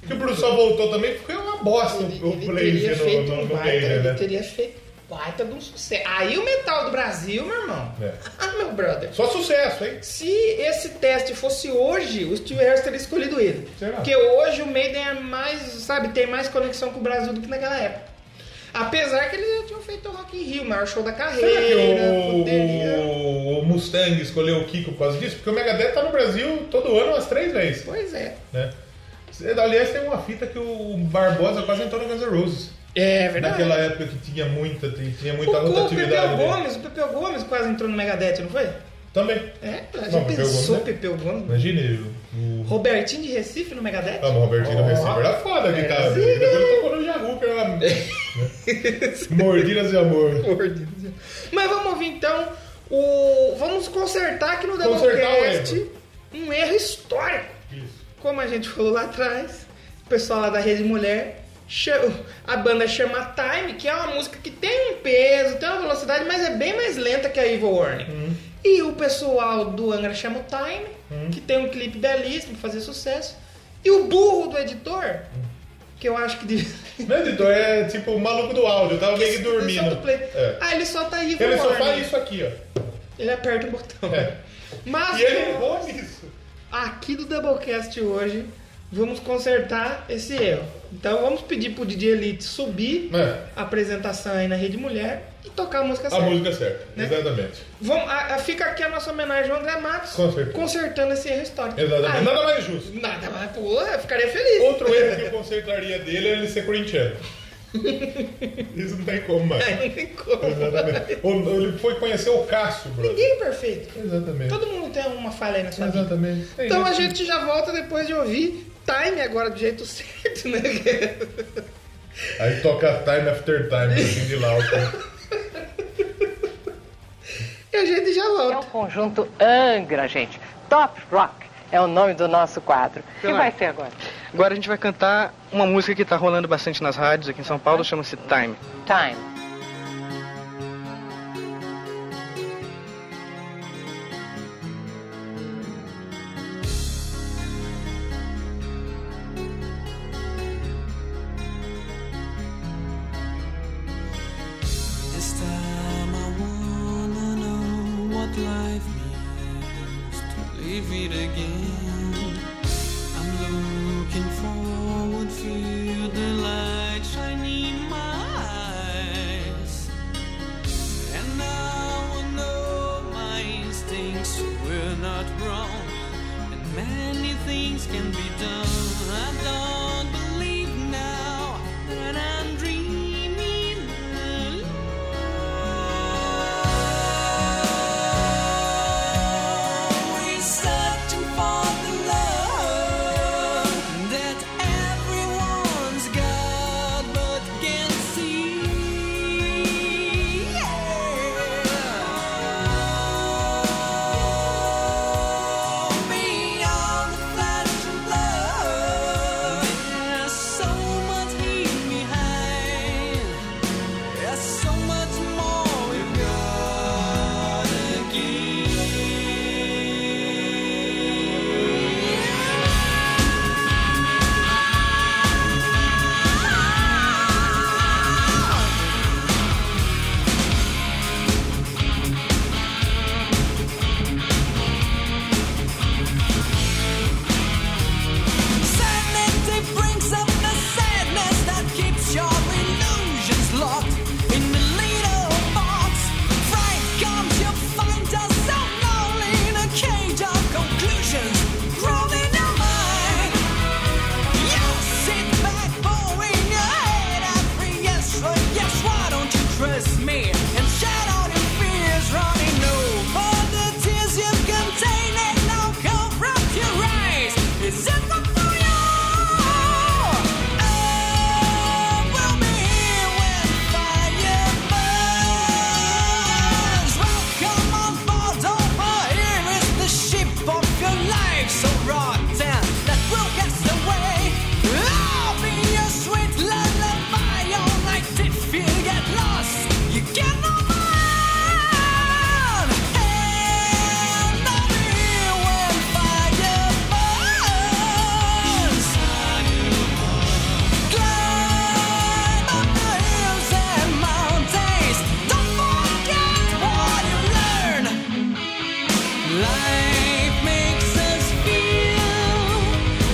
Speaker 2: Porque o Bruce só voltou também porque é uma bosta
Speaker 1: Ele,
Speaker 2: o
Speaker 1: ele
Speaker 2: Blaze
Speaker 1: teria
Speaker 2: no,
Speaker 1: feito
Speaker 2: no,
Speaker 1: um
Speaker 2: no
Speaker 1: baita,
Speaker 2: Blazer,
Speaker 1: ele
Speaker 2: né?
Speaker 1: teria feito baita de um sucesso. Aí o metal do Brasil, meu irmão.
Speaker 2: É.
Speaker 1: Ah, meu brother.
Speaker 2: Só sucesso, hein?
Speaker 1: Se esse teste fosse hoje, o Steve Harris teria escolhido ele.
Speaker 2: Será?
Speaker 1: Porque hoje o Maiden é mais, sabe, tem mais conexão com o Brasil do que naquela época. Apesar que eles já tinham feito o Rock in Rio, o maior show da carreira.
Speaker 2: Será que o,
Speaker 1: poderia-
Speaker 2: o- o Mustang escolheu o Kiko por causa disso? Porque o Megadeth tá no Brasil todo ano umas três vezes.
Speaker 1: Pois é.
Speaker 2: Né? Aliás, tem uma fita que o Barbosa quase entrou no Guns N' Roses.
Speaker 1: É verdade.
Speaker 2: Naquela época que tinha Tá muita, tinha muita
Speaker 1: O, o Pepeu
Speaker 2: rotatividade. né?
Speaker 1: Gomes, o Pepeu Gomes quase entrou no Megadeth, não foi?
Speaker 2: Também.
Speaker 1: É, já
Speaker 2: Não, Pepeu
Speaker 1: pensou
Speaker 2: Gomes, né?
Speaker 1: Pepeu Gomes?
Speaker 2: Imagine o. o...
Speaker 1: Robertinho de Recife no Megadeth?
Speaker 2: Ah, mas o Robertinho do
Speaker 1: Ó.
Speaker 2: Recife era foda,
Speaker 1: É,
Speaker 2: guitarra.
Speaker 1: sim.
Speaker 2: dele. Depois ele tocou no Jagu, que era. né? Mordidas de amor.
Speaker 1: Mas vamos ouvir então o. Vamos consertar aqui no
Speaker 2: Consertar o
Speaker 1: Doublecast um erro histórico. Como a gente falou lá atrás, o pessoal lá da Rede Mulher, cha- a banda chama Time, que é uma música que tem um peso, tem uma velocidade, mas é bem mais lenta que a Evil Warning.
Speaker 2: Uhum.
Speaker 1: E o pessoal do Angra chama o Time, que tem um clipe belíssimo, fazer sucesso. E o burro do editor,
Speaker 2: Uhum.
Speaker 1: que eu acho que devia.
Speaker 2: Não é editor, é tipo o maluco do áudio, eu tava meio que
Speaker 1: Solta
Speaker 2: dormindo.
Speaker 1: o play.
Speaker 2: É.
Speaker 1: Ah, ele solta aí.
Speaker 2: Ele só
Speaker 1: Warner.
Speaker 2: faz isso aqui, ó.
Speaker 1: Ele aperta o botão.
Speaker 2: É.
Speaker 1: Mas
Speaker 2: E ele errou nisso.
Speaker 1: aqui do Doublecast hoje, vamos consertar esse erro. Então vamos pedir pro DJ Elite subir
Speaker 2: É.
Speaker 1: a apresentação aí na Rede Mulher e tocar a música
Speaker 2: A
Speaker 1: certa.
Speaker 2: música é certa,
Speaker 1: Né?
Speaker 2: exatamente.
Speaker 1: Vamos, a- a- fica aqui a nossa homenagem ao André Matos,
Speaker 2: Com certeza.
Speaker 1: consertando esse erro histórico.
Speaker 2: Exatamente.
Speaker 1: Aí,
Speaker 2: Nada mais justo.
Speaker 1: nada mais, pô, eu ficaria feliz.
Speaker 2: Outro erro que eu consertaria dele é ele ser corintiano. Isso não tem como mais.
Speaker 1: Aí É, não tem como.
Speaker 2: Exatamente. Ou- Ele foi conhecer o Cássio, brother.
Speaker 1: Ninguém é perfeito.
Speaker 2: Exatamente.
Speaker 1: Todo mundo tem uma falha aí na sua vida.
Speaker 2: Exatamente.
Speaker 1: Então a gente já volta depois de ouvir Time agora do jeito certo, né?
Speaker 2: Aí toca Time After Time, assim de lá.
Speaker 1: E a gente já
Speaker 11: É o
Speaker 1: volta.
Speaker 11: conjunto Angra, gente. Top Rock é o nome do nosso quadro. O que
Speaker 5: Claro.
Speaker 11: vai ser agora?
Speaker 5: Agora a gente vai cantar uma música que tá rolando bastante nas rádios aqui em São Paulo, chama-se Time.
Speaker 11: Time.
Speaker 6: This time I wanna know what life means to live it again. I'm looking forward, feel the light shine in my eyes. And now I know my instincts were not wrong. And many things can be done. I don't believe now that I'm dreaming alone. We're searching for the love that everyone's got but can't see. Beyond the flash of love, there's so much hidden behind. There's so much more we've got to give. Sanity brings up the sadness that keeps your illusions locked in the little box. Fright comes, you find yourself all in a cage of conclusions, grown in your mind. You sit back, pouring your head every yes or yes. Why don't you trust me and shut all your fears, running over the tears you contain and now come from your eyes. Is it not for you? I will be here when fire burns. Welcome on board, over here is the ship of your life, so rotten that will cast away. I'll be your sweet lullaby all night if you get lost. You get no mind. And I'll be here when fire burns. Climb up the hills and mountains. Don't forget what you learn. Life makes us feel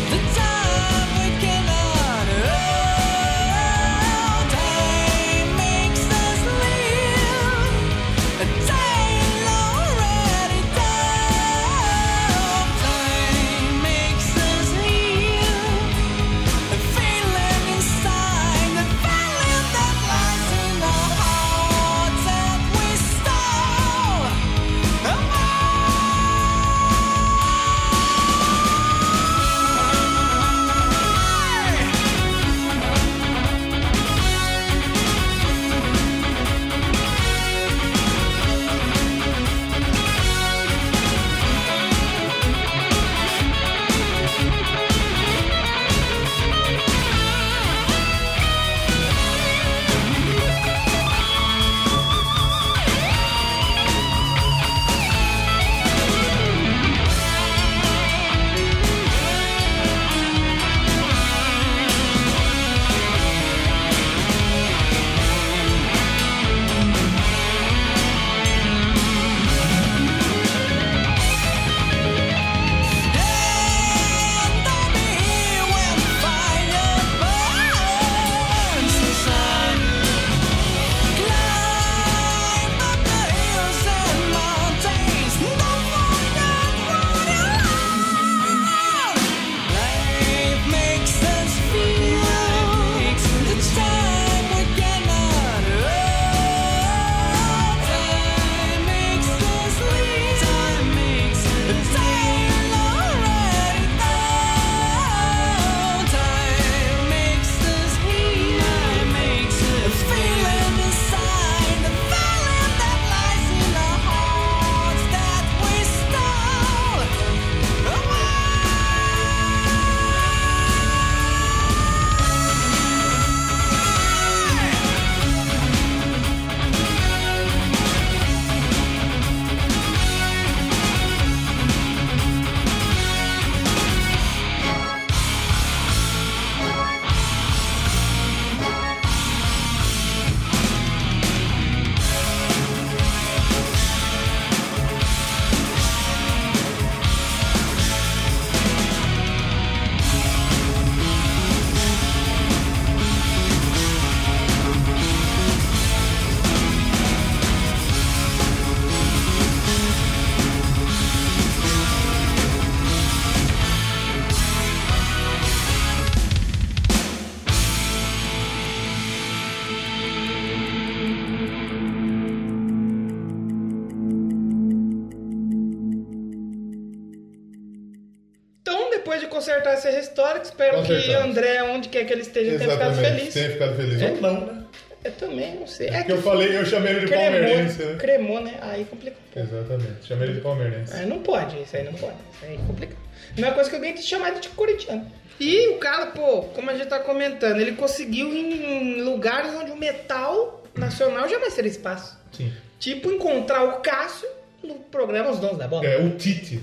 Speaker 1: Então, depois de consertar essa história, que espero que
Speaker 2: Consertamos.
Speaker 1: André, onde quer que ele esteja, tenha ficado
Speaker 2: Exatamente.
Speaker 1: feliz. É
Speaker 2: Tem ficado feliz ou não, né?
Speaker 1: Eu também não sei. É
Speaker 2: Porque eu falei, eu chamei ele de
Speaker 1: cremou,
Speaker 2: palmeirense, né?
Speaker 1: Cremou, né? Aí complicou.
Speaker 2: Exatamente. Chamei ele de palmeirense.
Speaker 1: Aí não pode, isso aí não pode. Isso aí é complicado. Não é coisa que alguém te chamar de corintiano. E o cara, pô, como a gente tá comentando, ele conseguiu em lugares onde o metal nacional jamais seria espaço.
Speaker 2: Sim.
Speaker 1: Tipo, encontrar o Cássio no programa Os Donos da Bola.
Speaker 2: É, o Tite.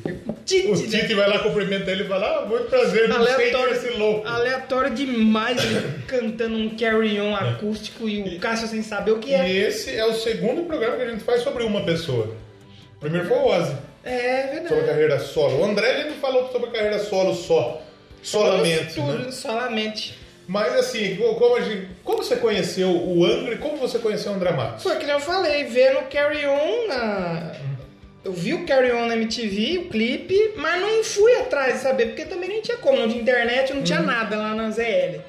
Speaker 1: Tite, né?
Speaker 2: O Tite vai lá cumprimentar ele e fala, ah, muito prazer, não sei quem é esse louco.
Speaker 1: Ah, aleatório demais ele cantando um carry-on acústico e o Cássio sem saber o que é.
Speaker 2: E esse é o segundo programa que a gente faz sobre uma pessoa. O primeiro foi o Ozzy,
Speaker 1: É
Speaker 2: sobre a
Speaker 1: verdade.
Speaker 2: carreira solo. O André a gente não falou sobre a carreira solo só. Solamente,
Speaker 1: Tudo,
Speaker 2: né?
Speaker 1: Solamente.
Speaker 2: Mas assim, co- como, a gente- como você conheceu o Angra e como você conheceu o André Matos?
Speaker 1: Foi que nem eu falei, vendo o Carry On na. Eu vi o Carry On na MTV, o clipe, mas não fui atrás de saber, porque também nem tinha como, não tinha internet, não
Speaker 2: Uhum.
Speaker 1: tinha nada lá na ZL,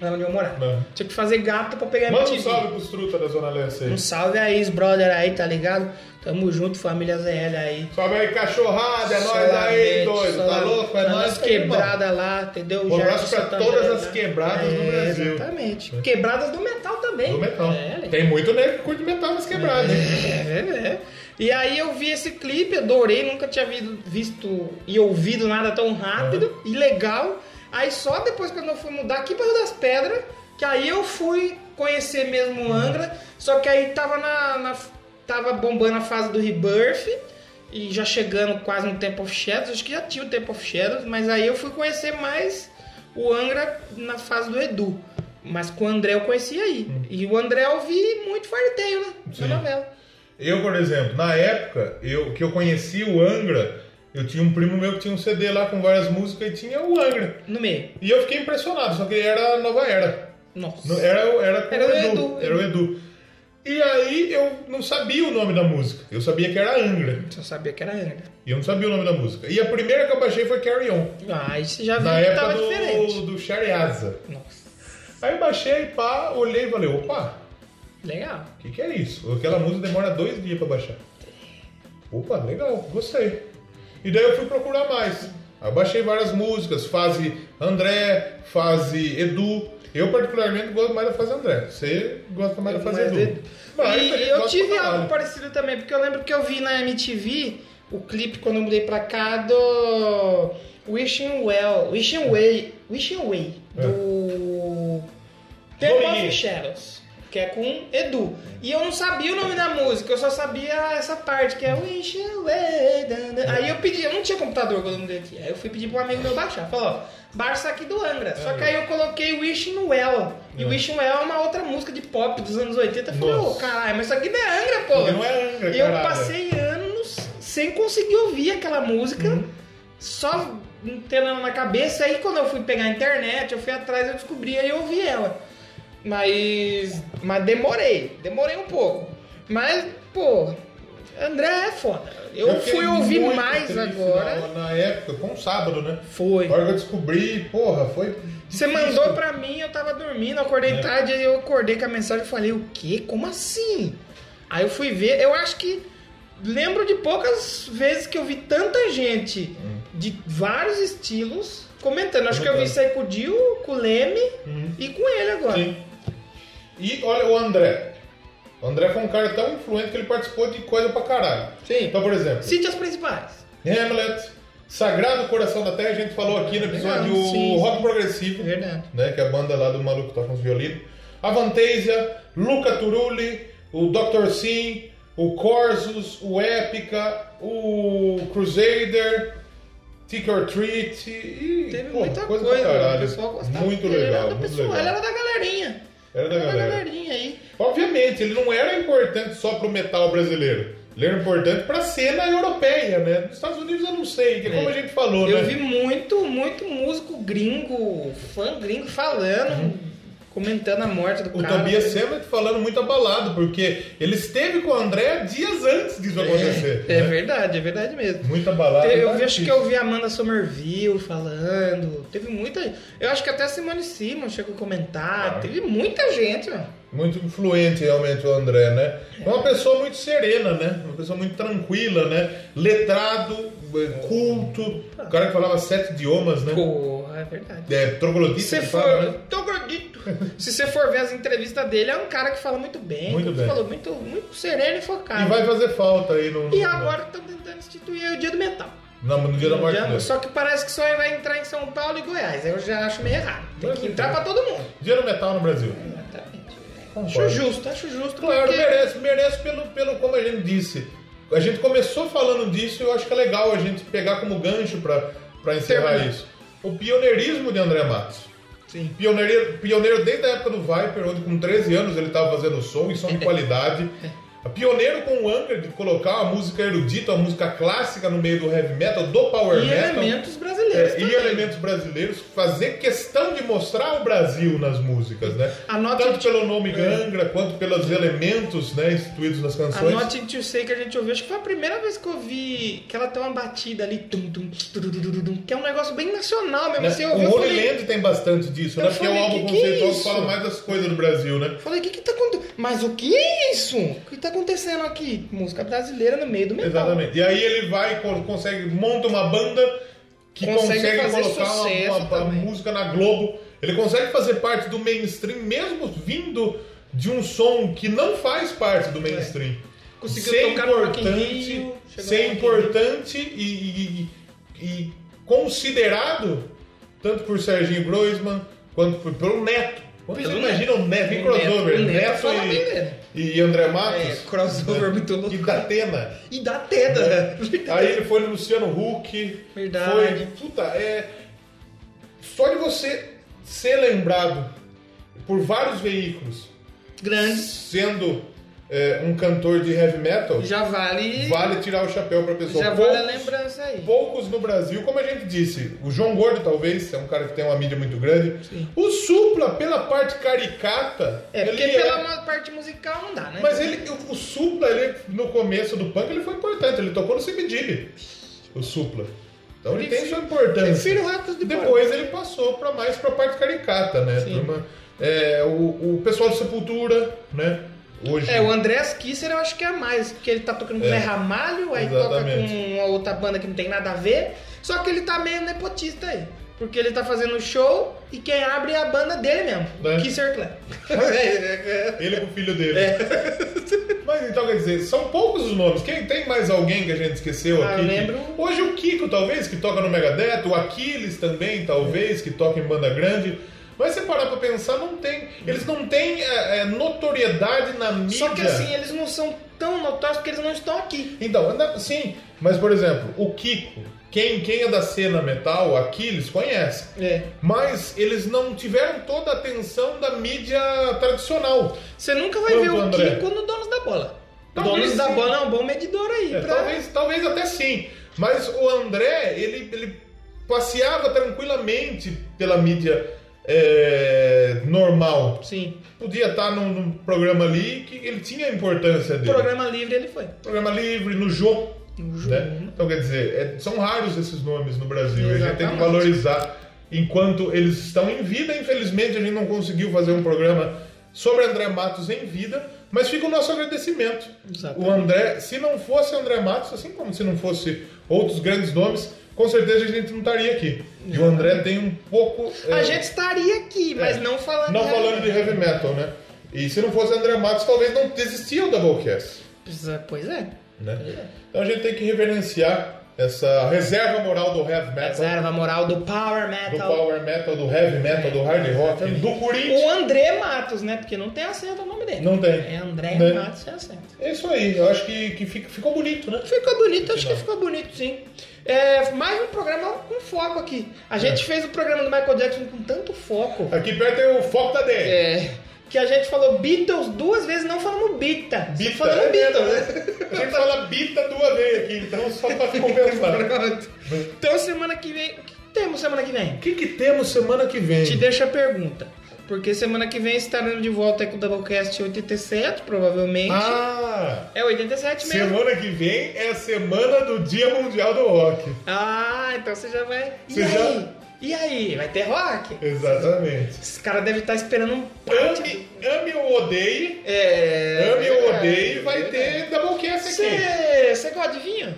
Speaker 1: lá onde eu morava.
Speaker 2: Não.
Speaker 1: Tinha que fazer gato pra pegar
Speaker 2: Uhum. Manda um
Speaker 1: MTV.
Speaker 2: salve pros truta da Zona Leste aí.
Speaker 1: é Um salve aí, os brother aí, tá ligado? Tamo junto, família ZL aí.
Speaker 2: Salve aí, cachorrada, é nóis
Speaker 1: Solamente,
Speaker 2: aí, doido. Tá
Speaker 1: solamente,
Speaker 2: louco?
Speaker 1: pra
Speaker 2: É nóis
Speaker 1: nós
Speaker 2: aí, irmão.
Speaker 1: quebrada lá, entendeu?
Speaker 2: Um abraço
Speaker 1: Jardim
Speaker 2: pra
Speaker 1: Santo
Speaker 2: todas
Speaker 1: André
Speaker 2: as
Speaker 1: lá.
Speaker 2: quebradas do
Speaker 1: É,
Speaker 2: Brasil.
Speaker 1: Exatamente. Quebradas do metal também.
Speaker 2: Do metal.
Speaker 1: É,
Speaker 2: Tem muito negro que curte metal nas quebradas, hein?
Speaker 1: É, é. E aí eu vi esse clipe, adorei, nunca tinha vido- visto e ouvido nada tão rápido e legal. Aí só depois quando eu fui mudar aqui para Rio das Pedras, que aí eu fui conhecer mesmo o Angra, só que aí tava na, na- tava bombando a fase do Rebirth e já chegando quase no Temple of Shadows, acho que já tinha o Temple of Shadows, mas aí eu fui conhecer mais o Angra na fase do Edu. Mas com o André eu conheci aí. E o André eu vi muito farteio, né?
Speaker 2: Sim.
Speaker 1: Na novela.
Speaker 2: Eu, por exemplo, na época eu, que eu conheci o Angra, eu tinha um primo meu que tinha um CD lá com várias músicas e tinha o Angra.
Speaker 1: No meio.
Speaker 2: E eu fiquei impressionado, só que era a nova era.
Speaker 1: Nossa.
Speaker 2: Não, Era, era com
Speaker 1: Era
Speaker 2: o
Speaker 1: o
Speaker 2: Edu,
Speaker 1: Edu.
Speaker 2: Era o Edu. E aí eu não sabia o nome da música. Eu sabia que era Angra.
Speaker 1: Só sabia que era Angra.
Speaker 2: E eu não sabia o nome da música. E a primeira que eu baixei foi Carry On.
Speaker 1: Ah, isso já viu
Speaker 2: Na
Speaker 1: que tava
Speaker 2: época
Speaker 1: diferente.
Speaker 2: do, do Shariaza.
Speaker 1: Nossa,
Speaker 2: Aí eu baixei, pá, olhei e falei, opa,
Speaker 1: legal.
Speaker 2: o que, que é isso? Aquela música demora dois dias pra baixar. Opa, legal, gostei. E daí eu fui procurar mais. Aí eu baixei várias músicas, fase André, fase Edu. Eu particularmente gosto mais da fase André. Você gosta mais da fase
Speaker 1: Mas
Speaker 2: Edu.
Speaker 1: eu-
Speaker 2: Mas
Speaker 1: E
Speaker 2: gente
Speaker 1: eu
Speaker 2: gosta
Speaker 1: tive
Speaker 2: é pra caralho.
Speaker 1: algo parecido também, porque eu lembro que eu vi na MTV o clipe quando eu mudei pra cá do Wishing Well, Wishing Way, Wishing Way,
Speaker 2: É.
Speaker 1: do Temple
Speaker 2: Domingo.
Speaker 1: of Shadows, que é com Edu. E eu não sabia o nome da música, eu só sabia essa parte, que é Wishing Way. dan, dan. né, Aí eu pedi, eu não tinha computador quando eu mudei aqui, aí eu fui pedir pra um amigo meu baixar, falou, ó, baixa isso aqui do Angra. Só que aí eu coloquei Wishing Well, e Wishing Well é uma outra música de pop dos anos 80, eu falei, ô,
Speaker 2: Nossa.
Speaker 1: caralho, mas isso aqui não é Angra, pô.
Speaker 2: Porque não é Angra,
Speaker 1: Eu
Speaker 2: caralho.
Speaker 1: passei anos sem conseguir ouvir aquela música,
Speaker 2: Uhum.
Speaker 1: só tendo ela na cabeça. Aí quando eu fui pegar a internet, eu fui atrás, eu descobri, aí eu ouvi ela. Mas, mas demorei, demorei um pouco. Mas, pô, André é foda. Eu,
Speaker 2: fiquei
Speaker 1: fui ouvir
Speaker 2: muito
Speaker 1: mais
Speaker 2: triste
Speaker 1: agora.
Speaker 2: Na, na época, com um sábado, né?
Speaker 1: Foi.
Speaker 2: Na hora que eu descobri, porra, foi.
Speaker 1: Você é
Speaker 2: difícil.
Speaker 1: mandou pra mim, eu tava dormindo, eu acordei
Speaker 2: É.
Speaker 1: tarde, aí eu acordei com a mensagem e falei, o quê? Como assim? Aí eu fui ver, eu acho que lembro de poucas vezes que eu vi tanta gente
Speaker 2: Hum.
Speaker 1: de vários estilos comentando. Acho que eu vi isso aí com o Dil, com o Leme e com ele agora.
Speaker 2: Hum. Sim. E olha o André. O André foi um cara tão influente que ele participou de coisa pra caralho.
Speaker 1: Sim.
Speaker 2: Então, por exemplo,
Speaker 1: Cite as principais.
Speaker 2: Hamlet, Sagrado Coração da Terra, a gente falou aqui no episódio
Speaker 1: Legal, sim,
Speaker 2: Rock
Speaker 1: sim.
Speaker 2: Progressivo,
Speaker 1: Verdade.
Speaker 2: né? Que é a banda lá do maluco que toca uns violinos. Avantasia, Luca Turulli, o Dr. Sim, o Corsus, o Épica, o Crusader, Tick or Treat e.
Speaker 1: Teve
Speaker 2: pô,
Speaker 1: muita coisa, né,
Speaker 2: coisa, pra
Speaker 1: o
Speaker 2: caralho.
Speaker 1: pessoal gostava.
Speaker 2: Muito
Speaker 1: Ele era
Speaker 2: legal,
Speaker 1: da
Speaker 2: muito
Speaker 1: pessoa,
Speaker 2: legal.
Speaker 1: Ele era da galerinha.
Speaker 2: Era da
Speaker 1: Era da
Speaker 2: galera.
Speaker 1: galerinha aí.
Speaker 2: Obviamente, ele não era importante só pro metal brasileiro. Ele era importante pra cena europeia, né? Nos Estados Unidos eu não sei, que é como a gente falou,
Speaker 1: Eu
Speaker 2: né?
Speaker 1: vi muito, muito músico gringo, fã gringo falando, comentando a morte do
Speaker 2: Uhum. O
Speaker 1: cara.
Speaker 2: Tobias Sammet falando muito abalado, porque ele esteve com o André dias antes disso acontecer.
Speaker 1: É
Speaker 2: né?
Speaker 1: verdade, é verdade mesmo.
Speaker 2: Muito abalado.
Speaker 1: Eu
Speaker 2: tá
Speaker 1: vi- acho
Speaker 2: difícil.
Speaker 1: que eu vi a Amanda Somerville falando. Teve muita. Eu acho que até a Simone Simon chegou a comentar. Teve muita gente, né? mano.
Speaker 2: Muito influente realmente o André, né? É uma pessoa muito serena, né? Uma pessoa muito tranquila, né? Letrado, culto. O cara que falava sete idiomas, né?
Speaker 1: Porra, é verdade.
Speaker 2: É, troglodita
Speaker 1: Se
Speaker 2: que
Speaker 1: for,
Speaker 2: fala, né?
Speaker 1: tô gordito. Se você for ver as entrevistas dele, é um cara que fala muito bem.
Speaker 2: Muito
Speaker 1: como
Speaker 2: bem.
Speaker 1: Você falou, muito, muito sereno e focado.
Speaker 2: E vai fazer falta aí no.
Speaker 1: E agora estão tentando instituir o dia do metal.
Speaker 2: Não, no dia da morte
Speaker 1: Dia-
Speaker 2: dele.
Speaker 1: só que parece que só vai entrar em São Paulo e Goiás. Eu já acho meio errado. Tem
Speaker 2: é.
Speaker 1: que entrar pra todo mundo.
Speaker 2: Dia do metal no Brasil.
Speaker 1: Acho justo, acho justo.
Speaker 2: Claro,
Speaker 1: porque-
Speaker 2: merece, merece pelo, pelo como a gente disse. A gente começou falando disso e eu acho que é legal a gente pegar como gancho pra pra encerrar
Speaker 1: Terminar.
Speaker 2: isso. O pioneirismo de André Matos.
Speaker 1: Sim.
Speaker 2: Pioneiro, pioneiro desde a época do Viper, onde com 13 anos ele estava fazendo som e som de qualidade. Pioneiro com o Angra de colocar a música erudita, a música clássica no meio do heavy metal, do power
Speaker 1: E
Speaker 2: metal.
Speaker 1: elementos brasileiros
Speaker 2: É, e
Speaker 1: também.
Speaker 2: elementos brasileiros, fazer questão de mostrar o Brasil nas músicas, né?
Speaker 1: Anote-
Speaker 2: Tanto pelo nome Gangra, quanto pelos elementos né, instituídos nas canções.
Speaker 1: A Not to Say que a gente ouviu, acho que foi a primeira vez que eu ouvi que ela tem uma batida ali, tum, tum, turururudum, que é um negócio bem nacional mesmo.
Speaker 2: Né?
Speaker 1: Você
Speaker 2: O
Speaker 1: ouviu, eu
Speaker 2: Holy
Speaker 1: falei,
Speaker 2: Land tem bastante disso,
Speaker 1: Eu
Speaker 2: né? Porque é um
Speaker 1: falei,
Speaker 2: álbum
Speaker 1: que que é
Speaker 2: conceitual que
Speaker 1: isso?
Speaker 2: fala mais das coisas do Brasil, né?
Speaker 1: falei, o que que tá acontecendo? Mas o que é isso? O que tá acontecendo aqui? Música brasileira no meio do metal.
Speaker 2: Exatamente. E aí ele vai, co- consegue, monta uma banda que consegue,
Speaker 1: Consegue fazer
Speaker 2: colocar uma-
Speaker 1: sucesso
Speaker 2: uma, uma música na Globo. Ele consegue fazer parte do mainstream, mesmo vindo de um som que não faz parte
Speaker 1: É.
Speaker 2: do mainstream.
Speaker 1: Conseguiu
Speaker 2: ser
Speaker 1: tocar no Rock in
Speaker 2: importante,
Speaker 1: Rio, chegou no
Speaker 2: ser
Speaker 1: Rock in
Speaker 2: importante e, e- e considerado tanto por Serginho Groisman quanto por- pelo Neto. Vocês
Speaker 1: Pelo
Speaker 2: imaginam o Neto, em
Speaker 1: O Neto-
Speaker 2: crossover,
Speaker 1: o Neto
Speaker 2: Neto,
Speaker 1: fala bem dele.
Speaker 2: e, e André Matos.
Speaker 1: É,
Speaker 2: Né?
Speaker 1: crossover muito louco.
Speaker 2: E Datena.
Speaker 1: E dá teda.
Speaker 2: Aí ele foi no Luciano Huck.
Speaker 1: Verdade.
Speaker 2: Foi, puta, é. Só de você ser lembrado por vários veículos,
Speaker 1: Grande.
Speaker 2: sendo é, um cantor de heavy metal,
Speaker 1: Já vale.
Speaker 2: vale tirar o chapéu pra pessoa.
Speaker 1: já vale
Speaker 2: Poucos-
Speaker 1: a lembrança aí.
Speaker 2: poucos no Brasil, como a gente disse, o João Gordo talvez, é um cara que tem uma mídia muito grande. O Supla, pela parte caricata,
Speaker 1: É, porque
Speaker 2: ele
Speaker 1: pela ma- parte musical não dá, né?
Speaker 2: Mas ele, o, o Supla, ele, no começo do punk, ele foi importante, ele tocou no CBGB, o Supla. Então ele tem sua importância.
Speaker 1: Prefiro ratos de
Speaker 2: Depois ele passou para mais para parte caricata, né? Turma, é, o, o pessoal do Sepultura, né? Hoje.
Speaker 1: É, o Andrés Kisser eu acho que é mais, porque ele tá tocando com o
Speaker 2: É.
Speaker 1: Zé Ramalho, aí
Speaker 2: Exatamente.
Speaker 1: toca com uma outra banda que não tem nada a ver, só que ele tá meio nepotista aí. Porque ele tá fazendo show e quem abre é a banda dele mesmo,
Speaker 2: É.
Speaker 1: Kisser Clan.
Speaker 2: Ele é o filho dele. Mas então quer dizer, são poucos os nomes. Quem tem mais alguém que a gente esqueceu
Speaker 1: Ah,
Speaker 2: aqui?
Speaker 1: eu
Speaker 2: que-
Speaker 1: lembro.
Speaker 2: Hoje o Kiko, talvez, que toca no Megadeth, o Aquiles também, talvez, que toca em banda grande. Mas se parar pra pensar, não tem. Eles não têm é, é, notoriedade na mídia.
Speaker 1: Só que assim, eles não são tão notórios porque eles não estão aqui.
Speaker 2: Então, anda- sim, mas por exemplo, o Kiko, quem, quem é da cena metal, Aquiles, conhece.
Speaker 1: É.
Speaker 2: Mas eles não tiveram toda a atenção da mídia tradicional.
Speaker 1: Você nunca vai
Speaker 2: Pronto,
Speaker 1: ver o
Speaker 2: André.
Speaker 1: Kiko no Donos da Bola.
Speaker 2: Talvez
Speaker 1: Donos da
Speaker 2: sim.
Speaker 1: Bola é um bom medidor aí.
Speaker 2: É,
Speaker 1: pra-
Speaker 2: talvez, talvez até sim. Mas o André, ele, ele passeava tranquilamente pela mídia é, normal.
Speaker 1: Sim.
Speaker 2: Podia estar num, num programa ali que ele tinha a importância dele.
Speaker 1: Programa livre ele foi.
Speaker 2: Programa livre, no jogo.
Speaker 1: No jogo.
Speaker 2: né? Então, quer dizer, é- são raros esses nomes no Brasil. A gente tem que
Speaker 1: Exatamente.
Speaker 2: valorizar enquanto eles estão em vida. Infelizmente, a gente não conseguiu fazer um programa sobre André Matos em vida, mas fica o nosso agradecimento.
Speaker 1: Exatamente.
Speaker 2: O André, se não fosse André Matos, assim como se não fosse outros grandes nomes, com certeza a gente não estaria aqui. E o André tem um pouco.
Speaker 1: A
Speaker 2: é,
Speaker 1: gente estaria aqui, mas
Speaker 2: É.
Speaker 1: não falando
Speaker 2: Não
Speaker 1: de
Speaker 2: falando de heavy metal, né? E se não fosse André Matos, talvez não existia o Doublecast.
Speaker 1: Precisa- Pois é.
Speaker 2: Né? Então a gente tem que reverenciar essa reserva moral do heavy metal,
Speaker 1: Reserva moral do Power Metal.
Speaker 2: do power metal, do heavy metal, do hard rock, do Corinthians.
Speaker 1: O André Matos, né? Porque não tem acento o nome dele.
Speaker 2: Não tem.
Speaker 1: É André
Speaker 2: Né?
Speaker 1: Matos sem acento.
Speaker 2: É isso aí, eu acho que, que fica- ficou bonito, né?
Speaker 1: Ficou bonito, acho que
Speaker 2: Não.
Speaker 1: ficou bonito, sim. É, mais um programa com foco aqui. A
Speaker 2: É.
Speaker 1: gente fez o programa do Michael Jackson com tanto foco.
Speaker 2: Aqui perto é o Foco da 10.
Speaker 1: é, que a gente falou Beatles duas vezes, não falamos Bita. Bita.
Speaker 2: Bita,
Speaker 1: Falamos
Speaker 2: é
Speaker 1: Beatles, né?
Speaker 2: verdade. A gente fala bita duas vezes aqui, então só pra compensar.
Speaker 1: Pronto. Então semana que vem. O que temos semana que vem?
Speaker 2: O que, que temos semana que vem?
Speaker 1: Te deixa a pergunta. Porque semana que vem estaremos de volta aí com o Doublecast 87, provavelmente.
Speaker 2: Ah,
Speaker 1: É 87 mesmo.
Speaker 2: semana que vem é a semana do Dia Mundial do Rock.
Speaker 1: Ah, então você já vai.
Speaker 2: Você
Speaker 1: e
Speaker 2: já-
Speaker 1: aí? E aí? Vai ter rock?
Speaker 2: Exatamente.
Speaker 1: Esse cara deve estar esperando um
Speaker 2: Ame, ame ou odeie,
Speaker 1: É.
Speaker 2: ame ou odeie, vai ter Doublecast aqui.
Speaker 1: Você gosta de vinho?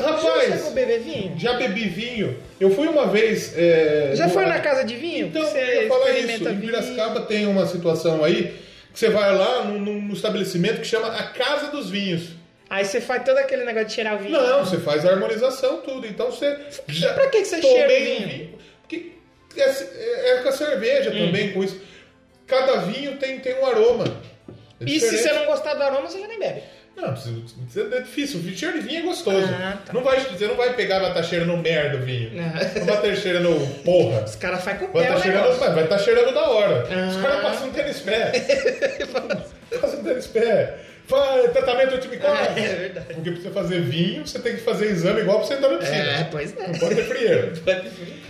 Speaker 1: Já
Speaker 2: Rapaz,
Speaker 1: chegou a beber vinho?
Speaker 2: já bebi vinho. Eu fui uma vez. é,
Speaker 1: Já foi
Speaker 2: numa-
Speaker 1: na casa de vinho?
Speaker 2: Então,
Speaker 1: Você
Speaker 2: eu ia falar isso.
Speaker 1: experimenta
Speaker 2: Em
Speaker 1: vinho?
Speaker 2: Piracicaba tem uma situação aí que você vai lá num, num- num estabelecimento que chama a Casa dos Vinhos.
Speaker 1: Aí você faz todo aquele negócio de cheirar o vinho.
Speaker 2: Não, você faz a harmonização, tudo. Então você. Já
Speaker 1: Pra que que você
Speaker 2: tomei
Speaker 1: cheira o
Speaker 2: um
Speaker 1: vinho? Hum.
Speaker 2: Porque é, é- é com a cerveja também, com isso. Cada vinho tem, tem um aroma. É
Speaker 1: E se
Speaker 2: diferente.
Speaker 1: você não gostar do aroma, você já nem bebe.
Speaker 2: Não, isso é difícil. O cheiro de vinho é gostoso.
Speaker 1: Ah, tá.
Speaker 2: não vai, você não vai pegar batata cheira no merda o vinho.
Speaker 1: Não.
Speaker 2: Não vai estar cheirando porra.
Speaker 1: Os caras fazem com o pé
Speaker 2: Vai estar
Speaker 1: É. o
Speaker 2: cheirando,
Speaker 1: negócio.
Speaker 2: vai tá cheirando da hora.
Speaker 1: Ah.
Speaker 2: Os caras passam um tênis pé. Passa um tênis pé. Fala, tratamento otimicado.
Speaker 1: É verdade.
Speaker 2: Porque pra você fazer vinho, você tem que fazer exame igual pra você entrar na piscina.
Speaker 1: É, pois é.
Speaker 2: assim. Não pode ter frieiro.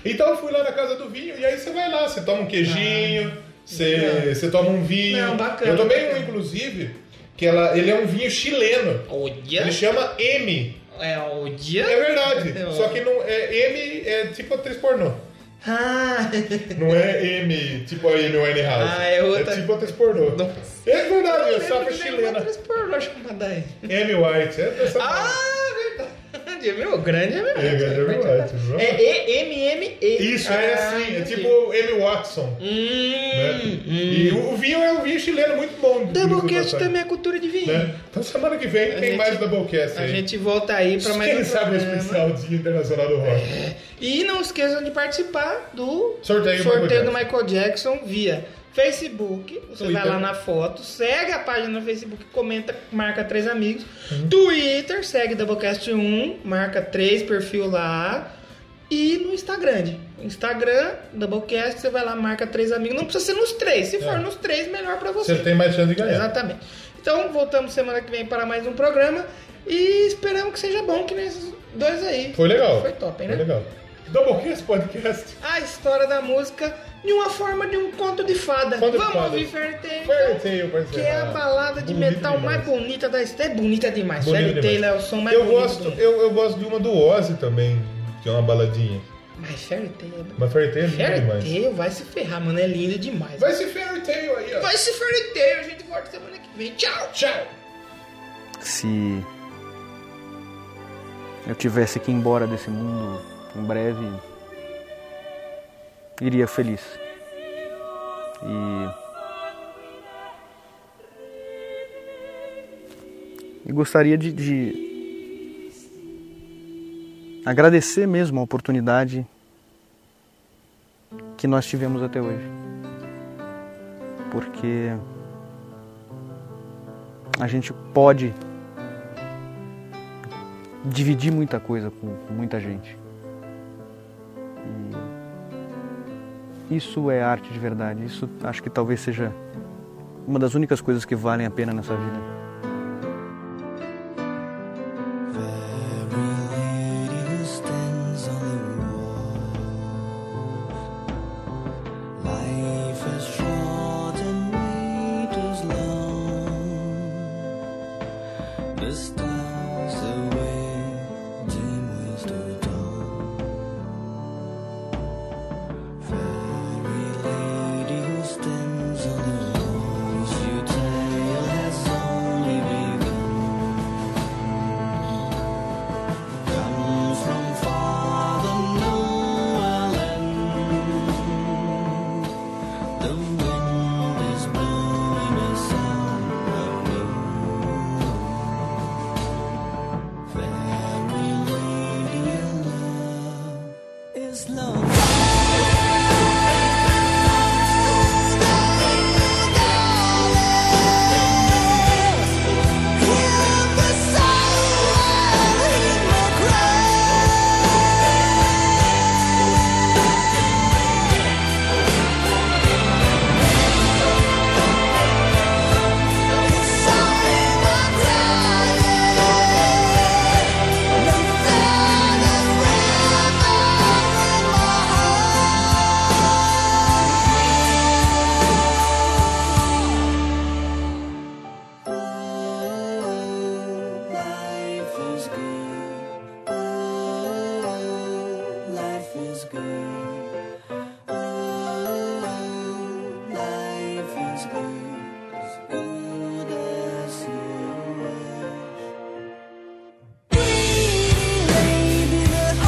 Speaker 2: Então eu fui lá na casa do vinho e aí você vai lá, você toma um queijinho, você, você toma um vinho.
Speaker 1: Ah. Não, bacana,
Speaker 2: eu tomei um,
Speaker 1: bacana.
Speaker 2: inclusive, que ela, ele é um vinho chileno.
Speaker 1: Olha.
Speaker 2: Ele chama M.
Speaker 1: É o dia.
Speaker 2: É verdade.
Speaker 1: É, ó.
Speaker 2: Só que não é M é tipo atriz pornô.
Speaker 1: Ah,
Speaker 2: Não é M, tipo a Amy Winehouse.
Speaker 1: Ah, é outra.
Speaker 2: tipo atriz pornô. É verdade, é safra chilena.
Speaker 1: Transportou, chamada aí.
Speaker 2: M. White. É dessa
Speaker 1: Ah, verdade. Meu, grande é
Speaker 2: é,
Speaker 1: verdade.
Speaker 2: é M. White.
Speaker 1: É
Speaker 2: exatamente.
Speaker 1: E-M-M-E.
Speaker 2: Isso, é
Speaker 1: Ah,
Speaker 2: assim. É
Speaker 1: entendi.
Speaker 2: tipo M. Watson. né?
Speaker 1: Hum.
Speaker 2: E o o vinho é um vinho chileno muito bom.
Speaker 1: Doublecast
Speaker 2: diga-se de
Speaker 1: também é cultura de vinho.
Speaker 2: passagem, né? Então semana que vem
Speaker 1: A
Speaker 2: tem
Speaker 1: gente-
Speaker 2: mais Doublecast
Speaker 1: A
Speaker 2: aí.
Speaker 1: gente volta aí pra mais
Speaker 2: Quem
Speaker 1: um
Speaker 2: sabe o
Speaker 1: programa. É.
Speaker 2: especial Dia Internacional do Rock?
Speaker 1: E não esqueçam de participar do
Speaker 2: Sorteio do Michael
Speaker 1: do Michael Jackson via Facebook. Você
Speaker 2: Twitter.
Speaker 1: vai lá na foto, segue a página no Facebook, comenta, marca três amigos.
Speaker 2: Uhum.
Speaker 1: Twitter, segue Doublecast 1, marca três perfil lá. E no Instagram. Instagram, Doublecast, você vai lá, marca três amigos. Não precisa ser nos três. Se for nos três, melhor pra você.
Speaker 2: É. Você é. tem mais chance de ganhar.
Speaker 1: Exatamente. Então, voltamos semana que vem para mais um programa e esperamos que seja bom que nesses dois aí.
Speaker 2: Foi legal.
Speaker 1: Foi top, hein,
Speaker 2: Foi
Speaker 1: né?
Speaker 2: legal. Doublecast Podcast.
Speaker 1: A história da música de uma forma de um conto de fada.
Speaker 2: Conto de
Speaker 1: Vamos
Speaker 2: fadas.
Speaker 1: ouvir Fairy Tail,
Speaker 2: Fairy
Speaker 1: então,
Speaker 2: Tail, parceiro.
Speaker 1: que é a balada de
Speaker 2: Bonito
Speaker 1: metal
Speaker 2: demais.
Speaker 1: mais bonita da história. É bonita demais.
Speaker 2: Bonito
Speaker 1: Fairy
Speaker 2: demais.
Speaker 1: Tail é o som mais
Speaker 2: eu
Speaker 1: bonito.
Speaker 2: gosto,
Speaker 1: do mundo.
Speaker 2: eu, eu gosto de uma do Ozzy também, que é uma baladinha.
Speaker 1: Mas Fairy Tail é bonito.
Speaker 2: Mas Fairy Tail é
Speaker 1: Fairy
Speaker 2: lindo demais.
Speaker 1: Tail vai se ferrar, mano. É lindo demais.
Speaker 2: Vai se Fairy Tail aí, ó.
Speaker 1: Vai se Fairy Tail. A gente volta semana que vem. Tchau.
Speaker 2: Tchau.
Speaker 12: se eu tivesse que ir embora desse mundo em breve, iria feliz. E. E gostaria de, de agradecer mesmo a oportunidade que nós tivemos até hoje. Porque a gente pode dividir muita coisa com, com muita gente. E isso é arte de verdade. Isso acho que talvez seja uma das únicas coisas que valem a pena nessa vida.
Speaker 6: stands on the wall. Life is short and night is long. The stars away, dim ways to dawn. Fairy lady who stands on the wall, your tale has only begun. Comes from far the nowhere land. The wind is blowing a sound of blue. Fairy lady, your love is love. Life is good. Oh, life is good. Oh, life is good. As good as you wish.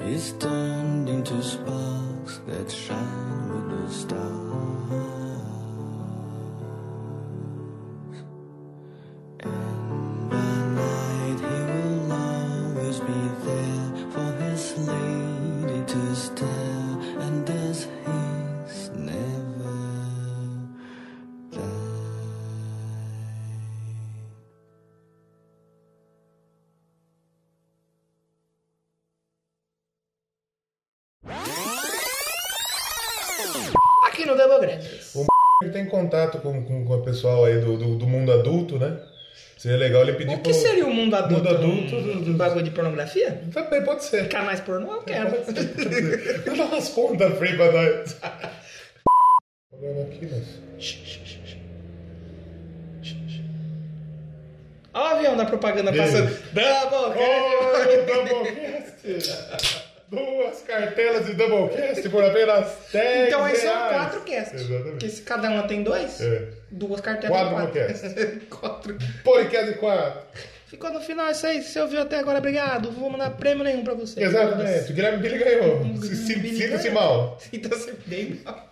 Speaker 13: is turned into sparks that shine with the stars. And by night he will always be there for his lady to stare, and thus he's never there.
Speaker 1: Aqui no Double Grande.
Speaker 2: O ele tem contato com, com, com o pessoal aí do, do, do mundo adulto, né? Seria legal ele pedir
Speaker 1: O que seria o mundo adulto?
Speaker 2: Mundo adulto.
Speaker 1: Um, um bagulho de pornografia?
Speaker 2: Também pode ser.
Speaker 1: Canais pornô? Eu quero.
Speaker 2: Ela as contas free pra nós. Olhando aqui, mas...
Speaker 1: Olha o avião da propaganda
Speaker 2: Deus.
Speaker 1: passando. Double
Speaker 2: Doublecast. Duas cartelas de Doublecast por apenas 10
Speaker 1: Então aí são
Speaker 2: reais.
Speaker 1: quatro casts.
Speaker 2: Exatamente.
Speaker 1: Porque se cada uma tem dois,
Speaker 2: É.
Speaker 1: duas cartelas
Speaker 2: Quatro
Speaker 1: quatro.
Speaker 2: podcasts.
Speaker 1: quatro.
Speaker 2: Podcast de quatro.
Speaker 1: Ficou no final isso aí. Se você ouviu até agora, obrigado. Vou mandar prêmio nenhum pra você. Então,
Speaker 2: Exatamente. Guilherme Billy ganhou. Se- se- Sinta-se mal.
Speaker 1: Sinta-se bem mal.